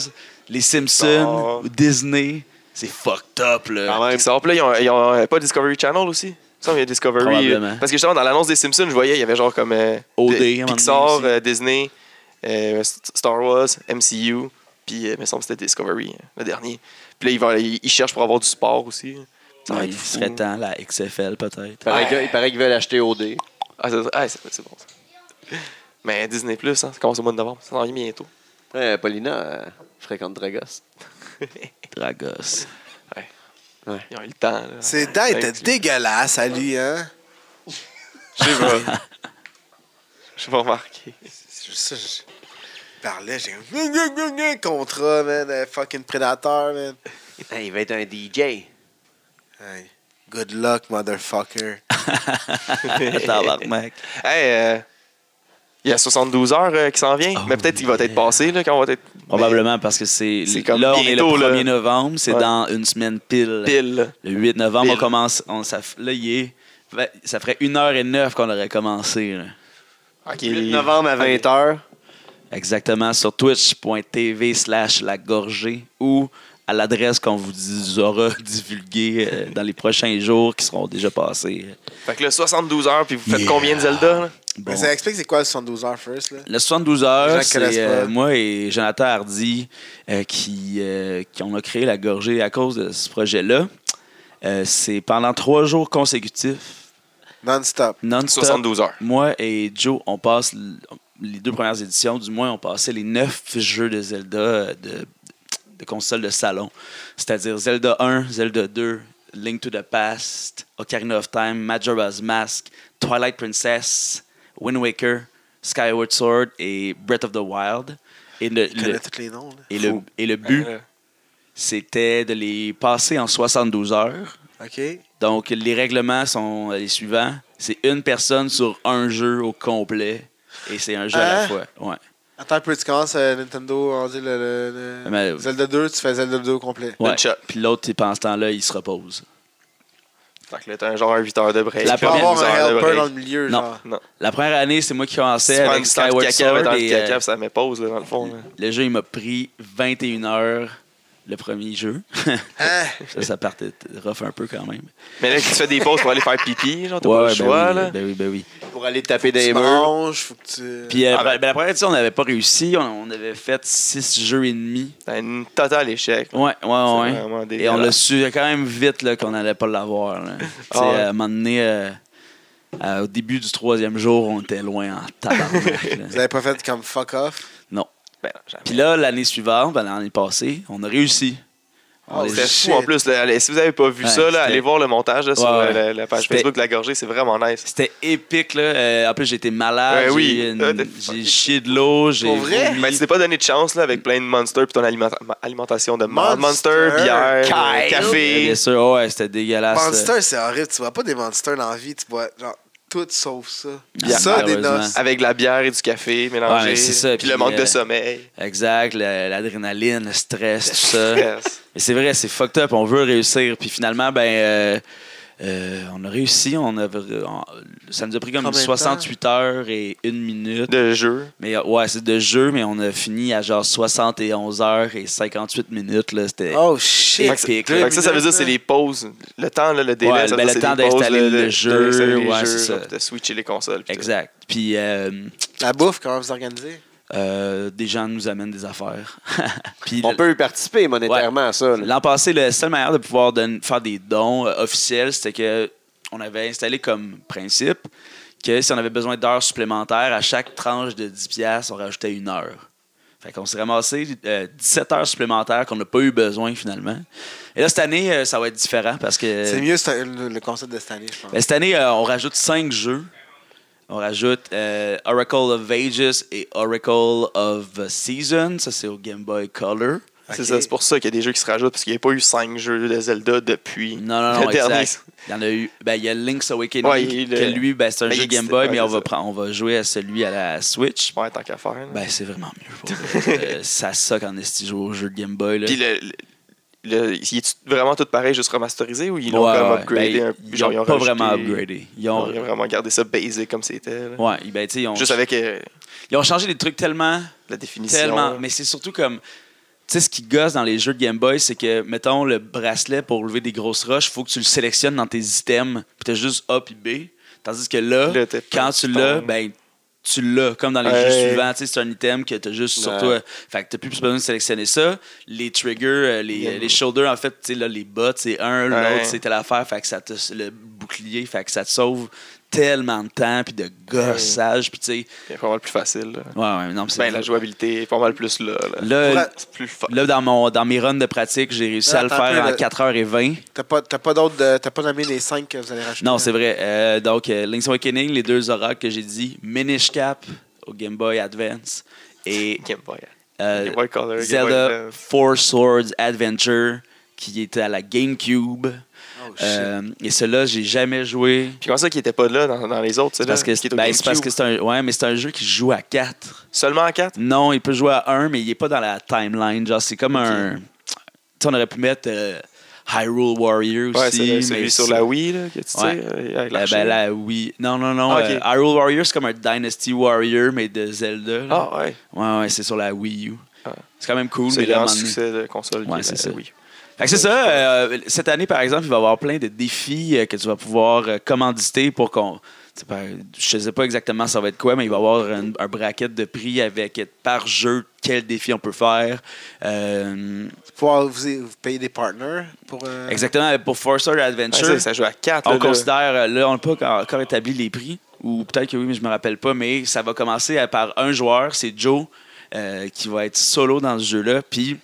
les Simpsons, Star- Disney. C'est fucked up, Quand là. même. Puis ça, puis là, ils ont, ils ont, euh, pas Discovery Channel aussi. Ça, il y a Discovery. Probablement. euh, parce que justement, dans l'annonce des Simpsons, je voyais, il y avait genre comme euh, de- OD, à un moment donné Pixar, aussi. euh, Disney, euh, St- Star Wars, MCU, puis euh, il me semble que c'était Discovery, euh, le dernier. Puis là, ils, vont- ils- ils cherchent pour avoir du sport aussi. Ça va Ouais, être Ah, il fou. serait temps, la XFL, peut-être. Il paraît que- il paraît qu'ils veulent acheter OD. Ah, c'est ah, c'est- c'est bon. ça. Mais Disney, hein, ça commence au mois de novembre. Ça en vient bientôt. Euh, Paulina, euh, fréquente Dragos. Dragos. Ils ont eu le temps. là. Ses dents étaient Thank you. dégueulasses à lui, hein. Je sais pas. Je sais pas remarqué. C'est juste ça, je je parlais, j'ai un contrat, man, euh, fucking prédateur, man. Eh ben, Hey, il va être un DJ. Hey, Good luck, motherfucker. Ah, Tabarnak. Hey, euh, il y a 72 heures euh, qui s'en vient, mais peut-être qu'il va être passé là, quand on va être Oh Probablement parce que c'est. C'est comme Là, on bientôt, est là. le 1er novembre, c'est Ouais. dans une semaine pile. pile. Le 8 novembre, on Pile. commence. On, ça, f- là, il est. fait- Ça ferait 1h09 qu'on aurait commencé. là. Ok. 8 novembre à 20h. Exactement, sur twitch.tv slash la gorgée ou à l'adresse qu'on vous dis- aura divulguée euh, dans les prochains jours qui seront déjà passés. Fait que là, 72 heures, puis vous faites Yeah. combien de Zelda là? Bon. Mais ça explique c'est quoi le 72 heures first, là? Le 72 Les gens heures, qui c'est connaissent euh, pas. moi et Jonathan Hardy euh, qui, euh, qui on a créé la gorgée à cause de ce projet-là. Euh, c'est pendant trois jours consécutifs, Non-stop. non-stop. 72 heures. Moi et Joe, on passe l- les deux premières éditions, du moins, on passait les neuf jeux de Zelda euh, de, de console de salon. C'est-à-dire Zelda 1, Zelda 2, Link to the Past, Ocarina of Time, Majora's Mask, Twilight Princess, Wind Waker, Skyward Sword et Breath of the Wild. Et le, Je le- connais tous les noms, là. et le, et le but, Euh, c'était de les passer en 72 heures. OK? Donc, les règlements sont euh, les suivants. C'est une personne sur un jeu au complet. Et c'est un jeu à Hein? la fois. Ouais. Attends un peu, tu commences euh, Nintendo, on dit le, le- le- Mais- euh, Zelda 2, tu fais Zelda 2 au complet. Ouais. Une shot. Puis l'autre, pendant ce temps-là, il se repose. Fait que là, t'as un genre 8 heures de break. La Tu peux première avoir un helper dans break. le milieu, Non. genre. La première année, c'est moi qui commençais C'est pas une avec sorte de Skyward caca, mais Sword. dans le et, euh, caca, ça met pause là, dans le fond. là. le jeu, il m'a pris 21 heures le premier jeu. Hein? ça, ça partait rough un peu quand même. Mais là, tu fais des pauses pour aller faire pipi, genre, t'as pas le ben choix oui, là. ben oui, ben oui. Pour aller taper Tu des murs. manges, faut que tu... Puis euh, Ah, ben- ben, la première édition, on n'avait pas réussi. On, on avait fait six jeux et demi. T'as un total échec. Ouais, ouais, ouais. vraiment Et on l'a dégueulasse. su quand même vite là, qu'on n'allait pas l'avoir. là. Tu sais, Ah ouais. À un moment donné, euh, euh, au début du troisième jour, on était loin en tabarnak. là. Vous avez pas fait comme fuck off? Non. Ben, jamais. Puis là, l'année suivante, ben, l'année passée, on a réussi. On Oh, les- Ah, C'était shit. fou en plus. là. Allez, si vous n'avez pas vu Ouais, ça, c'était- là, allez voir le montage là, sur Ouais, ouais. la, la page C'était- Facebook de la gorgée. C'est vraiment nice. C'était épique, là. Euh, en plus, j'étais Ouais, malade. j'ai oui. eu une- Ah, t'es- J'ai chié de l'eau. J'ai Pour vrai? vomi. Mais tu t'es pas donné de chance là, avec plein de monsters puis ton alimenta- ma- alimentation de mon- Monster, monster, bière, Kyle. Ouais, café. Bien sûr, oh, ouais, c'était dégueulasse. Monster, c'est horrible. Tu vois pas des monsters dans la vie. Tu vois genre tout sauf ça. Bien, ça, des malheureusement. noces. Avec de la bière et du café mélangés. Ouais, c'est ça, Puis puis, le manque euh, de sommeil. Exact, le- l'adrénaline, le stress, tout ça. Yes. Mais c'est vrai, c'est fucked up. On veut réussir. Puis finalement, ben, euh, euh, on a réussi. On a, on- ça nous a pris comme Combien de 68 heures et une minute. De jeu. Mais euh, ouais, c'est de jeu, mais on a fini à genre 71 heures et 58 minutes. Là. C'était Oh shit. Fait Fait que- que Épique. fait que ça, ça veut dire que c'est les pauses. Le temps, là, le délai, Ouais, ça veut ben, dire le c'est temps des pauses, d'installer là, le de- jeu, d'installer les ouais, jeux, c'est ça. genre, De switcher les consoles. puis tout. exact. Puis euh, La bouffe, comment vous organisez? euh, des gens nous amènent des affaires. Puis On peut y participer monétairement à ça. là. L'an passé, la seule manière de pouvoir don- faire des dons euh, officiels, c'était que on avait installé comme principe que si on avait besoin d'heures supplémentaires, à chaque tranche de 10 pièces, on rajoutait une heure. Fait qu'on s'est ramassé euh, 17 heures supplémentaires qu'on n'a pas eu besoin finalement. Et là, cette année, euh, ça va être différent parce que C'est mieux c'est un- le le concept de cette année, je pense. ben, cette année, euh, on rajoute 5 jeux. On rajoute euh, Oracle of Ages et Oracle of Season. Ça, c'est au Game Boy Color. C'est Ok. ça, c'est pour ça qu'il y a des jeux qui se rajoutent parce qu'il n'y a pas eu cinq jeux de Zelda depuis Non, non, non, le dernier. exact. Il y en a eu. Ben, il y a Link's Awakening, Ouais, il- que le- lui, ben, c'est un Ben, jeu il Game existe- Boy, ouais, mais on c'est va, ça. prendre- on va jouer à celui à la Switch. Ouais, tant qu'à faire. là. Ben, c'est vraiment mieux. pour vrai. Euh, ça soque en esti jouer au jeu de Game Boy. Là. Puis le, le, le- il est vraiment tout pareil, juste remasterisé ou ils Ouais, l'ont comme ouais. upgradé Ben, un ils ont pas rajouté- vraiment upgradé. Ils ont, Ils ont vraiment gardé ça basic comme c'était. là. ouais, ben, tu sais, ils, ont, Juste avec euh, ils ont changé des trucs tellement la définition. Tellement. là. Mais c'est surtout comme. Tu sais, ce qui gosse dans les jeux de Game Boy, c'est que, mettons, le bracelet pour lever des grosses roches, faut que tu le sélectionnes dans tes items. Puis t'as juste A puis B. Tandis que là, Là, t'as pas quand de tu l'as, temps. ben, tu l'as. Comme dans les Ouais. jeux suivants, tu sais, c'est un item que t'as juste sur Ouais. toi. Fait que t'as plus besoin de sélectionner ça. Les triggers, euh, les, Yeah. les shoulders, en fait, tu sais, là, les bottes, c'est un, Ouais. l'autre, c'est telle affaire. Fait que ça te. Le bouclier, fait que ça te sauve tellement de temps, puis de gossage, puis tu sais. Il est pas mal plus facile. là. Ouais, ouais, non, mais c'est. Ben, la jouabilité est pas mal plus là. là. Là, Pour la- C'est plus fort. Là, dans, mon, dans mes runs de pratique, j'ai réussi Là, à le attends un faire peu, en là. 4h20. T'as pas, t'as pas d'autres, de- t'as pas nommé les 5 que vous allez rajouter? hein? Non, c'est vrai. Euh, donc, euh, Link's Awakening, les deux oracles que j'ai dit, Minish Cap au Game Boy Advance et Game Boy. euh, Game Boy Color. Game Boy Zelda Advance. Four Swords Adventure qui était à la GameCube. Oh, shit. Euh, et cela, j'ai jamais joué. Puis comment ça qu'il était pas là dans, dans les autres? C'est parce que c'est ben, c'est parce que c'est un, ouais, mais c'est un jeu qui se joue à 4. Seulement à 4? Non, il peut jouer à 1, mais il n'est pas dans la timeline. Genre, c'est comme un. Tu sais, on aurait pu mettre euh, Hyrule Warrior Ouais, aussi. c'est mais celui sur c'est- la Wii là, que tu sais. Ouais. euh, avec Euh, l'archer. ben là, oui. Non, non, non. Ah, ok. euh, Hyrule Warrior, c'est comme un Dynasty Warrior, mais de Zelda. là. Ah ouais. Ouais, ouais, c'est sur la Wii U. Ah. C'est quand même cool. C'est Mais le là, à un grand moment donné- succès de console. Ouais, qui- c'est euh, ça. oui. Fait que c'est ça. euh, cette année, par exemple, il va y avoir plein de défis euh, que tu vas pouvoir euh, commanditer pour qu'on. tu sais, par- Je sais pas exactement ça va être quoi, mais il va y avoir un, un bracket de prix avec euh, par jeu quel défi on peut faire. Euh, Faut- vous, vous payez des partners pour. euh, exactement, pour Forcer Ouais, Adventure. ça, ça joue à 4. on considère, euh, là, on n'a pas encore- encore établi les prix, ou peut-être que oui, mais je me rappelle pas, mais ça va commencer à- par un joueur, c'est Joe, euh, qui va être solo dans ce jeu-là. Puis,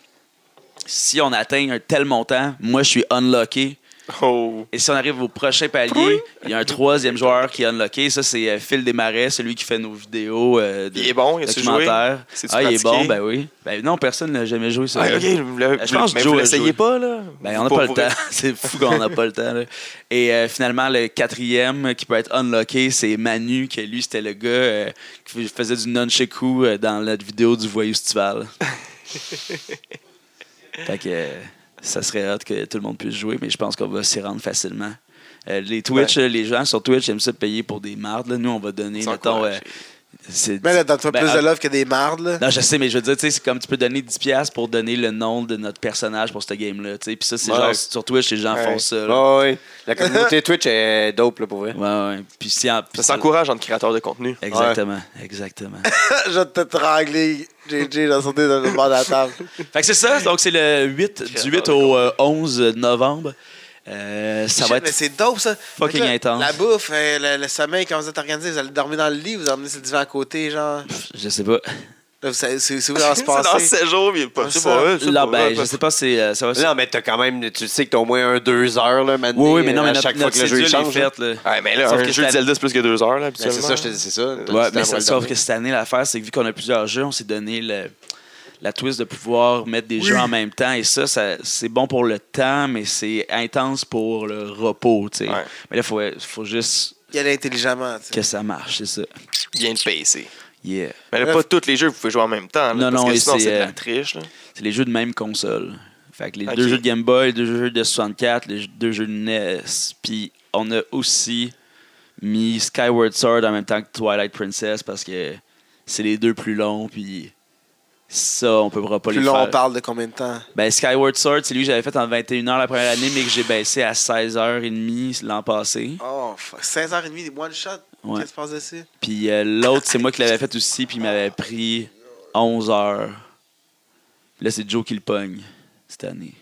si on atteint un tel montant, moi, je suis unlocké. Oh. Et si on arrive au prochain palier, il y a un troisième joueur qui est unlocké. Ça, c'est euh, Phil Desmarais, celui qui fait nos vidéos euh, de Il est bon, il a-tu joué? documentaires. C'est-tu Ah, il est bon, pratiqué? ben oui. Ben non, personne n'a jamais joué ça. Ah, ok, vous l'avez- Je pense que mais Joe vous a joué. l'essayez pas, là. Ben, on n'a Pour- pas le pour- temps. C'est fou qu'on n'a pas le temps. là. Et euh, finalement, le quatrième euh, qui peut être unlocké, c'est Manu, que lui, c'était le gars euh, qui faisait du nunchaku euh, dans notre vidéo du voyou estival. fait que euh, ça serait hâte que tout le monde puisse jouer, mais je pense qu'on va s'y rendre facilement. Euh, les Twitch, euh, les gens sur Twitch aiment ça payer pour des mardes. là. Nous, on va donner, Ils sont mettons... encouragés. euh, c'est- Mais là, t'as toi Ben, plus euh, de love que des mardes, là. non, je sais, mais je veux dire, tu sais, c'est comme tu peux donner 10$ piastres pour donner le nom de notre personnage pour ce game-là. tu sais. Puis ça, c'est Ouais. genre sur Twitch, les gens Ouais. font ça. là. Ah ouais. La communauté Twitch est dope, là, pour vrai. Ouais, ouais. Puis si en- Ça s'encourage entre créateurs de contenu. Exactement, exactement. je vais te trangler, JJ, dans son dans le bord de la table. fait que c'est ça, donc c'est le 8, du 8 au euh, 11 novembre. Euh, ça va Mais être. c'est dope, ça. fucking Fait que là, intense. La bouffe, euh, le, le sommeil, quand vous êtes organisé, vous allez dormir dans le lit, vous emmenez sur le divan à côté, genre. Je sais pas. Là, vous savez- c'est c'est où ça va se C'est dans passer? 7 jours, mais pas, je sais pas, je sais Là, pas, ben, ouais, je sais pas si euh, ça va se- Non, mais t'as quand même, tu sais que t'as au moins un, deux heures, là, maintenant. Oui, oui, mais non, mais à notre, chaque notre fois que le jeu il cédule est change. là. faite, là. Ouais, mais là, Sauf un que jeu de j'étais- Zelda, c'est plus que 2 heures, là, Ben, habituellement. c'est ça, je te dis, c'est ça. T'as Ouais, du temps mais pour ça- le sauf dormir. que cette année, l'affaire, c'est que vu qu'on a plusieurs jeux, on s'est donné le- la twist de pouvoir mettre des jeux en même temps. Et ça, ça- c'est bon pour le temps, mais c'est intense pour le repos. tu sais. Ouais. Mais là, il faut, faut juste Il y a l'intelligemment. tu sais. que ça marche, c'est ça. Bien de PC. Yeah. Mais là, pas tous les jeux, vous pouvez jouer en même temps. là, Non, parce non, que et sinon, c'est, c'est de euh, la triche. là. C'est les jeux de même console. Fait que les Ok. deux jeux de Game Boy, les deux jeux de 64, les deux jeux de NES. Puis on a aussi mis Skyward Sword en même temps que Twilight Princess parce que c'est les deux plus longs. Puis ça, on ne pourra pas Plus les long, faire. on parle de combien de temps? Ben, Skyward Sword, c'est lui que j'avais fait en 21h la première année, mais que j'ai baissé à 16h30 l'an passé. Oh, fuck. 16h30, one shot. Ouais. Qu'est-ce qui se passe dessus? Puis euh, l'autre, c'est moi qui l'avais fait aussi, puis il m'avait pris 11h. Là, c'est Joe qui le pogne cette année.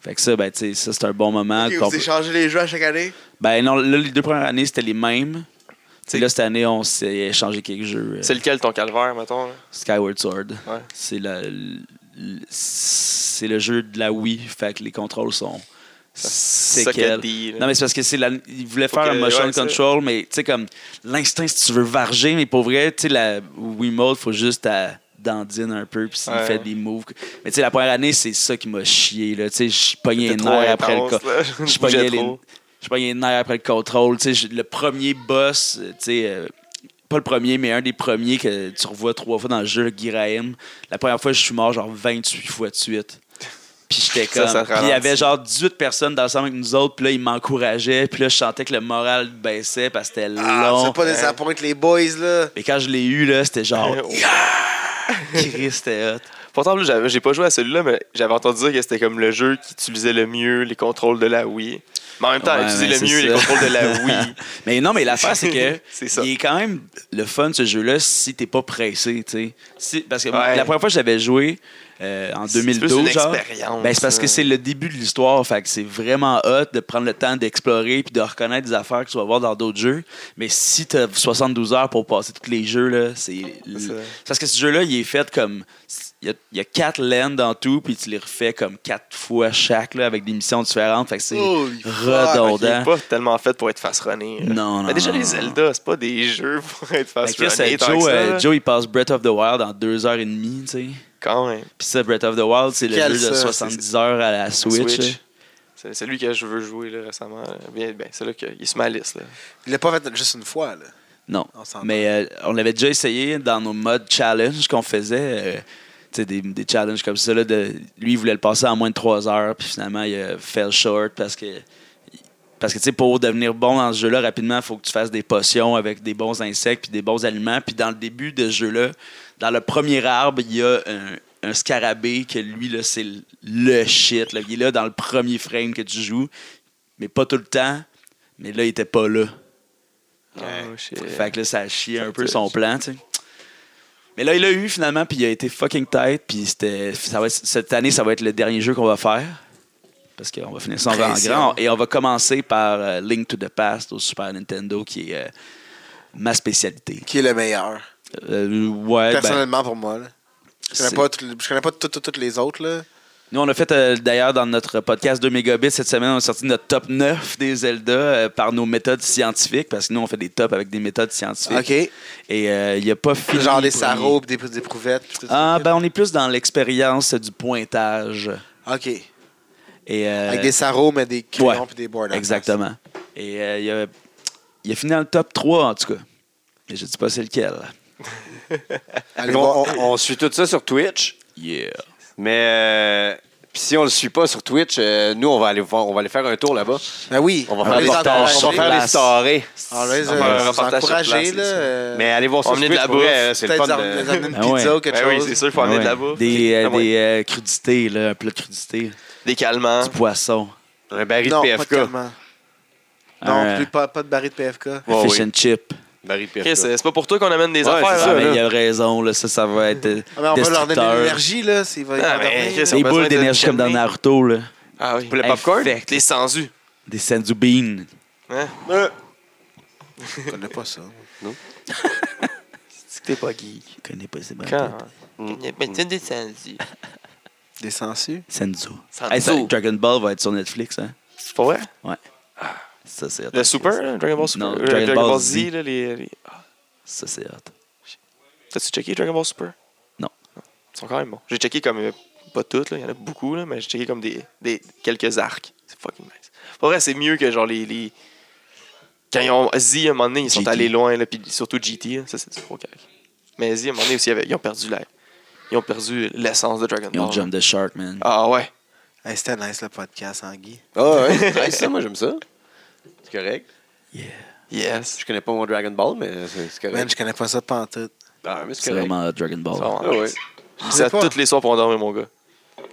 Fait que ça, ben, tu sais, ça, c'est un bon moment. Ok, qu'on vous peut- échangez les jeux à chaque année? Ben, non, là, les deux premières années, c'était les mêmes. Tu sais, là, cette année, on s'est échangé quelques jeux. euh, C'est lequel ton calvaire, mettons? là? Skyward Sword. Ouais. C'est la- l- l- c'est le jeu de la Wii, fait que les contrôles sont séquelles. suck at the- Non mais c'est parce que c'est la, ils voulaient Faut faire que- un motion euh, ouais, c'est ça. control, mais tu sais comme l'instinct si tu veux varger, mais pour vrai, tu sais la Wiimote, faut juste à dandine un peu puis s'il Ouais. fait des moves. Mais tu sais la première année, c'est ça qui m'a chié là, tu sais je pognais les C'était nerfs trop après le intense, co- là. je Je pognais bougeais les trop. je pognais les nerfs après le contrôle, tu sais je- le premier boss, euh, tu sais euh, pas le premier, mais un des premiers que tu revois trois fois dans le jeu, le Giraim. La première fois, je suis mort genre 28 fois de suite. Puis j'étais Ça, comme. ça te puis il y avait ralentit. genre 18 personnes dans le salon avec nous autres, puis là, ils m'encourageaient, puis là, je sentais que le moral baissait parce que c'était Ah, long. c'est pas nécessaire pour les boys, là. Mais quand je l'ai eu, là, c'était genre. Oh. Chris, c'était hot. Pourtant, là, j'avais- j'ai pas joué à celui-là, mais j'avais entendu dire que c'était comme le jeu qui utilisait le mieux les contrôles de la Wii. Mais en même temps, Ouais, utiliser mais le c'est mieux les ça. contrôles de la Wii. Mais non, mais l'affaire, c'est que C'est ça. il est quand même le fun, ce jeu-là, si t'es pas pressé, tu sais. Si- parce que Ouais. la première fois que j'avais joué, euh, en C'est plus 2012, une genre, expérience, ben, c'est parce que hein. c'est le début de l'histoire, fait que c'est vraiment hot de prendre le temps d'explorer puis de reconnaître des affaires que tu vas voir dans d'autres jeux. Mais si t'as 72 heures pour passer tous les jeux, là, Ah, c'est... ça. c'est parce que ce jeu-là, il est fait comme... Il y a- il y, a quatre lanes dans tout, puis tu les refais comme quatre fois chaque, là, avec des missions différentes, fait que c'est Holy fuck, Il est redondant. pas tellement fait pour être fast-runné. là. Non, non, Mais déjà, non, les non. Zelda, c'est pas des jeux pour être Fait que là, fast-runné. ça, tant que Joe, ça, euh, là. Joe, il passe Breath of the Wild en deux heures et demie, tu sais. Quand même. Puis ça, Breath of the Wild, c'est le Quel jeu de ça? 70 heures à la Switch. Switch. C'est c'est lui que je veux jouer là, récemment. là. Bien, ben, c'est là qu'il est sur ma liste. Là. Il l'a pas fait juste une fois, là. Non. On s'entend. Mais euh, on l'avait déjà essayé dans nos modes challenge qu'on faisait. euh, tu sais, des, des challenges comme ça. Là, de, lui, il voulait le passer en moins de 3 heures. Puis finalement, il a fell short parce que. Parce que, tu sais, pour devenir bon dans ce jeu-là, rapidement, il faut que tu fasses des potions avec des bons insectes puis des bons aliments. Puis dans le début de ce jeu-là, dans le premier arbre, il y a un, un scarabée que lui, là, c'est le shit. là. Il est là dans le premier frame que tu joues, mais pas tout le temps. Mais là, il était pas là. Oh, shit. euh, Fait que là, ça a chié un Fait peu que- son plan, tu sais. Mais là, il l'a eu finalement, puis il a été fucking tight. Puis c'était, ça va être- cette année, ça va être le dernier jeu qu'on va faire. Parce qu'on va finir ça en Pression. grand. Et on va commencer par euh, Link to the Past au Super Nintendo, qui est euh, ma spécialité. Qui est le meilleur. Euh, ouais, ben, Personnellement, pour moi, là. Je connais c'est- pas, tout le- je connais pas toutes tout, toutes les autres, là. Nous, on a fait euh, d'ailleurs dans notre podcast 2 mégabits cette semaine, on a sorti notre top 9 des Zelda euh, par nos méthodes scientifiques, parce que nous, on fait des tops avec des méthodes scientifiques. OK. Et euh, il n'y a pas fini. Genre des pour- sarraux, pis des, des prouvettes. pis tout ça. Ah, ben on est plus dans l'expérience du pointage. OK. Et, euh, Avec des sarraux, mais des crayons Ah. ouais, pis des boards. Exactement. Et euh, il, a, il a fini dans le top 3, en tout cas. Mais je dis pas c'est lequel. Allez, Mais On, bon, on- on suit tout ça sur Twitch, Yeah. mais euh, puis si on le suit pas sur Twitch, euh, nous, on va, aller, voir- on va aller faire un tour là-bas. Ben oui. On va va faire les les reportages. encourager. On va faire les starés. Always, On va euh, faire un vous reportage sur encourager, place, là. c'est ça. euh, Mais allez voir sur Emmener de Twitch, la pour vrai, bouffe. euh, c'est le peut-être fun. leur- de- leur amener une Ah ouais. pizza ou quelque Ben oui, chose. c'est sûr, il faut amener Ah Ouais. de la bouffe. Des, euh, Ah ouais. Ah. des euh, crudités, là, un plat de crudités. Des calmants. Du poisson. Un baril de Non, pas de PFK. calmant. Non, un plus pas, pas de baril de PFK. Ouais, fish oui. and chip. Baril de Chris, euh, PFK. c'est pas pour toi qu'on amène des Ouais, affaires. hein? c'est là. ça, Ah, ben, là. il a raison, là, ça, ça va être euh, Ah, mais on va leur donner de destructeur. l'énergie, là. s'ils veulent Ah, mais endormir, qu'est-ce là. Ils Des ont besoin boules d'une d'énergie comme dans chimney. Naruto, là. Ah oui. Pour le popcorn? Infect. Les sangsues. des senzu beans. Hein? Je connais pas ça. T'es pas geek. Je connais pas ces bonnes Quand? Mm. têtes. Mais tu es descendu. Des sensus. Senzu. Senzu. Hey, ça, Dragon Ball va être sur Netflix, hein? C'est pas vrai? Ça, c'est hot. Le Super, là, Dragon Ball Super? Non, Euh, Dragon Ball Z, Z. là, les... les- Ah, Ça, c'est hot. T'as-tu checké Dragon Ball Super? Non. Ils sont quand même bons. J'ai checké comme... euh, Pas toutes, là. Il y en a beaucoup, là. Mais j'ai checké comme des, des... Quelques arcs. C'est fucking nice. Pour vrai, c'est mieux que genre les... les... Quand ils ont... Z, à un moment donné, ils sont GT. allés loin, là. Puis surtout GT, là. Ça, c'est trop correct. Mais Z, à un moment donné aussi, il y avait- ils ont perdu l'air. Ils ont perdu l'essence de Dragon Ils ont Ball. Jump the Shark, man. Ah ouais. Hey, C'était nice le podcast, hein, Anguille. Ah ouais, nice, ça, moi j'aime ça. C'est correct. Yes. Je connais pas mon Dragon Ball, mais c'est c'est Man, correct. je connais pas ça pantoute. Ah, mais C'est c'est correct. vraiment hot, Dragon Ball. C'est vraiment Ah ouais. nice. Je dis ça sais pas. toutes les soirs pour dormir, mon gars.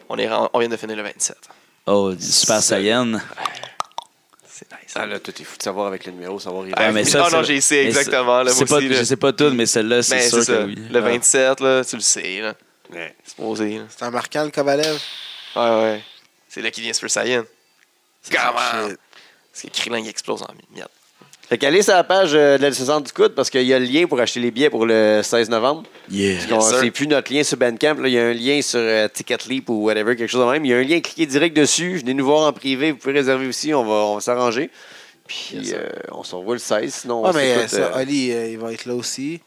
On, est, ren- on vient de finir le 27. Oh, du Super C'est- Saiyan. C'est nice. Ah là, toi, t'es fou de savoir avec le numéro, savoir. Ah, mais ça, non, non, j'ai essayé mais ça- exactement, là, moi je sais pas- aussi, là. Je sais pas tout, mais celle-là, Mais c'est c'est sûr ça. que oui. Ah. Le 27, là, tu le sais. Là. Ouais. C'est posé. Là. C'est un marquant, le Kovalev. Ouais, ouais. C'est là qu'il vient Super Saiyan. Comment? Shit. Parce que Krillin, il explose en miettes. Fait qu'allez sur la page euh, de la descente du coude parce qu'il y a le lien pour acheter les billets pour le 16 novembre. Yeah. Parce qu'on- sir. c'est plus notre lien sur Bandcamp. là. Il y a un lien sur euh, Ticketleap ou whatever, quelque chose de même. Il y a un lien, cliquez direct dessus. Venez nous voir en privé. Vous pouvez réserver aussi. On va, on va s'arranger. Puis Yes, sir. euh, on se revoit le 16. Sinon, Ouais, on mais euh, s'écoute, ça, euh, Oli, euh, il va être là aussi.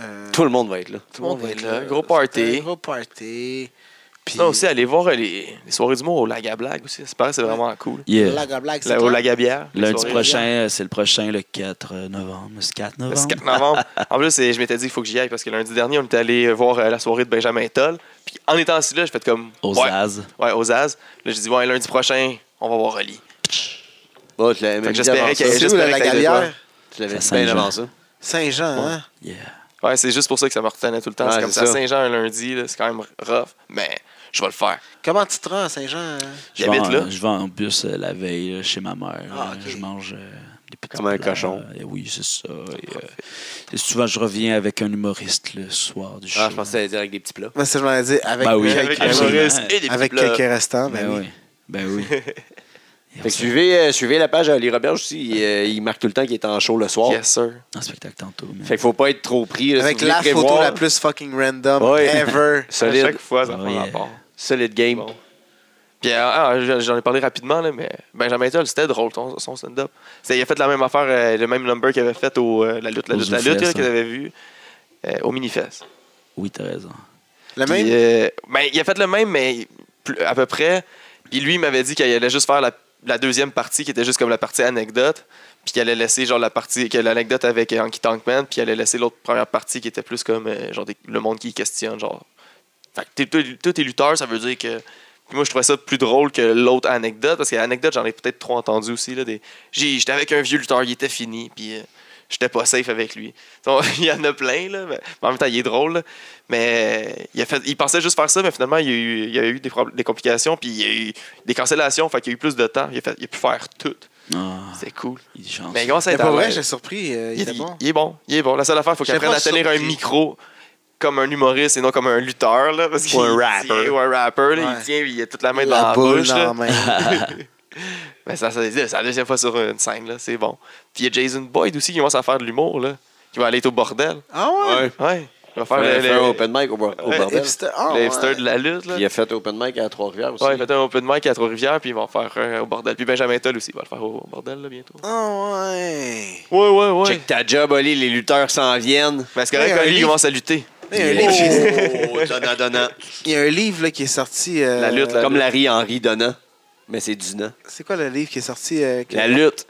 Euh, tout le monde va être là. tout monde va être là. Gros party. C'est un Gros party. Puis, Non, aussi, allez voir euh, les, les soirées du monde au Laga Blague aussi. C'est pareil, c'est vraiment cool. Yeah. blague à blague, Là, c'est au clair. Laga Bière. les Lundi soirées. prochain, euh, c'est le prochain, le 4 novembre. C'est 4 Le novembre? 4 novembre. En plus, c'est- je m'étais dit qu'il faut que j'y aille parce que lundi dernier, on était allé voir euh, la soirée de Benjamin Toll. Puis en étant assis là, j'ai fait comme. Aux ouais, As. Ouais, aux As. Là, j'ai dit, ouais, lundi prochain, on va voir Oli. Bon, tu l'avais Fait même que dit j'espérais avant qu'il y ça. ait- C'est où, j'espérais la que t'allais Lagalière? Tu l'avais dit C'est à bien Saint-Jean. avant ça. Saint-Jean, hein? Yeah. Ouais, c'est juste pour ça que ça me retenait tout le temps. Ouais, c'est comme c'est ça, ça. Saint-Jean un lundi, là, c'est quand même rough, mais je vais le faire. Comment tu te rends à Saint-Jean? hein? Je vais, J'habite en, là. je vais en bus euh, la veille là, chez ma mère. Ah, Euh, ok. Je mange euh, des petits Comme un plats. cochon. Euh, oui, c'est ça. Et, euh, et souvent, je reviens avec un humoriste le soir du show. Ah, je pensais aller dire avec des petits plats. Moi, c'est je m'en ai dit, avec, Ben oui, quelques- Avec un un absolument. humoriste et des avec petits plats. quelques restants. Ben, Ben, oui. oui. Ben oui. Fait que suivez, euh, suivez la page Ali Roberge aussi. Il, euh, il marque tout le temps qu'il est en show le soir. Yes, sir. Un spectacle tantôt. mais- Fait qu'il faut pas être trop pris. là, si Avec vous voulez la photo prévoir. la plus fucking random Ouais. ever. À Solide, chaque fois, ça Ah, prend yeah. rapport. solide game. Bon. Puis euh, ah, j'en- j'en ai parlé rapidement, là, mais Benjamin Toll, c'était drôle ton- son stand-up. C'est- Il a fait la même affaire, euh, le même number qu'il avait fait au euh, La Lutte, La Au Lutte, La Zoufest, Lutte, là, hein. qu'il avait vu euh, au Minifest. Oui, t'as raison. Le Puis, même? euh, ben, il a fait le même, mais plus- à peu près. Puis lui, il m'avait dit qu'il allait juste faire la, la deuxième partie, qui était juste comme la partie anecdote. Puis qu'il allait laisser genre la partie, que l'anecdote avec euh, Anki Tankman. Puis il allait laisser l'autre première partie, qui était plus comme euh, genre des- le monde qui questionne. Genre. Fait que t'es- tout- tout est lutteur, ça veut dire que. Puis moi, je trouvais ça plus drôle que l'autre anecdote, parce que l'anecdote, j'en ai peut-être trop entendu aussi. Là, des... J'ai- J'étais avec un vieux lutteur, il était fini, puis euh, j'étais pas safe avec lui. Donc, il y en a plein, là, mais mais en même temps, il est drôle. là. Mais euh, il, a fait, il pensait juste faire ça, mais finalement, il y a eu, il y a eu des, problèmes- des complications, puis il y a eu des cancellations, fait qu'il y a eu plus de temps. Il a, fait- il a pu faire tout. Ah, C'est cool. il est chanceux. Mais gros, ça Mais est à pour vrai, l'aise. j'étais surpris. euh, il, il, était bon. il est bon. Il est bon. La seule affaire, il faut qu'il J'étais apprenne pas à tenir un surpris. micro comme un humoriste et non comme un lutteur. Là, parce qu'il un tient- rapper. Ou un rapper. là, Ouais. Il tient, il a toute la main dans La la boule bouche. dans là. la main. Mais ça, ça, c'est la deuxième fois sur une scène, là, c'est bon. Puis il y a Jason Boyd aussi qui commence à faire de l'humour, là, qui va aller être au bordel. Ah ouais? Ouais. Il va faire Il a le, fait le- un open mic au, bor- au Ouais. bordel. Hipster- ah le hipster ouais. de la lutte. Là. Puis il a fait open mic à Trois-Rivières aussi. Ouais, il a fait un open mic à Trois-Rivières, puis ils vont faire un au bordel. Puis Benjamin Toll aussi, il va le faire au bordel là, bientôt. Ah ouais. Ouais, ouais, ouais. Check ta job, Oli, les lutteurs s'en viennent. Mais c'est correct Ouais, que un lui, il livre. commence à lutter. Il y a un livre, Oh, donnant, donnant. il y a un livre, là, qui est sorti. euh, La lutte, là. Comme Larry Henry donnant. Mais c'est du nom. C'est quoi le livre qui est sorti? euh, que- La lutte.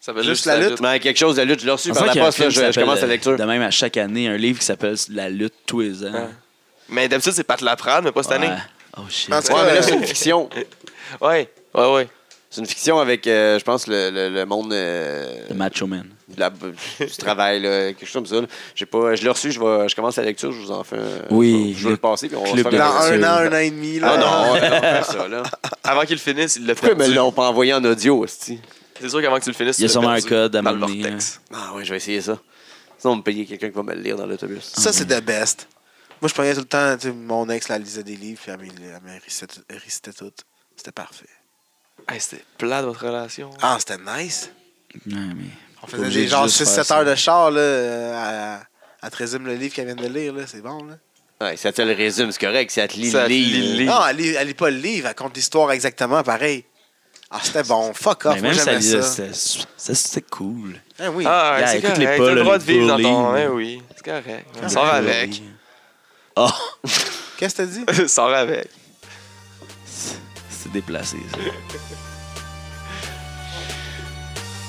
Ça s'appelle Juste la lutte. Mais quelque chose de lutte, je l'ai reçu On par dirait la qu'il y a un poste, là, film qui je, je s'appelle, commence la euh, lecture. De même, à chaque année, un livre qui s'appelle La lutte tous les ans. Mais d'habitude, c'est pas de la prendre, mais pas cette année. Ouais. Oh shit. En tout Ouais, cas, mais là, euh, c'est une fiction. Ouais, ouais, ouais. C'est une fiction avec, euh, je pense, le, le- le monde euh, The Macho Man. de la- du travail, là, quelque chose comme ça. là. J'ai pas, je l'ai reçu, je, vais, je commence la lecture, je vous en fais un- Oui, Je vais le le passer, puis on va se club faire de- un- Dans un c'est- an, un an et demi. Là. Ah non, on va faire ça, là. Avant qu'il le finisse, il l'a Pourquoi ils me perdu. l'ont pas envoyé en audio, aussi? C'est sûr qu'avant que tu le finisses, Il y a tu l'as sûrement un perdu code à dans le m'amener, vortex. Ah ouais, je vais essayer ça. Sinon, on me payer quelqu'un qui va me le lire dans l'autobus. Ça, c'est the best. Moi, je prenais tout le temps, tu sais, mon ex, la lisait des livres, puis elle me- elle me récitait tout- elle récitait tout. C'était parfait. Hey, C'était plat de votre relation. Ah, c'était nice. Ouais, mais... On T'es faisait obligé des de genre juste faire 6-7 ça. heures de char, là, euh, à, Elle te résume le livre qu'elle vient de lire, là. C'est bon, là. Ouais, ça te le résume, c'est correct. Ça te lit Ça le te lit livre. le livre. Non, elle lit, elle lit pas le livre, elle compte l'histoire exactement pareil. Ah, c'était bon. Fuck off, Mais moi même ça, j'aimais ça. c'était- c'était c'était cool. Ah oui. Ah, ouais, Yeah, c'est écoute correct. les T'as pas, le là, droit de les vivre dans ton. bullies. Ouais, oui, c'est correct. Sors Ouais. avec. Ah, Qu'est-ce que t'as dit? Sors avec. c'est déplacé, ça.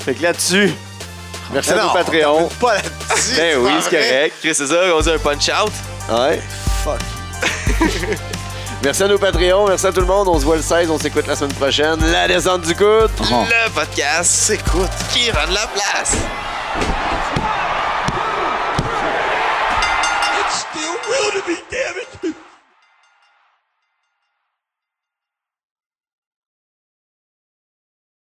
Fait que là-dessus, merci Mais à nos non, Patreons. Pas là-dessus. Ben oui, c'est correct. Chris, c'est ça, on dit un punch-out. Ah Ouais. Fuck. Merci à nos Patreons, merci à tout le monde. On se voit le 16, on s'écoute la semaine prochaine. La descente du coude. Oh. Le podcast T'écoutes. qui rend de la place.